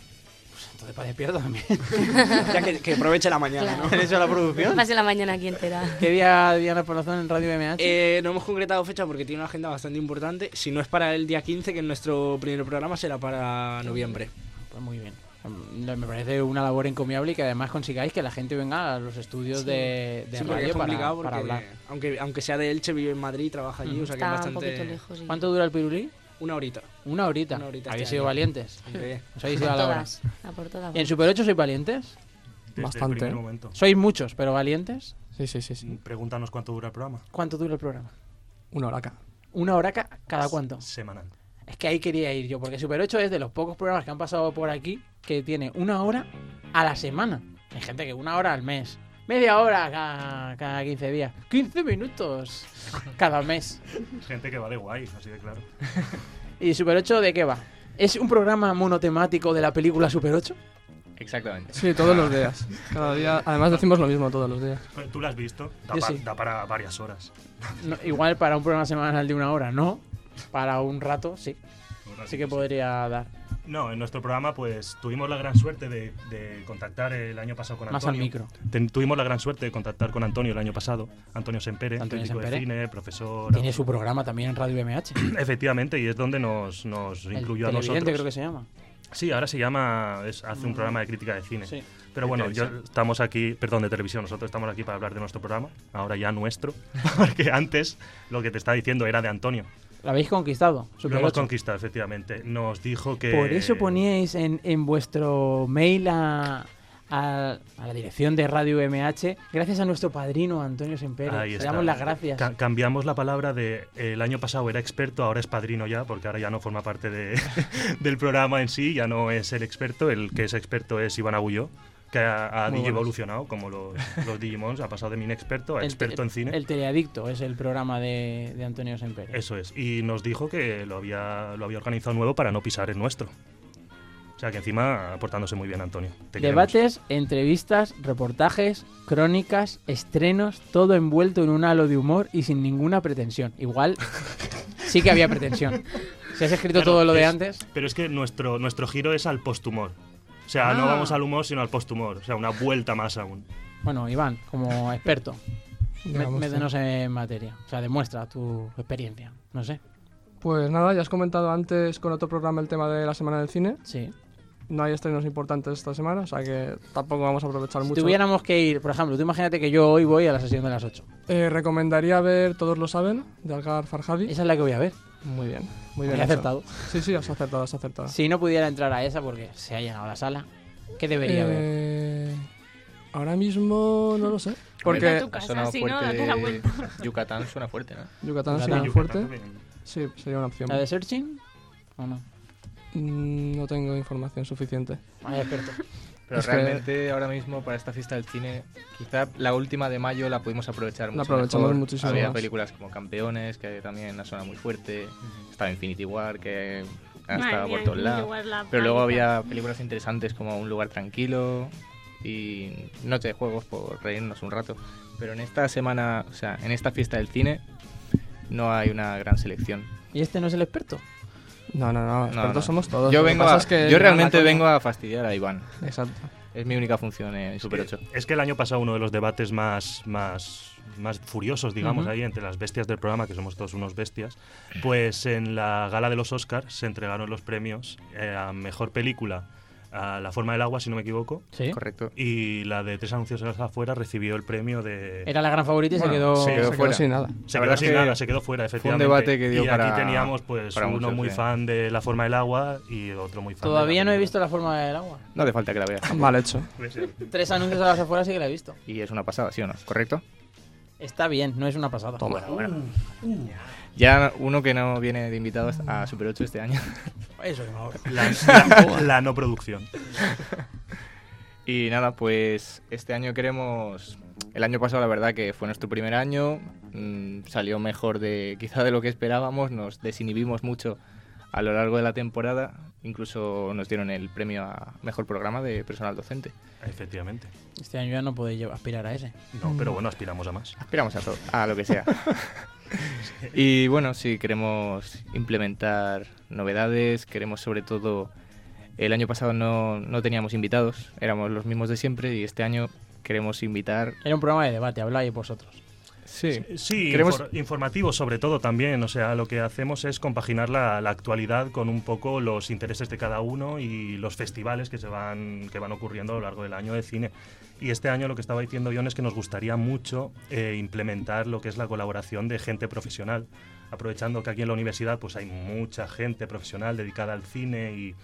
S1: Pues entonces para despierta también.
S33: ya que, que aproveche la mañana,
S1: Claro.
S33: ¿no?
S1: ¿Han hecho la producción?
S19: Pase la mañana aquí entera.
S1: ¿Qué día Diana Palazón en Radio MH?
S33: Eh, no hemos concretado fecha porque tiene una agenda bastante importante. Si no es para el día 15, que es nuestro primer programa, será para noviembre.
S1: Pues muy bien. No, Me parece una labor encomiable y que además consigáis que la gente venga a los estudios
S33: Sí.
S1: de, de
S33: Sí, porque
S1: radio
S33: es
S1: para,
S33: complicado
S1: para
S33: porque,
S1: hablar.
S33: Aunque, aunque sea de Elche, vive en Madrid, trabaja allí, o sea que es bastante...
S1: ¿Cuánto dura el pirulí?
S33: Una horita.
S1: Una horita.
S33: Una horita
S1: Habéis
S33: este
S1: sido
S33: año.
S1: valientes.
S33: Hombre.
S1: Os habéis
S19: A
S1: ido a la hora.
S19: todas, a por todas.
S1: ¿Y en Super 8 sois valientes?
S12: Desde el Bastante. primer momento.
S1: Sois muchos, pero valientes.
S12: Sí, sí, sí,
S24: Mm,
S12: sí. Pregúntanos cuánto dura el programa.
S1: ¿Cuánto dura el programa?
S12: Una hora acá.
S1: ¿Una hora ca- cada cuánto?
S12: Semanal.
S1: Es que ahí quería ir yo, porque Super 8 es de los pocos programas que han pasado por aquí que tiene una hora a la semana. Hay gente que una hora al mes. Media hora cada, cada 15 días. 15 minutos cada mes.
S12: Gente que vale guay, así de claro.
S1: ¿Y Super 8 de qué va? ¿Es un programa monotemático de la película Super 8?
S28: Exactamente.
S35: Sí, todos los días. Cada día, además decimos lo mismo todos los días.
S12: Tú la has visto, da,
S1: Yo
S12: pa-
S1: sí.
S12: da para varias horas.
S1: No, igual para un programa semanal de una hora, no. Para un rato, sí. Sí que podría dar.
S12: No, en nuestro programa pues tuvimos la gran suerte de, de contactar el año pasado con
S1: Más al
S12: Antonio.
S1: micro.
S12: Ten- tuvimos la gran suerte de contactar con Antonio el año pasado. Antonio Sempere,
S1: Antonio
S12: crítico
S1: Sempere.
S12: de cine, profesor.
S1: Tiene su programa también en Radio MH.
S12: Efectivamente, y es donde nos, nos
S1: El
S12: incluyó a
S1: televidente
S12: nosotros.
S1: creo que se llama.
S12: Sí, ahora se llama, es- hace
S1: Mm.
S12: un programa de crítica de cine.
S1: Sí.
S12: Pero
S1: De
S12: bueno, yo,
S1: televisión.
S12: estamos aquí, perdón, de televisión, nosotros estamos aquí para hablar de nuestro programa, ahora ya nuestro, porque antes lo que te estaba diciendo era de Antonio.
S1: ¿La habéis conquistado?
S12: lo
S1: Super
S12: hemos
S1: 8.
S12: conquistado, efectivamente. Nos dijo que...
S1: Por eso poníais en, en vuestro mail a, a- a la dirección de Radio MH, gracias a nuestro padrino Antonio Sempere.
S12: Ahí
S1: Le
S12: está.
S1: damos las gracias.
S12: Ca- cambiamos la palabra de eh, el año pasado era experto, ahora es padrino ya, porque ahora ya no forma parte de- del programa en sí, ya no es el experto, el que es experto es Iván Agulló, que ha, ha
S1: Muy
S12: digi-
S1: buenas.
S12: evolucionado como los, los Digimons, ha pasado de inexperto a
S1: El-
S12: experto en cine.
S1: El Teleadicto es el programa de, de Antonio Sempere.
S12: Eso es. Y nos dijo que lo había, lo había organizado nuevo para no pisar el nuestro. O sea que encima aportándose muy bien, Antonio. Te queremos.
S1: Debates, entrevistas, reportajes, crónicas, estrenos, todo envuelto en un halo de humor y sin ninguna pretensión. Igual sí que había pretensión. Si has escrito
S12: Claro,
S1: todo lo de
S12: es-
S1: antes,
S12: Pero es que nuestro, nuestro giro es al posthumor. O sea, no
S1: Ah.
S12: vamos al humor, sino al posthumor. O sea, una vuelta más aún.
S1: bueno, Iván, como experto, mé-
S35: Digamos, sí.
S1: métenos en materia. O sea, demuestra tu experiencia. No sé.
S35: Pues nada, ya has comentado antes con otro programa el tema de la semana del cine.
S1: Sí.
S35: No hay estrenos importantes esta semana, o sea que tampoco vamos a aprovechar
S1: Si
S35: mucho.
S1: tuviéramos que ir, por ejemplo, tú imagínate que yo hoy voy a la sesión de las 8.
S35: Eh, recomendaría ver Todos lo saben, de Algar Farhadi.
S1: Esa es la que voy a ver.
S35: Muy bien,
S1: Muy
S35: muy bien. hecho.
S1: acertado.
S35: Sí, sí, has acertado, has acertado.
S1: Si no pudiera entrar a esa porque se ha llenado la sala, ¿qué debería haber?
S35: Eh, Ahora mismo no lo sé. Porque
S28: Ha sonado fuerte Yucatán suena fuerte, ¿no?
S35: Yucatán
S1: Yucatán.
S35: sería
S1: Yucatán
S35: fuerte.
S1: también.
S35: Sí, sería una opción.
S1: ¿La de Searching? ¿O no?
S35: Mm, No tengo información suficiente.
S1: Ah, Vaya experto.
S28: Pero
S35: Es que-
S28: realmente ahora mismo para esta fiesta del cine, quizá la última de mayo la pudimos aprovechar
S35: La
S28: mucho
S35: aprovechamos
S28: mejor.
S35: muchísimo
S28: Había
S35: más.
S28: películas como Campeones, que también ha sonado muy fuerte. Estaba Infinity War, que ha
S2: Madre
S28: estado
S2: mía,
S28: por todos
S2: Infinity
S28: lados.
S2: War, la
S28: Pero luego
S2: paliza.
S28: había películas interesantes como Un lugar tranquilo y Noche de Juegos por reírnos un rato. Pero en esta semana, o sea, en esta fiesta del cine no hay una gran selección.
S1: ¿Y este no es el experto?
S35: No, no, no,
S28: No,
S35: expertos
S28: no.
S35: somos todos.
S28: Yo,
S35: Lo que
S28: vengo
S35: pasa
S28: a-
S35: es que
S28: yo
S35: no
S28: realmente
S35: la
S28: vengo
S35: como.
S28: a fastidiar a Iván.
S35: Exacto.
S28: Es mi única función en Super 8.
S12: Es que el año pasado uno de los debates más, más, más furiosos, digamos,
S28: Ujú.
S12: ahí entre las bestias del programa, que somos todos unos bestias, pues en la gala de los Oscars se entregaron los premios eh, a Mejor Película, a La Forma del Agua, si no me equivoco.
S1: Sí.
S28: Correcto.
S12: Y la de Tres Anuncios afuera recibió el premio de...
S1: Era la gran favorita y se quedó-
S12: sí,
S1: Se quedó fuera. sin nada.
S12: Se
S28: La
S12: quedó
S28: verdad
S12: sin
S28: es que
S12: nada, se quedó
S28: fue
S12: fuera,
S28: un
S12: efectivamente.
S28: debate que dio
S12: y
S28: para-
S12: aquí teníamos pues
S28: para
S12: uno
S28: muchos,
S12: muy
S28: sí.
S12: fan de La Forma del Agua y otro muy fan de
S1: Todavía no he visto la forma del agua.
S28: No hace falta que la veas.
S35: Mal hecho.
S1: Tres anuncios a las afueras sí que la he visto.
S28: Y es una pasada, ¿sí o no? ¿Correcto?
S1: Está bien, no es una pasada.
S28: Ya uno que no viene de invitado a Super 8 este año.
S1: Eso es ahora.
S12: La- la no producción.
S28: Y nada, pues este año queremos... El año pasado la verdad que fue nuestro primer año, mm, salió mejor de quizá de lo que esperábamos, nos desinhibimos mucho a lo largo de la temporada, incluso nos dieron el premio a mejor programa de personal docente.
S12: Efectivamente.
S1: Este año ya no podéis llevar- aspirar a ese.
S12: No, pero bueno, aspiramos a más.
S28: Aspiramos a todo, a lo que sea. y bueno, sí, queremos implementar novedades, queremos sobre todo... El año pasado no, no teníamos invitados, éramos los mismos de siempre y este año queremos invitar...
S1: Era un programa de debate, habláis vosotros.
S28: Sí,
S12: Sí,
S28: queremos...
S12: infor- informativo sobre todo también. O sea, lo que hacemos es compaginar la, la actualidad con un poco los intereses de cada uno y los festivales que se van que van ocurriendo a lo largo del año de cine. Y este año lo que estaba diciendo John es que nos gustaría mucho eh, implementar lo que es la colaboración de gente profesional, aprovechando que aquí en la universidad pues hay mucha gente profesional dedicada al cine y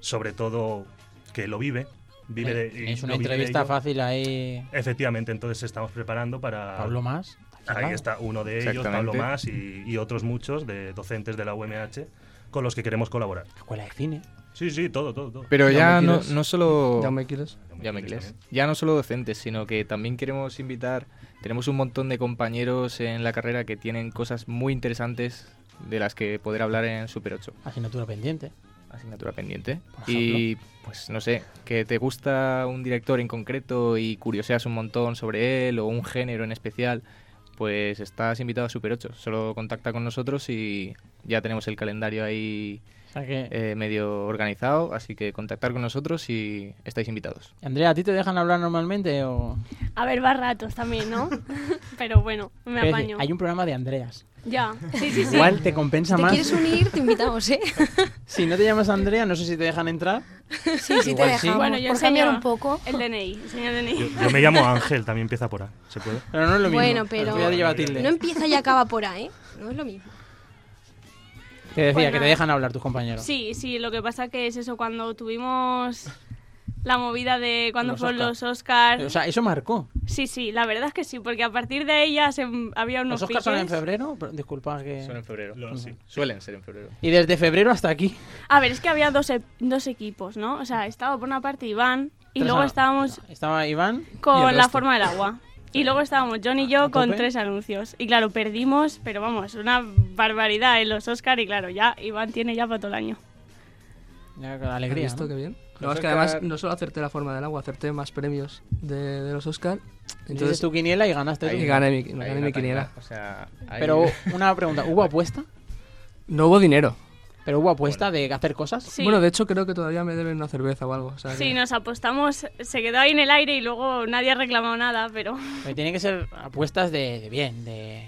S12: sobre todo que lo vive. Vive de- y
S1: Eh, es una
S12: lo vive
S1: entrevista
S12: ello.
S1: fácil ahí.
S12: Efectivamente, entonces estamos preparando para...
S1: Pablo Mas, aquí al
S12: Ahí
S1: lado.
S12: está uno de ellos, Pablo
S1: Exactamente.
S12: Más y, y otros muchos de docentes de la UMH con los que queremos colaborar.
S1: Escuela de cine.
S12: Sí, sí, todo, todo, todo.
S28: Pero ya,
S12: me
S28: no,
S12: quieres.
S28: no solo...
S12: Ya
S35: me quieres.
S28: Ya me quieres. Ya no solo docentes, sino que también queremos invitar... Tenemos un montón de compañeros en la carrera que tienen cosas muy interesantes de las que poder hablar en Super 8.
S1: Asignatura pendiente.
S28: Asignatura pendiente. Y pues no sé, que te gusta un director en concreto y curioseas un montón sobre él o un género en especial, pues estás invitado a Super 8. Solo contacta con nosotros y ya tenemos el calendario ahí
S1: O sea que-
S28: eh, medio organizado, así que contactar con nosotros y estáis invitados.
S1: Andrea, ¿a ti te dejan hablar normalmente o...?
S2: A ver, va ratos también, ¿no? Pero bueno, me
S1: Quiero decir,
S2: apaño.
S1: Eh, Hay un programa de Andreas.
S2: Ya, sí, sí, sí.
S1: Igual te compensa
S2: ¿Te
S1: más.
S2: quieres
S6: unir? Te invitamos, ¿eh?
S1: Si no te llamas Andrea, no sé si te dejan entrar.
S2: Sí,
S1: sí te Igual sí. dejamos,
S2: Bueno, yo
S1: por
S2: enseño
S1: cambiar
S2: un poco. El DNI, enseña el DNI.
S12: Yo, yo me llamo Ángel, también empieza por A. ¿Se puede?
S1: Pero no es lo mismo.
S6: Bueno, pero
S1: Voy a llevar tilde.
S6: no empieza y acaba por A, ¿eh? No es lo mismo.
S1: Que decía,
S2: Pues
S1: que te
S2: nada.
S1: dejan hablar tus compañeros.
S2: Sí, sí, lo que pasa que es eso, cuando tuvimos la movida de cuando
S1: Los
S2: fueron
S1: Oscar.
S2: los Oscars.
S1: O sea, eso marcó.
S2: Sí, sí, la verdad es que sí, porque a partir de ahí ya se- había unos
S1: ¿Los Oscars son en
S2: piques.
S1: febrero? Pero, Disculpa que...
S28: Son en febrero.
S1: sí.
S28: Suelen ser en febrero.
S1: Y desde febrero hasta aquí.
S2: A ver, es que había dos, e- dos equipos, ¿no? O sea, estaba por una parte Iván y
S1: Tres
S2: luego
S1: a-
S2: estábamos
S1: Estaba Iván. y el
S2: con la
S1: resto.
S2: forma del agua. Y luego estábamos John y yo con
S1: tope?
S2: tres anuncios. Y claro, perdimos, pero vamos, una barbaridad en los Oscars. Y claro, ya Iván tiene ya para todo el año.
S1: Ya, con alegría.
S35: ¿Has visto
S1: ¿no?
S35: qué bien?
S1: Los
S35: No, es que
S1: Oscar-
S35: además no solo acerté la forma del agua, acerté más premios de, de los Oscar.
S1: Entonces
S35: Entonces
S1: tu quiniela y ganaste. tú.
S35: Y gané mi, gané mi quiniela.
S28: O sea,
S1: Pero una pregunta, ¿hubo apuesta?
S35: No hubo dinero.
S1: ¿Pero hubo apuesta de hacer cosas?
S2: Sí.
S35: Bueno, de hecho creo que todavía me deben una cerveza o algo. o sea que-
S2: Sí, nos apostamos, se quedó ahí en el aire y luego nadie ha reclamado nada, pero...
S1: Pero tiene que ser apuestas de, de bien, de...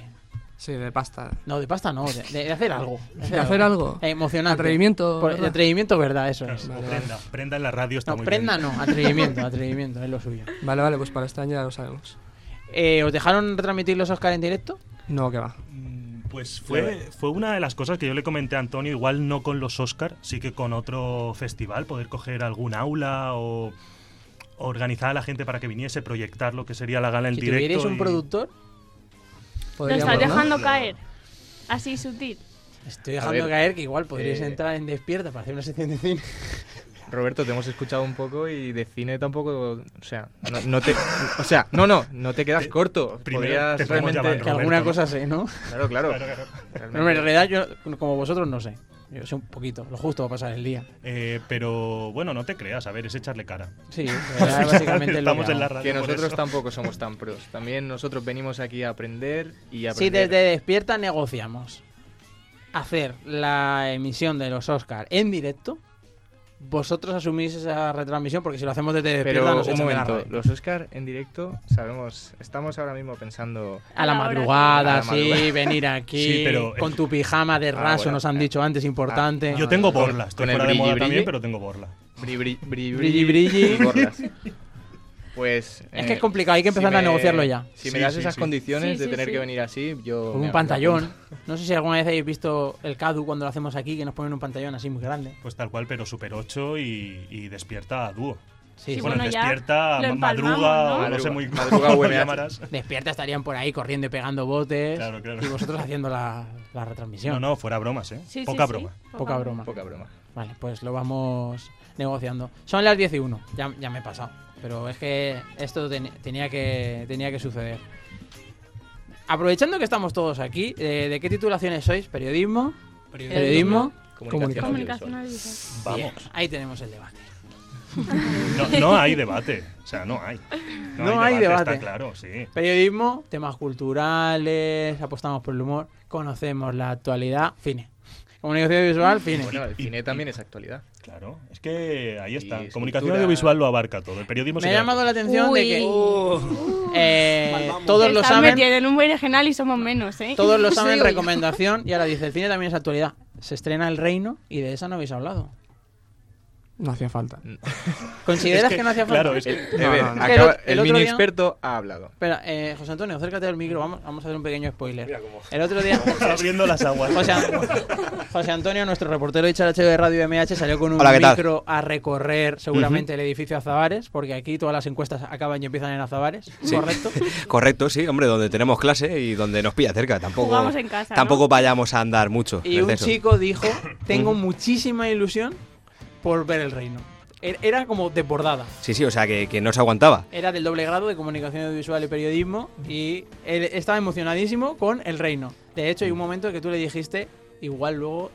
S35: Sí, de pasta.
S1: No, de pasta no, de, de- de hacer algo.
S35: De hacer algo.
S1: Eh, emocionante.
S35: Atrevimiento,
S1: Por-
S35: ¿verdad?
S1: atrevimiento, verdad, eso es.
S12: O prenda, prenda en la radio está
S1: No,
S12: muy
S1: prenda
S12: bien.
S1: no, atrevimiento, atrevimiento, es lo suyo.
S35: Vale, vale, pues para este año ya lo sabemos.
S1: Eh, ¿Os dejaron retransmitir los Oscar en directo?
S35: No, que va.
S12: Pues fue, fue una de las cosas que yo le comenté a Antonio, igual no con los Oscar, sí que con otro festival, poder coger algún aula o organizar a la gente para que viniese, proyectar lo que sería la gala en
S1: Si
S12: directo.
S1: tuvierais un
S12: y-
S1: productor,
S2: Lo
S1: Podríamos,
S2: estás
S1: ¿no?
S2: dejando
S1: Lo-
S2: caer. Así sutil.
S1: estoy
S28: A
S1: dejando
S28: ver,
S1: caer que igual podríais
S28: eh,
S1: entrar en Despierta para hacer una sección de cine.
S28: Roberto, te hemos escuchado un poco y de cine tampoco, o sea, no, no te, o sea, no, no, no te quedas corto.
S33: primero
S28: Podrías
S33: te podemos
S28: realmente
S33: llamar Que alguna Roberto, cosa ¿no? sé, ¿no?
S28: Claro, claro.
S1: No, en realidad, yo, como vosotros, no sé. Yo sé un poquito, lo justo va a pasar el día.
S12: Eh, pero bueno, no te creas, a ver, es echarle cara.
S1: Sí,
S12: Al final estamos en la radio.
S28: Que
S12: por
S28: nosotros
S12: eso.
S28: tampoco somos tan pros. También nosotros venimos aquí a aprender y a
S1: Si
S28: aprender.
S1: desde Despierta negociamos hacer la emisión de los Oscars en directo, vosotros asumís esa retransmisión porque si lo hacemos desde Despierta
S28: Pero
S1: nos
S28: un
S1: echan de la
S28: momento,
S1: radio.
S28: los Oscar en directo, sabemos, estamos ahora mismo pensando
S1: A la madrugada,
S28: A la
S1: sí,
S28: madrugada.
S1: venir aquí con tu pijama de
S28: Ah,
S1: raso,
S28: bueno.
S1: nos han dicho antes, importante.
S12: eh. Yo tengo borla, estoy fuera de moda también, pero tengo borla.
S28: Bri, bri, bri,
S1: Brilli, brilli.
S28: y borlas. Pues.
S1: Es que es complicado, hay que empezar a negociarlo ya.
S28: Si me
S1: Sí,
S28: das
S1: sí,
S28: esas
S1: sí.
S28: condiciones
S1: Sí,
S28: de
S1: sí,
S28: tener
S1: sí.
S28: que venir así, yo.
S1: Con
S28: me-
S1: un
S28: me
S1: pantallón.
S28: apunto.
S1: No sé si alguna vez habéis visto el CADU cuando lo hacemos aquí, que nos ponen un pantallón así muy grande.
S12: Pues tal cual, pero Super 8 y, y despierta a dúo.
S1: Sí,
S12: bueno,
S1: bueno, ya
S12: despierta,
S1: lo
S12: ma-
S1: empalmamos, ¿no?
S12: madruga, o no sé muy
S1: Madruga,
S12: cómo lo
S1: UMH.
S12: llamarás.
S1: Despierta estarían por ahí corriendo y pegando botes. Y vosotros haciendo la, la retransmisión.
S12: No, no, fuera bromas, ¿eh?
S1: Sí, sí,
S12: Poca
S1: sí.
S12: broma.
S1: Poca Poca broma. broma.
S28: Poca broma.
S1: Vale, pues lo vamos negociando. Son las 10 y 1, ya, ya me he pasado. Pero es que esto ten- tenía, que, tenía que suceder. Aprovechando que estamos todos aquí, eh, ¿de qué titulaciones sois? ¿Periodismo?
S12: Periodismo.
S1: Comunicación.
S12: Comunicación audiovisual.
S1: Bien,
S12: Vamos.
S1: ahí tenemos el debate.
S12: No, no hay debate. O sea, no hay.
S1: No, hay debate.
S12: Está claro, sí.
S1: Periodismo, temas culturales, apostamos por el humor, conocemos la actualidad, cine. Comunicación visual, cine.
S28: Bueno, el cine también es actualidad.
S12: Claro. Es que ahí está. Comunicación
S28: escultura.
S12: audiovisual lo abarca todo. El periodismo
S1: Me
S12: se
S1: ha
S12: queda
S1: llamado
S12: corto.
S1: la atención de que eh, todos lo
S2: Uh. Están
S1: saben,
S2: metiendo en un berenjenal y somos menos, ¿eh?
S1: todos lo saben,
S2: Sí, oye.
S1: recomendación. Y ahora dice, el cine también es actualidad. Se estrena El Reino y de esa no habéis hablado.
S35: No hacía falta.
S32: Mm.
S1: ¿Consideras que, no hacía falta?
S28: A ver,
S1: No, no.
S28: Eh, acaba-
S1: Es que
S28: el,
S1: otro
S28: mini
S1: día-
S28: experto ha hablado.
S1: Espera, eh, José Antonio, acércate al micro, vamos, vamos a hacer un pequeño spoiler. El otro día...
S12: Está abriendo las aguas.
S1: José, José Antonio, nuestro reportero de Characheo de Radio MH, salió con un
S32: Hola, ¿qué tal?
S1: micro a recorrer seguramente el edificio Azabares, porque aquí todas las encuestas acaban y empiezan en Azabares,
S32: Sí.
S1: ¿correcto?
S32: Correcto, sí, hombre, donde tenemos clase y donde nos pilla cerca. Tampoco,
S1: Jugamos en casa, ¿no?
S32: Tampoco vayamos a andar mucho.
S1: Y
S32: en
S1: un
S32: eso.
S1: chico dijo, tengo muchísima ilusión por ver el reino. Er- Era como desbordada.
S32: Sí, sí, o sea, que, que no se aguantaba.
S1: Era del doble grado de comunicación audiovisual y periodismo y él estaba emocionadísimo con el reino. De hecho, hay un momento que tú le dijiste, igual luego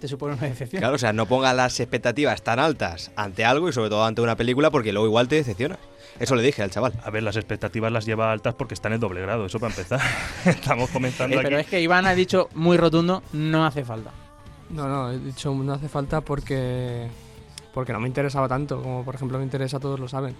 S1: te supone una decepción.
S32: Claro, o sea, no ponga las expectativas tan altas ante algo y sobre todo ante una película porque luego igual te decepciona. Eso le dije al chaval.
S12: A ver, las expectativas las lleva altas porque está en el doble grado, eso para empezar. Estamos comenzando
S1: Eh,
S12: aquí.
S1: pero es que Iván ha dicho muy rotundo, no hace falta.
S35: No, no, he dicho no hace falta porque porque no me interesaba tanto, como por ejemplo me interesa todos lo saben.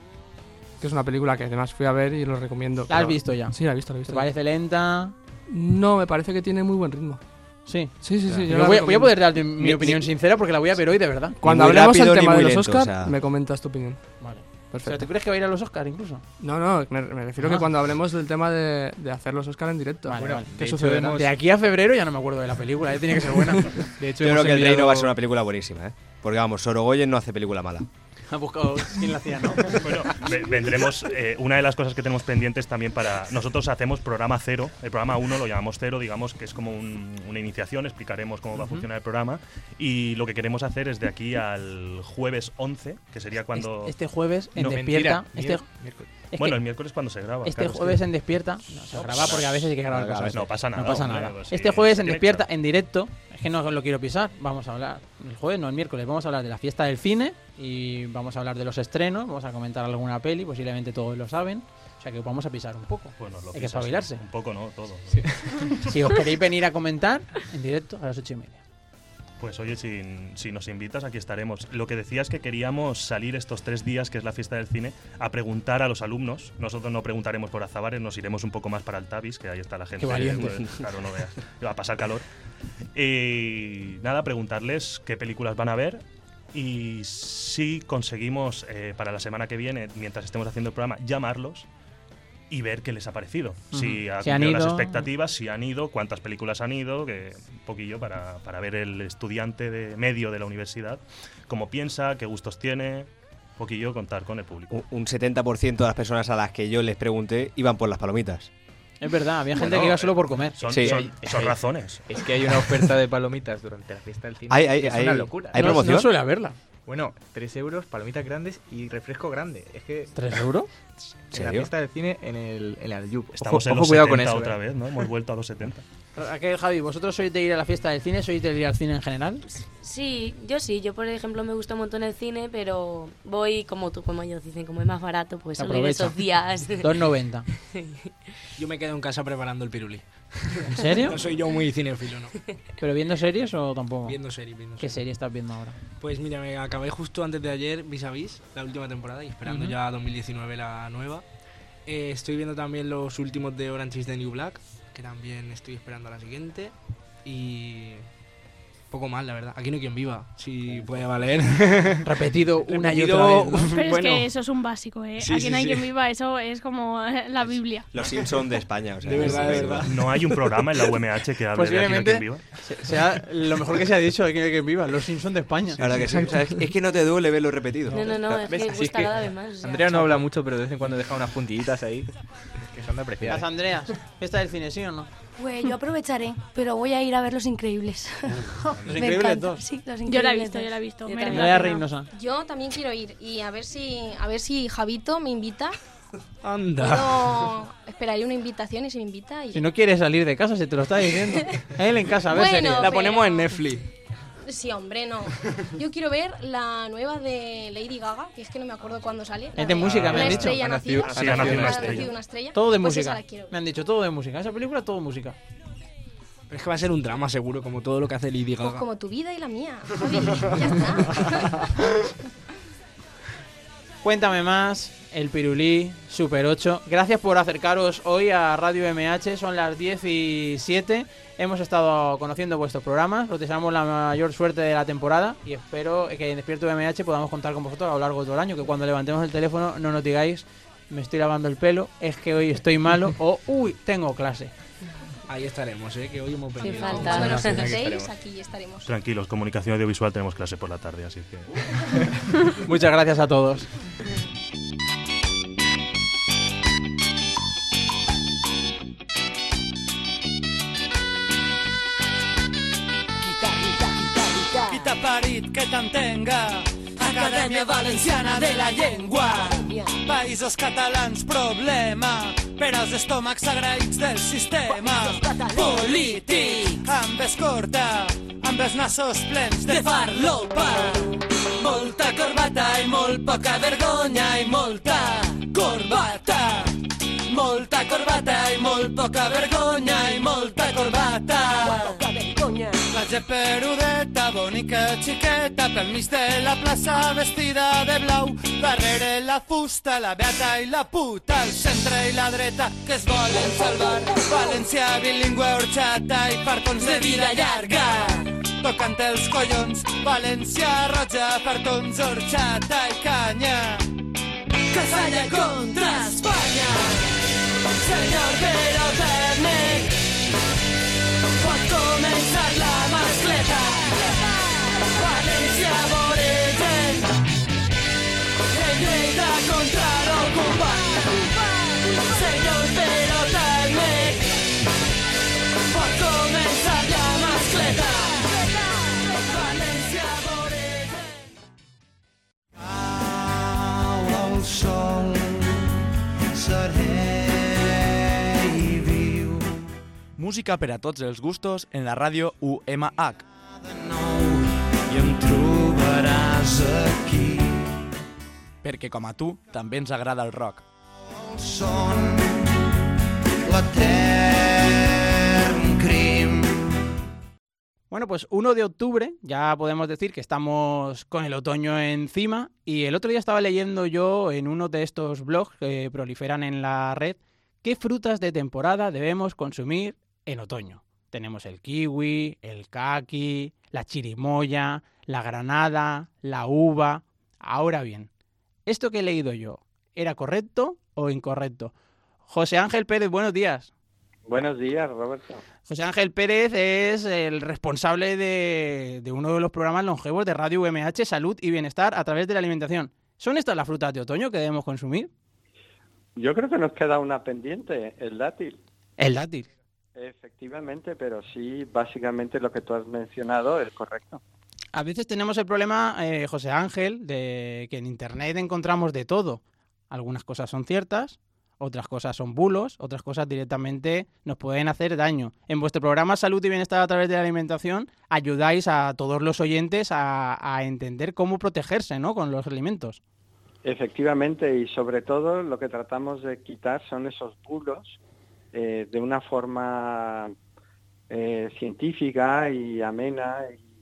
S35: Que es una película que además fui a ver y lo recomiendo.
S1: ¿La has
S35: pero-
S1: visto ya?
S35: Sí, la he visto, la he visto.
S1: ¿Te parece lenta?
S35: No, me parece que tiene muy buen ritmo.
S1: Sí.
S35: Sí, sí, sí. yo
S1: Yo voy, a-
S35: la
S1: voy a
S35: recomiendo.
S1: poder darte mi opinión sincera porque la voy a ver hoy de verdad.
S35: Cuando hablemos del tema de los Oscars, me comentas tu opinión.
S1: Vale.
S35: Perfecto.
S1: ¿Pero tú crees que va a ir a los Oscars incluso?
S35: No, no, me, me refiero
S1: Ah.
S35: que cuando hablemos del tema de, de hacer los Oscar en directo.
S1: Vale, vale.
S35: ¿Qué
S1: De
S35: sucede?
S1: hecho, de aquí a febrero ya no me acuerdo de la película, eh, tiene que ser buena. De hecho,
S32: Yo creo
S1: hemos
S32: que El
S1: enviado-
S32: Reino va a ser una película buenísima, ¿eh? Porque vamos, Sorogoyen no hace película mala.
S1: Ha buscado quién la hacía, ¿no?
S12: Bueno, Ve- Vendremos, eh, una de las cosas que tenemos pendientes también para. Nosotros hacemos programa cero, el programa 1 lo llamamos cero, digamos que es como un- una iniciación, explicaremos cómo va a
S18: Ujú.
S12: funcionar el programa. Y lo que queremos hacer es de aquí al jueves 11, que sería cuando.
S1: Este- este jueves en
S12: No,
S1: Despierta,
S12: mentira,
S1: este-
S12: miér- miércoles.
S1: es
S12: bueno,
S1: que
S12: el miércoles cuando se graba.
S1: Este
S12: claro, es
S1: jueves
S12: que-
S1: en Despierta. No, se graba porque a veces hay que grabar
S12: Claro,
S1: cosas.
S12: No pasa nada.
S1: No pasa
S12: hombre,
S1: nada.
S12: pues
S1: este
S12: sí,
S1: jueves en
S12: directo.
S1: Despierta, en directo. Es que no lo quiero pisar. Vamos a hablar. El jueves, no el miércoles. Vamos a hablar de la fiesta del cine. Y vamos a hablar de los estrenos. Vamos a comentar alguna peli. Posiblemente todos lo saben. O sea que vamos a pisar un poco.
S12: Bueno, Pues lo
S1: hay que
S12: pisas,
S1: espabilarse.
S12: Un poco, ¿no? Todo.
S1: Si os queréis venir a comentar, en directo a las ocho y media.
S12: Pues oye, si, si nos invitas, aquí estaremos. Lo que decías que queríamos salir estos tres días, que es la fiesta del cine, a preguntar a los alumnos. Nosotros no preguntaremos por Azabares, nos iremos un poco más para el Tabis, que ahí está la gente.
S1: Qué valiente.
S12: eh, claro, no veas. Va a pasar calor. Y nada, preguntarles qué películas van a ver. Y si conseguimos eh, para la semana que viene, mientras estemos haciendo el programa, llamarlos y ver qué les ha parecido. Si
S1: Ujú.
S12: ha
S1: Si han
S12: cumplido las
S1: ido.
S12: expectativas, si han ido, cuántas películas han ido, que un poquillo para, para ver el estudiante de medio de la universidad, cómo piensa, qué gustos tiene, un poquillo contar con el público.
S32: Un- Un 70% de las personas a las que yo les pregunté iban por las palomitas.
S1: Es verdad, había gente
S32: Bueno,
S1: que iba solo por comer.
S32: son- Sí. son-
S12: son razones.
S28: Es que hay una oferta de palomitas durante la fiesta del cine.
S32: Hay- hay-
S28: que es
S32: hay-
S28: una locura.
S32: hay No- promoción.
S1: no suele haberla.
S28: Bueno, 3 euros, palomitas grandes y refresco grande. Es que...
S1: ¿Tres euros?
S28: En la
S1: serio?
S28: fiesta del cine, en el, en el Yup.
S12: Estamos
S28: ojo,
S12: en
S28: ojo,
S12: los
S28: cuidado con
S12: 70
S28: eso.
S12: otra
S28: eh.
S12: vez, ¿no? Hemos vuelto a los 70.
S1: Raquel, Javi, ¿vosotros sois de ir a la fiesta del cine? ¿Sois de ir al cine en general?
S19: Sí, yo sí, yo por ejemplo me gusta un montón el cine, pero voy como tú, como ellos dicen, como es más barato, pues solo ir
S33: Aprovecha.
S19: esos días.
S1: 2,90.
S33: Yo me quedo en casa preparando el pirulí.
S1: ¿En serio?
S33: No soy yo muy cinéfilo, ¿no?
S1: ¿Pero viendo series o tampoco?
S33: Viendo series, viendo
S1: ¿Qué serie estás viendo ahora?
S33: Pues mira, me acabé justo antes de ayer Vis a Vis, la última temporada, y esperando
S1: Ujú.
S33: ya 2019 la nueva. Eh, estoy viendo también los últimos de Orange is the New Black, que también estoy esperando a la siguiente. Y poco más, la verdad. Aquí no hay quien viva, si puede valer.
S1: Repetido una y
S33: Repetido,
S1: otra vez, ¿no?
S33: bueno,
S32: Pero es que eso es un básico, ¿eh?
S33: Sí,
S32: Aquí
S33: sí,
S32: no hay
S33: sí.
S32: quien viva, eso es como eh, la Biblia.
S15: Los Simpsons de España, o sea.
S33: De verdad, de verdad.
S12: No hay un programa en la UMH que hable de Aquí no hay quien
S1: Posiblemente
S12: viva.
S1: se- sea lo mejor que se ha dicho de Aquí no hay quien viva, los Simpsons de España.
S15: La verdad que sí. O sea, es, es que no te duele verlo repetido.
S19: No, no, no, es que
S33: ¿Ves? Así es
S19: gusta
S33: que
S19: cada vez más. o sea.
S28: Andrea no habla mucho, pero de vez en cuando deja unas puntillitas ahí que son de apreciar.
S1: Las Andreas, ¿fiesta del cine sí o no?
S34: Pues yo aprovecharé, pero voy a ir a ver Los Increíbles. Me
S1: Increíbles
S34: encanta.
S1: dos.
S34: Sí, Los Increíbles
S32: Yo la he visto,
S34: dos.
S32: yo la he visto.
S34: Yo
S32: merece
S1: también. Andrea
S32: la pena.
S1: Reynosa.
S6: Yo también quiero ir y a ver si, a ver si Javito me invita.
S1: Anda.
S6: Puedo- esperaré una invitación y si me invita. iré.
S1: Si no quieres salir de casa, se te lo está diciendo. Él en casa, a ver
S6: Bueno,
S1: series.
S6: La ponemos pero-
S1: en Netflix.
S6: Sí, hombre, no. Yo quiero ver la nueva de Lady Gaga, que es que no me acuerdo cuándo sale.
S1: Es de música, me
S6: Una
S1: han dicho.
S6: estrella nacida.
S1: Sí, ha nacido una
S6: nacido
S1: estrella.
S6: una estrella.
S1: Todo de
S6: Pues esa
S1: música.
S6: la quiero ver.
S1: Me han dicho todo de música. Esa película, todo música.
S33: Pero es que va a ser un drama seguro, como todo lo que hace Lady
S6: Pues
S33: Gaga.
S6: como tu vida y la mía. Javi, ya está.
S1: Cuéntame más, el Pirulí, Super 8. Gracias por acercaros hoy a Radio MH, son las 17. Hemos estado conociendo vuestros programas, os deseamos la mayor suerte de la temporada y espero que en Despierto MH podamos contar con vosotros a lo largo de todo el año, que cuando levantemos el teléfono no nos digáis, me estoy lavando el pelo, es que hoy estoy malo o, uy, tengo clase.
S33: Ahí estaremos, ¿eh? que hoy hemos
S6: Sin
S33: perdido.
S6: falta. Bueno,
S12: gracias.
S6: seis,
S12: Aquí estaremos.
S6: aquí estaremos.
S12: Tranquilos, comunicación audiovisual tenemos clase por la tarde, así que...
S1: Muchas gracias a todos.
S36: Quita Parit que t'entenga Acadèmia Valenciana de la Llengua Països catalans problema per als estómacs agraïts del sistema Polític amb es corta amb els nassos plens de farlopa Molta corbata i molt poca vergonya i molta corbata Molta corbata i molt poca vergonya i molta corbata La gent perudeta, bonica, xiqueta, pel mig de la plaça vestida de blau. Darrere la fusta, la beata i la puta, el centre i la dreta que es volen salvar. València, bilingüe, horxata i fartons de vida llarga. Tocant els collons, València roja, fartons, horxata i canya. Casalla contra Espanya. Senyor Pere Tècnic, pot començar la mascleta. València voregen, en lluita contra l'ocupat. Senyor Pere Tècnic, pot començar la mascleta. València voregen. Cau el sol, serè i viu.
S37: Música per a tots els gustos en la ràdio UMH.
S36: I em trobaràs aquí.
S37: Perquè com a tu, també ens agrada el rock.
S36: El son, l'etern crim.
S1: Bueno, pues 1 de octubre, ya podemos decir que estamos con el otoño encima. Y el otro día estaba leyendo yo en uno de estos blogs que proliferan en la red qué frutas de temporada debemos consumir en otoño. Tenemos el kiwi, el kaki, la chirimoya, la granada, la uva. Ahora bien, ¿esto que he leído yo era correcto o incorrecto? José Ángel Pérez, buenos días.
S21: Buenos días, Roberto.
S1: José Ángel Pérez es el responsable de, de uno de los programas longevos de Radio UMH, Salud y Bienestar a través de la alimentación. ¿Son estas las frutas de otoño que debemos consumir?
S21: Yo creo que nos queda una pendiente, el dátil.
S1: El dátil.
S21: Efectivamente, pero sí, básicamente lo que tú has mencionado es correcto.
S1: a veces tenemos el problema, eh, José Ángel, de que en Internet encontramos de todo. Algunas cosas son ciertas, otras cosas son bulos, otras cosas directamente nos pueden hacer daño. En vuestro programa Salud y Bienestar a través de la alimentación ayudáis a todos los oyentes a, a entender cómo protegerse ¿no? con los alimentos.
S21: Efectivamente, y sobre todo lo que tratamos de quitar son esos bulos eh, de una forma eh, científica y amena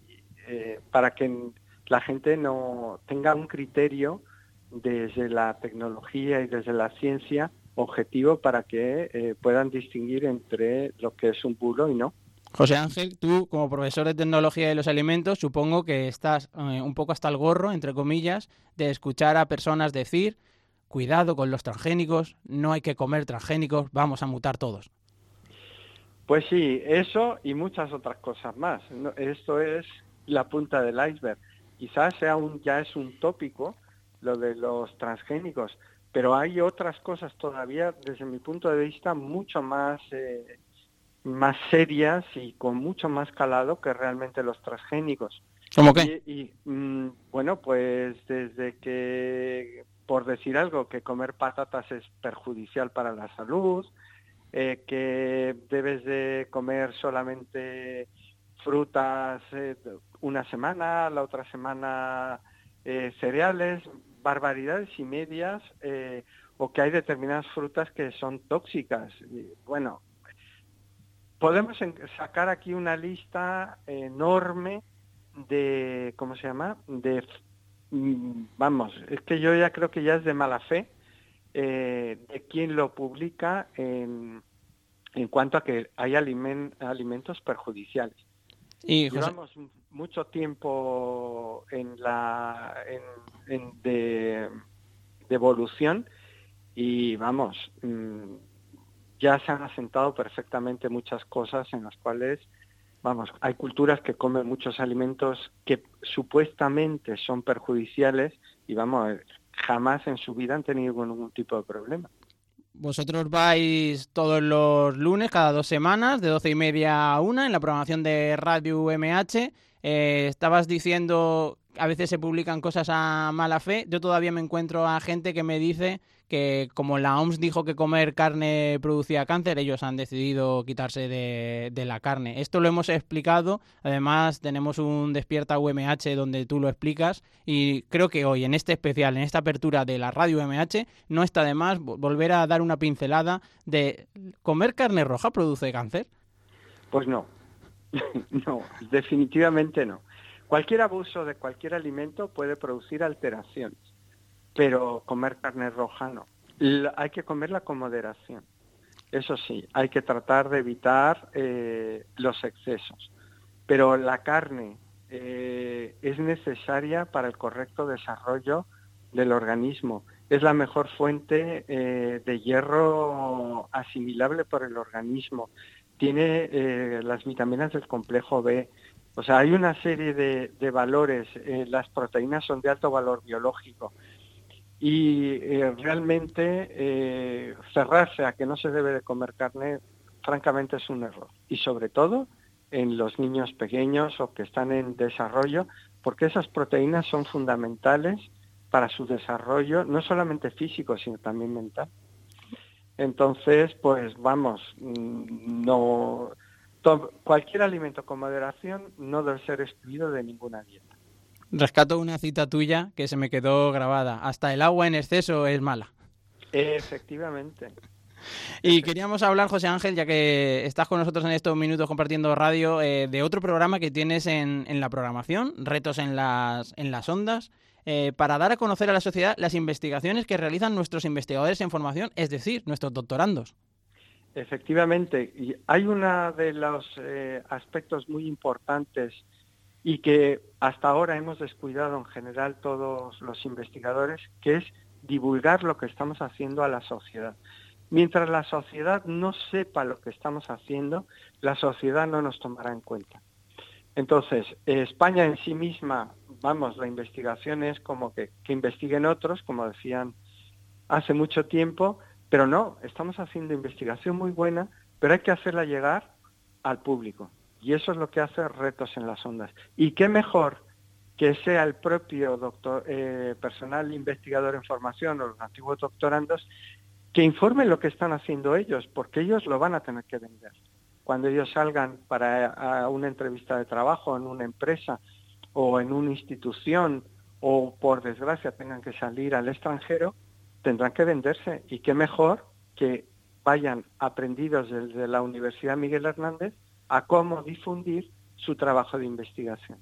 S21: y, eh, para que la gente no tenga un criterio desde la tecnología y desde la ciencia objetivo para que eh, puedan distinguir entre lo que es un bulo y no.
S1: José Ángel, tú como profesor de tecnología de los alimentos, supongo que estás eh, un poco hasta el gorro, entre comillas, de escuchar a personas decir, cuidado con los transgénicos, no hay que comer transgénicos, vamos a mutar todos.
S21: Pues sí, eso y muchas otras cosas más. No, esto es la punta del iceberg. Quizás sea un, ya es un tópico, lo de los transgénicos, pero hay otras cosas todavía, desde mi punto de vista, mucho más, eh, más serias y con mucho más calado que realmente los transgénicos.
S1: ¿Cómo qué?
S21: Y, y, mm, bueno, pues desde que, por decir algo, que comer patatas es perjudicial para la salud, eh, que debes de comer solamente frutas eh, una semana, la otra semana eh, cereales, barbaridades y medias, eh, o que hay determinadas frutas que son tóxicas. Y, Bueno, podemos en- sacar aquí una lista enorme de, ¿cómo se llama? De, f- mm, vamos, es que yo ya creo que ya es de mala fe eh, de quien lo publica en, en cuanto a que hay alimen- alimentos perjudiciales.
S1: Y José-
S21: Llevamos m- mucho tiempo en la en- en de, de evolución y vamos, mm, ya se han asentado perfectamente muchas cosas en las cuales, vamos, hay culturas que comen muchos alimentos que supuestamente son perjudiciales y vamos, jamás en su vida han tenido ningún tipo de problema.
S1: Vosotros vais todos los lunes, cada dos semanas, de doce y media a una, en la programación de Radio MH. Eh, estabas diciendo, a veces se publican cosas a mala fe. Yo todavía me encuentro a gente que me dice que como la OMS dijo que comer carne producía cáncer, ellos han decidido quitarse de, de la carne. Esto lo hemos explicado, además tenemos un Despierta UMH donde tú lo explicas y creo que hoy en este especial, en esta apertura de la radio UMH, no está de más vo- volver a dar una pincelada de comer carne roja produce cáncer.
S21: Pues no, no, definitivamente no. Cualquier abuso de cualquier alimento puede producir alteraciones, pero comer carne roja no. L- hay que comerla con moderación. Eso sí, hay que tratar de evitar eh, los excesos. Pero la carne eh, es necesaria para el correcto desarrollo del organismo. Es la mejor fuente eh, de hierro asimilable por el organismo. Tiene eh, las vitaminas del complejo B. O sea, hay una serie de, de valores. Eh, las proteínas son de alto valor biológico. Y eh, realmente eh, cerrarse a que no se debe de comer carne, francamente es un error. Y sobre todo en los niños pequeños o que están en desarrollo, porque esas proteínas son fundamentales para su desarrollo, no solamente físico, sino también mental. Entonces, pues vamos, mm, no to- cualquier alimento con moderación no debe ser excluido de ninguna dieta.
S1: Rescato una cita tuya que se me quedó grabada. Hasta el agua en exceso es mala.
S21: Efectivamente.
S1: Y queríamos hablar, José Ángel, ya que estás con nosotros en estos minutos compartiendo radio, eh, de otro programa que tienes en, en la programación, Retos en las, en las Ondas, eh, para dar a conocer a la sociedad las investigaciones que realizan nuestros investigadores en formación, es decir, nuestros doctorandos.
S21: Efectivamente, y hay uno de los eh, aspectos muy importantes y que hasta ahora hemos descuidado en general todos los investigadores, que es divulgar lo que estamos haciendo a la sociedad. Mientras la sociedad no sepa lo que estamos haciendo, la sociedad no nos tomará en cuenta. Entonces, eh, España en sí misma, vamos, la investigación es como que, que investiguen otros, como decían hace mucho tiempo, pero no, estamos haciendo investigación muy buena, pero hay que hacerla llegar al público. Y eso es lo que hace Retos en las Ondas. ¿Y qué mejor que sea el propio doctor, eh, personal investigador en formación o los antiguos doctorandos que informen lo que están haciendo ellos, porque ellos lo van a tener que vender. Cuando ellos salgan para a una entrevista de trabajo en una empresa o en una institución o por desgracia tengan que salir al extranjero, tendrán que venderse. Y qué mejor que vayan aprendidos desde la Universidad Miguel Hernández a cómo difundir su trabajo de investigación.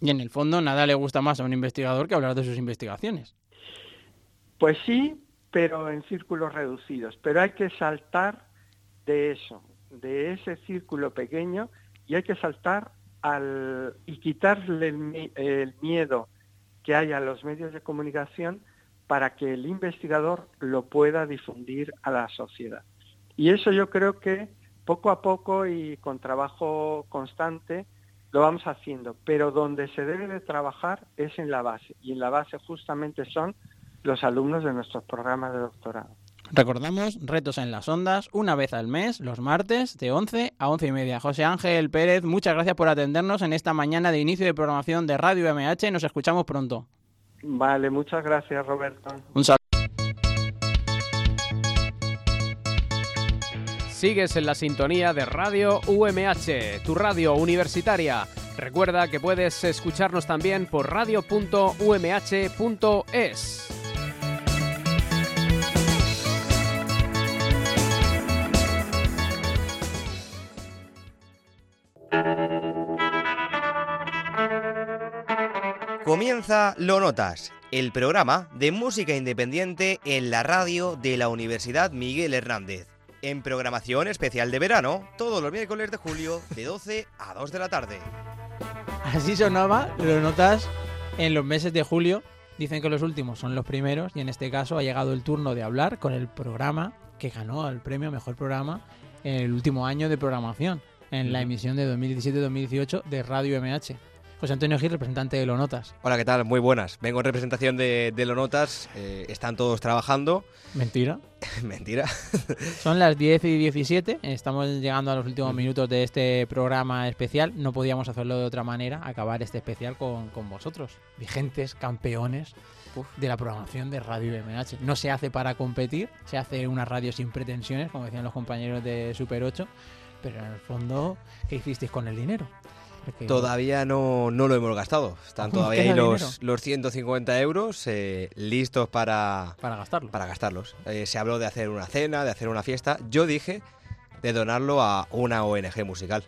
S1: Y en el fondo nada le gusta más a un investigador que hablar de sus investigaciones.
S21: Pues sí, pero en círculos reducidos. Pero hay que saltar de eso, de ese círculo pequeño, y hay que saltar al, y quitarle el, mi- el miedo que hay a los medios de comunicación para que el investigador lo pueda difundir a la sociedad. Y eso yo creo que poco a poco y con trabajo constante lo vamos haciendo, pero donde se debe de trabajar es en la base, y en la base justamente son los alumnos de nuestros programas de doctorado.
S1: Recordamos, retos en las ondas, una vez al mes, los martes, de 11 a 11 y media. José Ángel Pérez, muchas gracias por atendernos en esta mañana de inicio de programación de Radio MH. Nos escuchamos pronto.
S21: Vale, muchas gracias Roberto.
S1: Un saludo.
S26: Sigues en la sintonía de Radio UMH, tu radio universitaria. Recuerda que puedes escucharnos también por radio.umh.es.
S15: Comienza Lo Notas, el programa de música independiente en la radio de la Universidad Miguel Hernández. En programación especial de verano, todos los miércoles de julio, de 12 a 2 de la tarde.
S1: Así sonaba, lo notas en los meses de julio. Dicen que los últimos son los primeros y en este caso ha llegado el turno de hablar con el programa que ganó el premio Mejor Programa en el último año de programación, en la emisión de 2017-2018 de Radio MH. José Antonio Gil, representante de Lo Notas.
S15: Hola, ¿qué tal? Muy buenas. Vengo en representación de, de Lo Notas. eh, están todos trabajando.
S1: Mentira.
S15: Mentira.
S1: Son las 10 y 17, estamos llegando a los últimos minutos de este programa especial. No podíamos hacerlo de otra manera, acabar este especial con, con vosotros, vigentes campeones de la programación de Radio MH. No se hace para competir, se hace una radio sin pretensiones, como decían los compañeros de Super 8, pero en el fondo, ¿qué hicisteis con el dinero? Porque-
S15: Todavía no, no lo hemos gastado. Están
S1: ¿Cómo
S15: todavía
S1: queda
S15: ahí
S1: dinero?
S15: los, los 150 euros eh, listos para,
S1: para gastarlos.
S15: Para gastarlos. Eh, se habló de hacer una cena, de hacer una fiesta. Yo dije de donarlo a una ONG musical.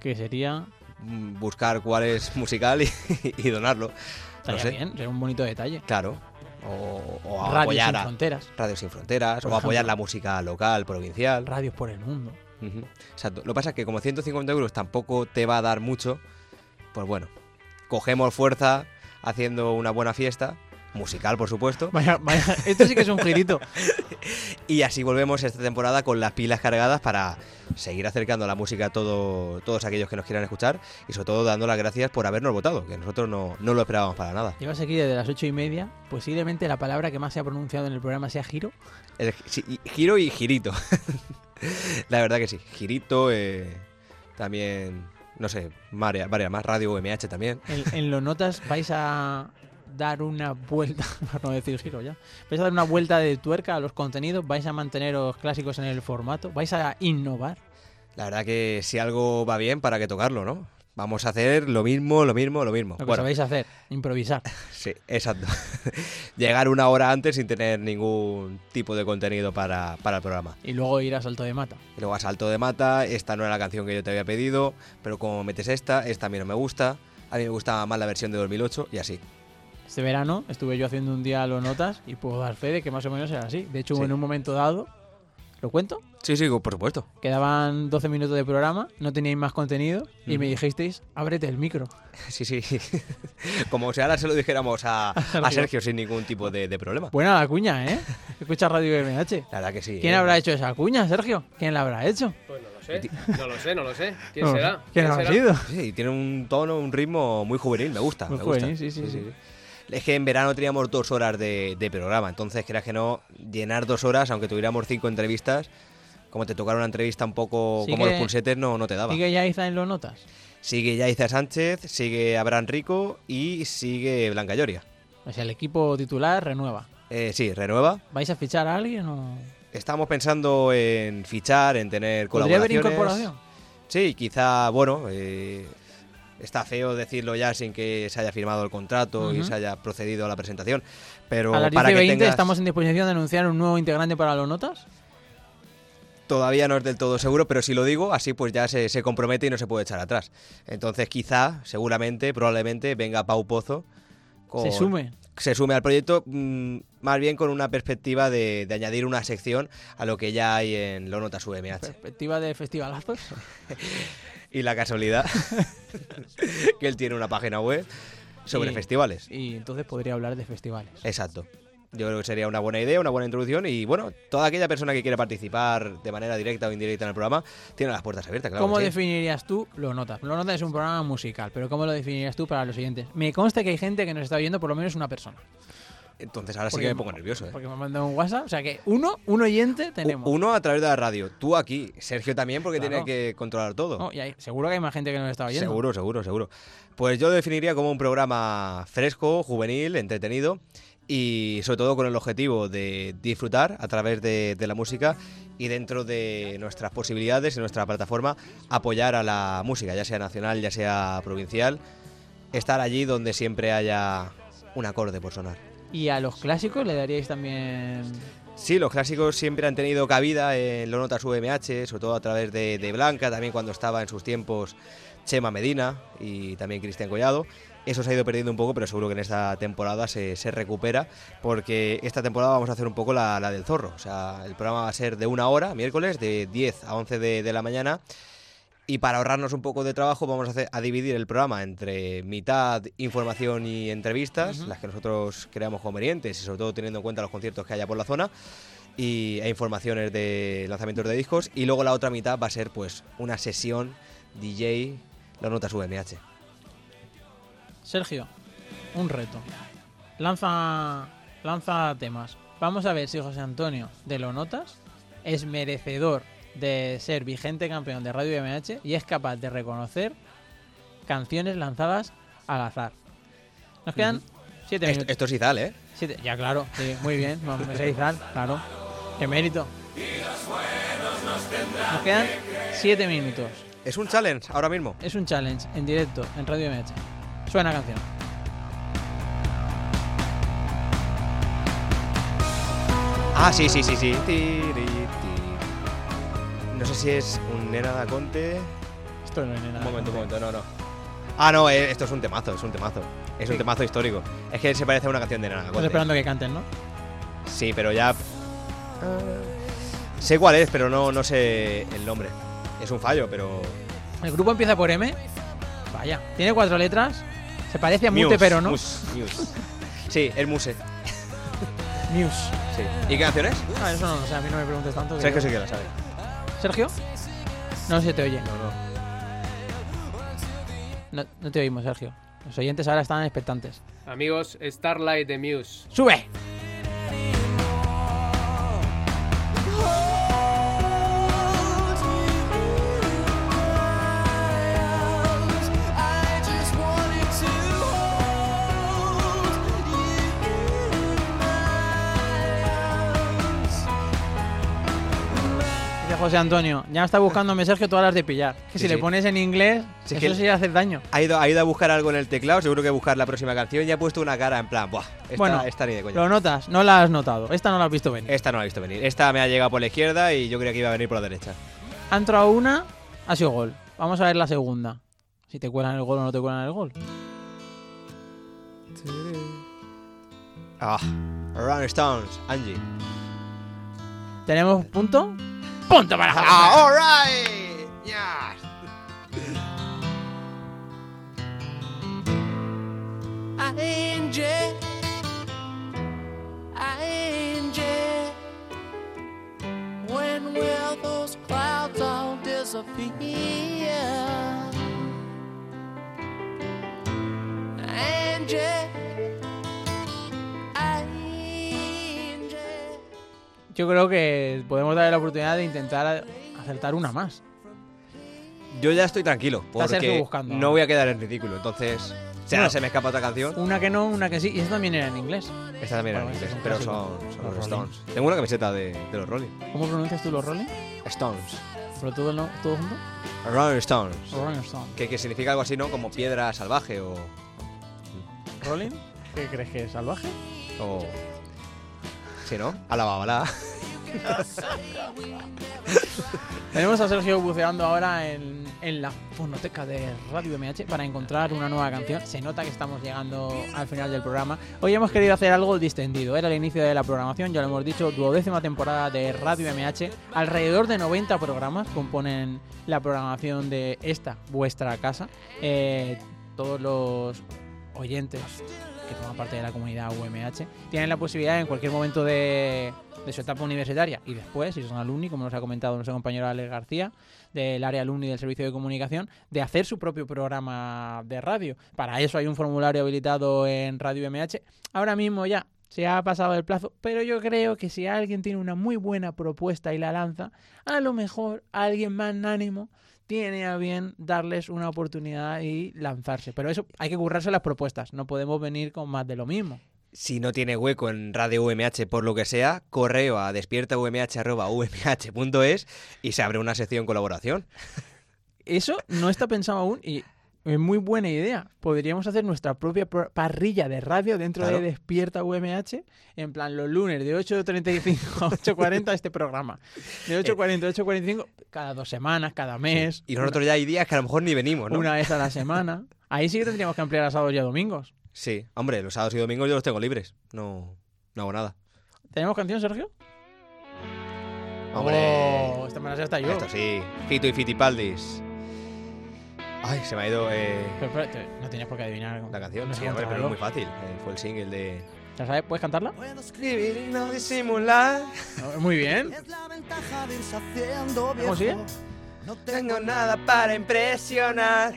S1: ¿Qué sería?
S15: Mm, Buscar cuál es musical y, y donarlo. No
S1: Estaría
S15: sé.
S1: bien, sería un bonito detalle.
S15: Claro. O, o
S1: Radio
S15: apoyar
S1: Sin
S15: a
S1: Fronteras.
S15: Radio Sin Fronteras.
S1: Por
S15: o apoyar
S1: ejemplo.
S15: la música local, provincial.
S1: Radios por el mundo.
S15: Ujú. Exacto. Lo que pasa es que como 150 euros tampoco te va a dar mucho, pues bueno, cogemos fuerza haciendo una buena fiesta, musical por supuesto,
S1: Vaya, vaya, esto sí que es un girito.
S15: y así volvemos esta temporada con las pilas cargadas para seguir acercando la música a todo- todos aquellos que nos quieran escuchar y sobre todo dando las gracias por habernos votado, que nosotros no, no lo esperábamos para nada.
S1: Llevas aquí desde las ocho y media. Posiblemente la palabra que más se ha pronunciado en el programa sea giro.
S15: El gi- sí, y- giro y girito. la verdad que sí, girito, eh, también, no sé, varias, varias más, Radio UMH también.
S1: En, en los notas vais a dar una vuelta, para no decir giro ya, vais a dar una vuelta de tuerca a los contenidos, vais a manteneros clásicos en el formato, vais a innovar.
S15: La verdad que si algo va bien, ¿para qué tocarlo, no? Vamos a hacer lo mismo, lo mismo, lo mismo.
S1: Lo que
S15: Bueno,
S1: sabéis hacer, improvisar.
S15: Sí, exacto. Llegar una hora antes sin tener ningún tipo de contenido para, para el programa.
S1: Y luego ir a salto de mata.
S15: Y luego a Salto de Mata, esta no era la canción que yo te había pedido, pero como metes esta, esta a mí no me gusta, a mí me gustaba más la versión de 2008 y así.
S1: Este verano estuve yo haciendo un día lo notas y puedo dar fe de que más o menos era así. De hecho,
S15: Sí.
S1: en un momento dado, ¿lo cuento?
S15: Sí, sí, por supuesto.
S1: Quedaban 12 minutos de programa, no teníais más contenido y me
S15: Ujú.
S1: dijisteis, ábrete el micro.
S15: Sí, sí. Como si ahora se lo dijéramos a, a Sergio sin ningún tipo de, de problema.
S1: Buena la cuña, ¿eh? Escucha Radio MH.
S15: La verdad que sí.
S1: ¿Quién
S15: ¿eh?
S1: habrá hecho esa cuña, Sergio? ¿Quién la habrá hecho?
S26: No lo sé, no lo sé, no lo sé. ¿Quién
S1: No,
S26: será?
S1: ¿quién habrá
S26: será?
S1: sido?
S15: Sí, tiene un tono, un ritmo muy juvenil, me gusta.
S1: Muy
S15: me gusta.
S1: juvenil, sí, sí, sí.
S15: Es que en verano teníamos dos horas de, de programa, entonces creas que no, llenar dos horas, aunque tuviéramos cinco entrevistas, como te tocara una entrevista un poco
S1: Sí
S15: como
S1: que-
S15: los pulsetes, no, no te daba.
S1: ¿Sigue Yaiza en los notas?
S15: Sigue Yaiza Sánchez, sigue Abraham Rico y sigue Blanca Lloria.
S1: O sea, Pues el equipo titular renueva.
S15: Eh, sí, renueva.
S1: ¿Vais a fichar a alguien o...?
S15: Estamos pensando en fichar, en tener
S1: ¿Podría
S15: colaboraciones.
S1: haber incorporación?
S15: Sí, quizá, bueno, eh, está feo decirlo ya sin que se haya firmado el contrato y
S1: Ujú.
S15: se haya procedido a la presentación, pero
S1: a las 10
S15: para
S1: y
S15: que
S1: 20
S15: tengas-
S1: estamos en disposición de anunciar un nuevo integrante para los notas.
S15: todavía no es del todo seguro, pero si lo digo, así pues ya se, se compromete y no se puede echar atrás. Entonces quizá, seguramente, probablemente venga Pau Pozo. con-
S1: Se sume.
S15: Se sume al proyecto, mm, más bien con una perspectiva de, de añadir una sección a lo que ya hay en E Lo Notas UMH.
S1: Perspectiva de festivalazos.
S15: Y la casualidad que él tiene una página web sobre
S1: Y-
S15: festivales.
S1: Y entonces podría hablar de festivales.
S15: Exacto. Yo creo que sería una buena idea, una buena introducción y bueno, toda aquella persona que quiera participar de manera directa o indirecta en el programa tiene las puertas abiertas, claro. ¿eh?
S1: ¿Cómo
S15: que sí.
S1: definirías tú lo notas? Lo notas es un programa musical, pero ¿cómo lo definirías tú para los siguientes? Me consta que hay gente que nos está viendo, por lo menos una persona.
S15: Entonces ahora sí
S1: Porque-
S15: que me pongo nervioso. ¿eh?
S1: Porque me han mandado un WhatsApp. O sea que uno, un oyente tenemos.
S15: U- Uno a través de la radio, tú aquí, Sergio también porque tiene
S1: Claro.
S15: que controlar todo.
S1: No, Oh, y hay- seguro que hay más gente que nos está oyendo.
S15: Seguro, seguro, seguro. Pues yo lo definiría como un programa fresco, juvenil, entretenido y sobre todo con el objetivo de disfrutar a través de, de la música y dentro de nuestras posibilidades y nuestra plataforma apoyar a la música, ya sea nacional, ya sea provincial, estar allí donde siempre haya un acorde por sonar.
S1: Y a los clásicos le daríais también.
S15: Sí, los clásicos siempre han tenido cabida en los notas UMH, sobre todo a través de, de Blanca, también cuando estaba en sus tiempos Chema Medina y también Cristian Collado. Eso se ha ido perdiendo un poco, pero seguro que en esta temporada se, se recupera, porque esta temporada vamos a hacer un poco la, la del zorro. O sea, el programa va a ser de una hora, miércoles, de 10 a 11 de, de la mañana. Y para ahorrarnos un poco de trabajo, vamos a, hacer- a dividir el programa entre mitad información y entrevistas, las que nosotros creamos convenientes y sobre todo teniendo en cuenta los conciertos que haya por la zona, y, e informaciones de lanzamientos de discos. Y luego la otra mitad va a ser pues una sesión DJ, las notas UMH.
S1: Sergio, un reto. Lanza, lanza temas. Vamos a ver si José Antonio de lo notas es merecedor de ser vigente campeón de Radio MH y es capaz de reconocer canciones lanzadas al azar. Nos quedan siete
S15: Esto,
S1: minutos.
S15: esto es Izal, ¿eh?
S1: Siete- ya, claro, sí, muy bien. Vamos a izar, claro. Qué mérito. Nos quedan siete minutos.
S15: Es un challenge ahora mismo.
S1: Es un challenge en directo en Radio MH. Suena canción.
S15: Ah, sí, sí, sí, sí. Tiri, ti. No sé si es un Nena da Conte.
S1: Esto no es Nena
S15: Un momento, un momento, no, no. Ah, no, eh, esto es un temazo, es un temazo. Es un temazo histórico. Es que se parece a una canción de Nena da
S1: Estás
S15: Conte.
S1: esperando que canten, ¿no?
S15: Sí, pero ya. ah, Sé cuál es, pero no, no sé el nombre. Es un fallo, pero.
S1: El grupo empieza por M. Vaya. Tiene cuatro letras. Se parece a Mute,
S15: Muse,
S1: pero no.
S15: Muse, Muse. Sí, es Muse.
S1: Muse.
S15: Sí. ¿Y qué canción es?
S1: Ah, eso no lo sé. A mí no me preguntes tanto. que
S15: Sergio
S1: yo-
S15: sí que la sabe.
S1: ¿Sergio? No se te oye. No,
S15: no.
S1: No, te oímos, Sergio. Los oyentes ahora están expectantes.
S26: Amigos, Starlight de Muse.
S1: ¡Sube!
S18: I just wanted to hold you in my arms.
S1: Dice José Antonio. Ya está buscándome, Sergio, todas las de pillar. Que
S15: Sí,
S1: si le
S15: sí.
S1: pones en inglés,
S15: Sí,
S1: eso
S15: que-
S1: sí hace daño.
S15: Ha ido, ha ido a buscar algo en el teclado, seguro que buscar la próxima canción y ha puesto una cara en plan, ¡buah! Esta,
S1: Bueno,
S15: esta ni de coña.
S1: Lo notas, no la has notado. Esta no la has visto venir.
S15: Esta no la he visto venir. Esta me ha llegado por la izquierda y yo creía que iba a venir por la derecha.
S1: Ha entrado una, ha sido gol. Vamos a ver la segunda. Si te cuelan el gol o no te cuelan el gol.
S15: Ah, Rolling Stones, Angie.
S1: ¿Tenemos punto? ¡Punto para Javi!
S15: Ah, all right. Yeah.
S18: Angel, angel, when will those clouds all disappear? Angel, angel.
S1: Yo creo que podemos darle la oportunidad de intentar acertar una más.
S15: Yo ya estoy tranquilo,
S1: Está Sergio
S15: porque
S1: buscando.
S15: no voy a quedar en ridículo. Entonces, si ahora
S1: No.
S15: se me escapa otra canción,
S1: Una que no, una que sí. Y esta también era en inglés.
S15: esta también era en
S1: Bueno,
S15: inglés,
S1: es un
S15: pero
S1: clásico.
S15: son, son los,
S1: Rolling.
S15: Stones. Tengo una camiseta de, de los Rolling.
S1: ¿Cómo pronuncias tú los Rolling?
S15: Stones.
S1: ¿Pero todo, no, todo junto?
S15: Rolling Stones.
S1: Rolling Stones.
S15: Que, que significa algo así, ¿no? Como piedra salvaje o...
S1: ¿Rolling? ¿Qué crees que es? ¿Salvaje?
S15: o... Sí, ¿no? Alaba, balá.
S1: Tenemos a Sergio buceando ahora en, en la fonoteca de Radio MH para encontrar una nueva canción. Se nota que estamos llegando al final del programa. Hoy hemos querido hacer algo distendido. Era el inicio de la programación, ya lo hemos dicho, duodécima temporada de Radio MH. Alrededor de 90 programas componen la programación de esta, vuestra casa. Eh, todos los oyentes que forman parte de la comunidad UMH tienen la posibilidad en cualquier momento de, de su etapa universitaria y después, si son alumni, como nos ha comentado nuestro compañero Alex García, del área alumni del Servicio de Comunicación, de hacer su propio programa de radio. Para eso hay un formulario habilitado en Radio UMH. Ahora mismo ya se ha pasado el plazo, pero yo creo que si alguien tiene una muy buena propuesta y la lanza, a lo mejor alguien magnánimo tiene a bien darles una oportunidad y lanzarse. Pero eso hay que currarse las propuestas, no podemos venir con más de lo mismo.
S15: Si no tiene hueco en Radio UMH por lo que sea, correo a despiertaumh.umh.es y se abre una sección colaboración.
S1: Eso no está pensado aún y es muy buena idea. Podríamos hacer nuestra propia pro- parrilla de radio dentro
S15: Claro.
S1: de Despierta UMH, en plan los lunes de 8.35 a 8.40 este programa. De 8.40 a 8.45 cada dos semanas, cada mes.
S15: Eh. Y nosotros ya hay días que a lo mejor ni venimos, ¿no?
S1: Una vez a la semana. Ahí sí que tendríamos que ampliar a sábados y a domingos.
S15: Sí, hombre, los sábados y domingos yo los tengo libres. No, no hago nada.
S1: ¿Tenemos canción, Sergio?
S15: Hombre.
S1: Oh, esta me la sé hasta yo.
S15: Esto sí. Fito y Fitipaldis. Ay, se me ha ido eh,
S1: Pero, pero, te- no tenías por qué adivinar
S15: la canción.
S1: No
S15: Sí,
S1: sé
S15: hombre, pero
S1: cantarlo.
S15: es muy fácil. Eh, fue el single de.
S1: ¿La sabes? ¿Puedes cantarla?
S36: Escribir y no disimular.
S1: Muy bien.
S36: Ventaja de irse haciendo
S1: ¿Cómo sigue?
S36: viejo. No tengo nada para impresionar.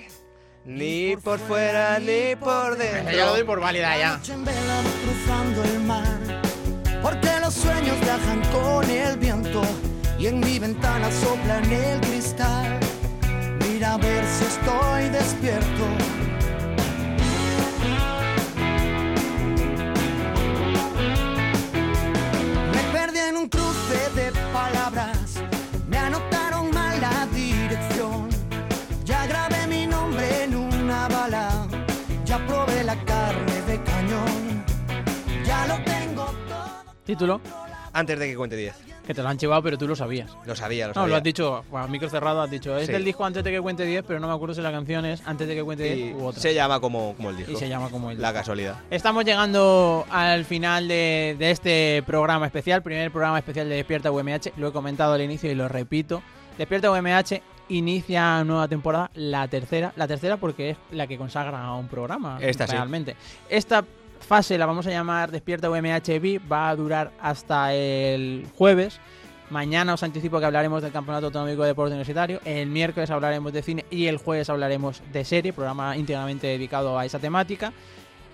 S36: Ni por fuera ni por dentro.
S1: Ya lo doy por válida ya.
S36: noche en vela voy cruzando el mar. Porque los sueños viajan con el viento y en mi ventana sopla en el cristal. Mira a ver si estoy despierto. Me perdí en un cruce de palabras, me anotaron mal la dirección. Ya grabé mi nombre en una bala, ya probé la carne de cañón. Ya lo tengo
S1: Título.
S15: Antes de que cuente 10.
S1: Que te lo han llevado, pero tú lo sabías.
S15: Lo sabía, lo
S1: No,
S15: sabía.
S1: lo has dicho, a micro cerrado has dicho, es
S15: Sí.
S1: del disco Este antes de que cuente 10, pero no me acuerdo si la canción es antes de que cuente 10
S15: Y
S1: u otra.
S15: se llama como, como el disco.
S1: Y se llama como el
S15: La casualidad.
S1: Estamos llegando al final de, de este programa especial, primer programa especial de Despierta UMH. Lo he comentado al inicio y lo repito. Despierta UMH inicia nueva temporada, la tercera. La tercera porque es la que consagra a un programa.
S15: Esta sí.
S1: realmente. Esta fase la vamos a llamar Despierta UMHB. Va a durar hasta el jueves. Mañana os anticipo que hablaremos del Campeonato Autonómico de Deporte Universitario, el miércoles hablaremos de cine y el jueves hablaremos de serie, programa íntegramente dedicado a esa temática.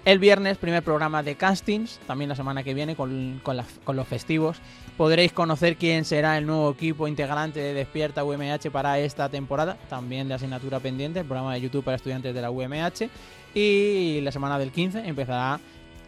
S1: El viernes, primer programa de castings, también la semana que viene con, con las- con los festivos. Podréis conocer quién será el nuevo equipo integrante de Despierta UMH para esta temporada, también de asignatura pendiente, el programa de YouTube para estudiantes de la UMH. Y la semana del 15 empezará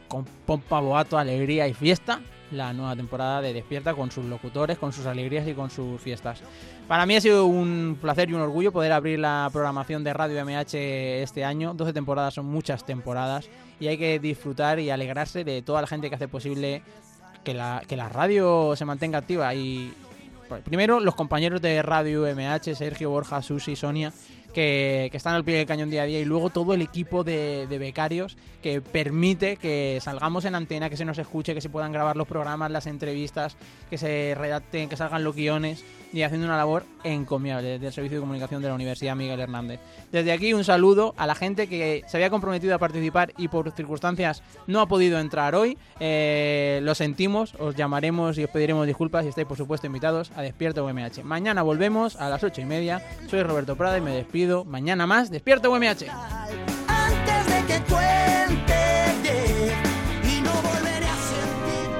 S1: con pompa, boato, alegría y fiesta la nueva temporada de Despierta con sus locutores, con sus alegrías y con sus fiestas. Para mí ha sido un placer y un orgullo poder abrir la programación de Radio MH este año. 12 temporadas son muchas temporadas y hay que disfrutar y alegrarse de toda la gente que hace posible que la, que la radio se mantenga activa. Y pues, primero los compañeros de Radio MH, Sergio, Borja, Susi, Sonia, que, que están al pie del cañón día a día, y luego todo el equipo de, de becarios que permite que salgamos en antena, que se nos escuche, que se puedan grabar los programas, las entrevistas, que se redacten, que salgan los guiones y haciendo una labor encomiable desde el Servicio de Comunicación de la Universidad Miguel Hernández. Desde aquí un saludo a la gente que se había comprometido a participar y por circunstancias no ha podido entrar hoy. Eh, lo sentimos, os llamaremos y os pediremos disculpas y estáis por supuesto invitados a Despierta UMH. Mañana volvemos a las ocho y media. Soy Roberto Prada y me despido. Mañana más, Despierta UMH.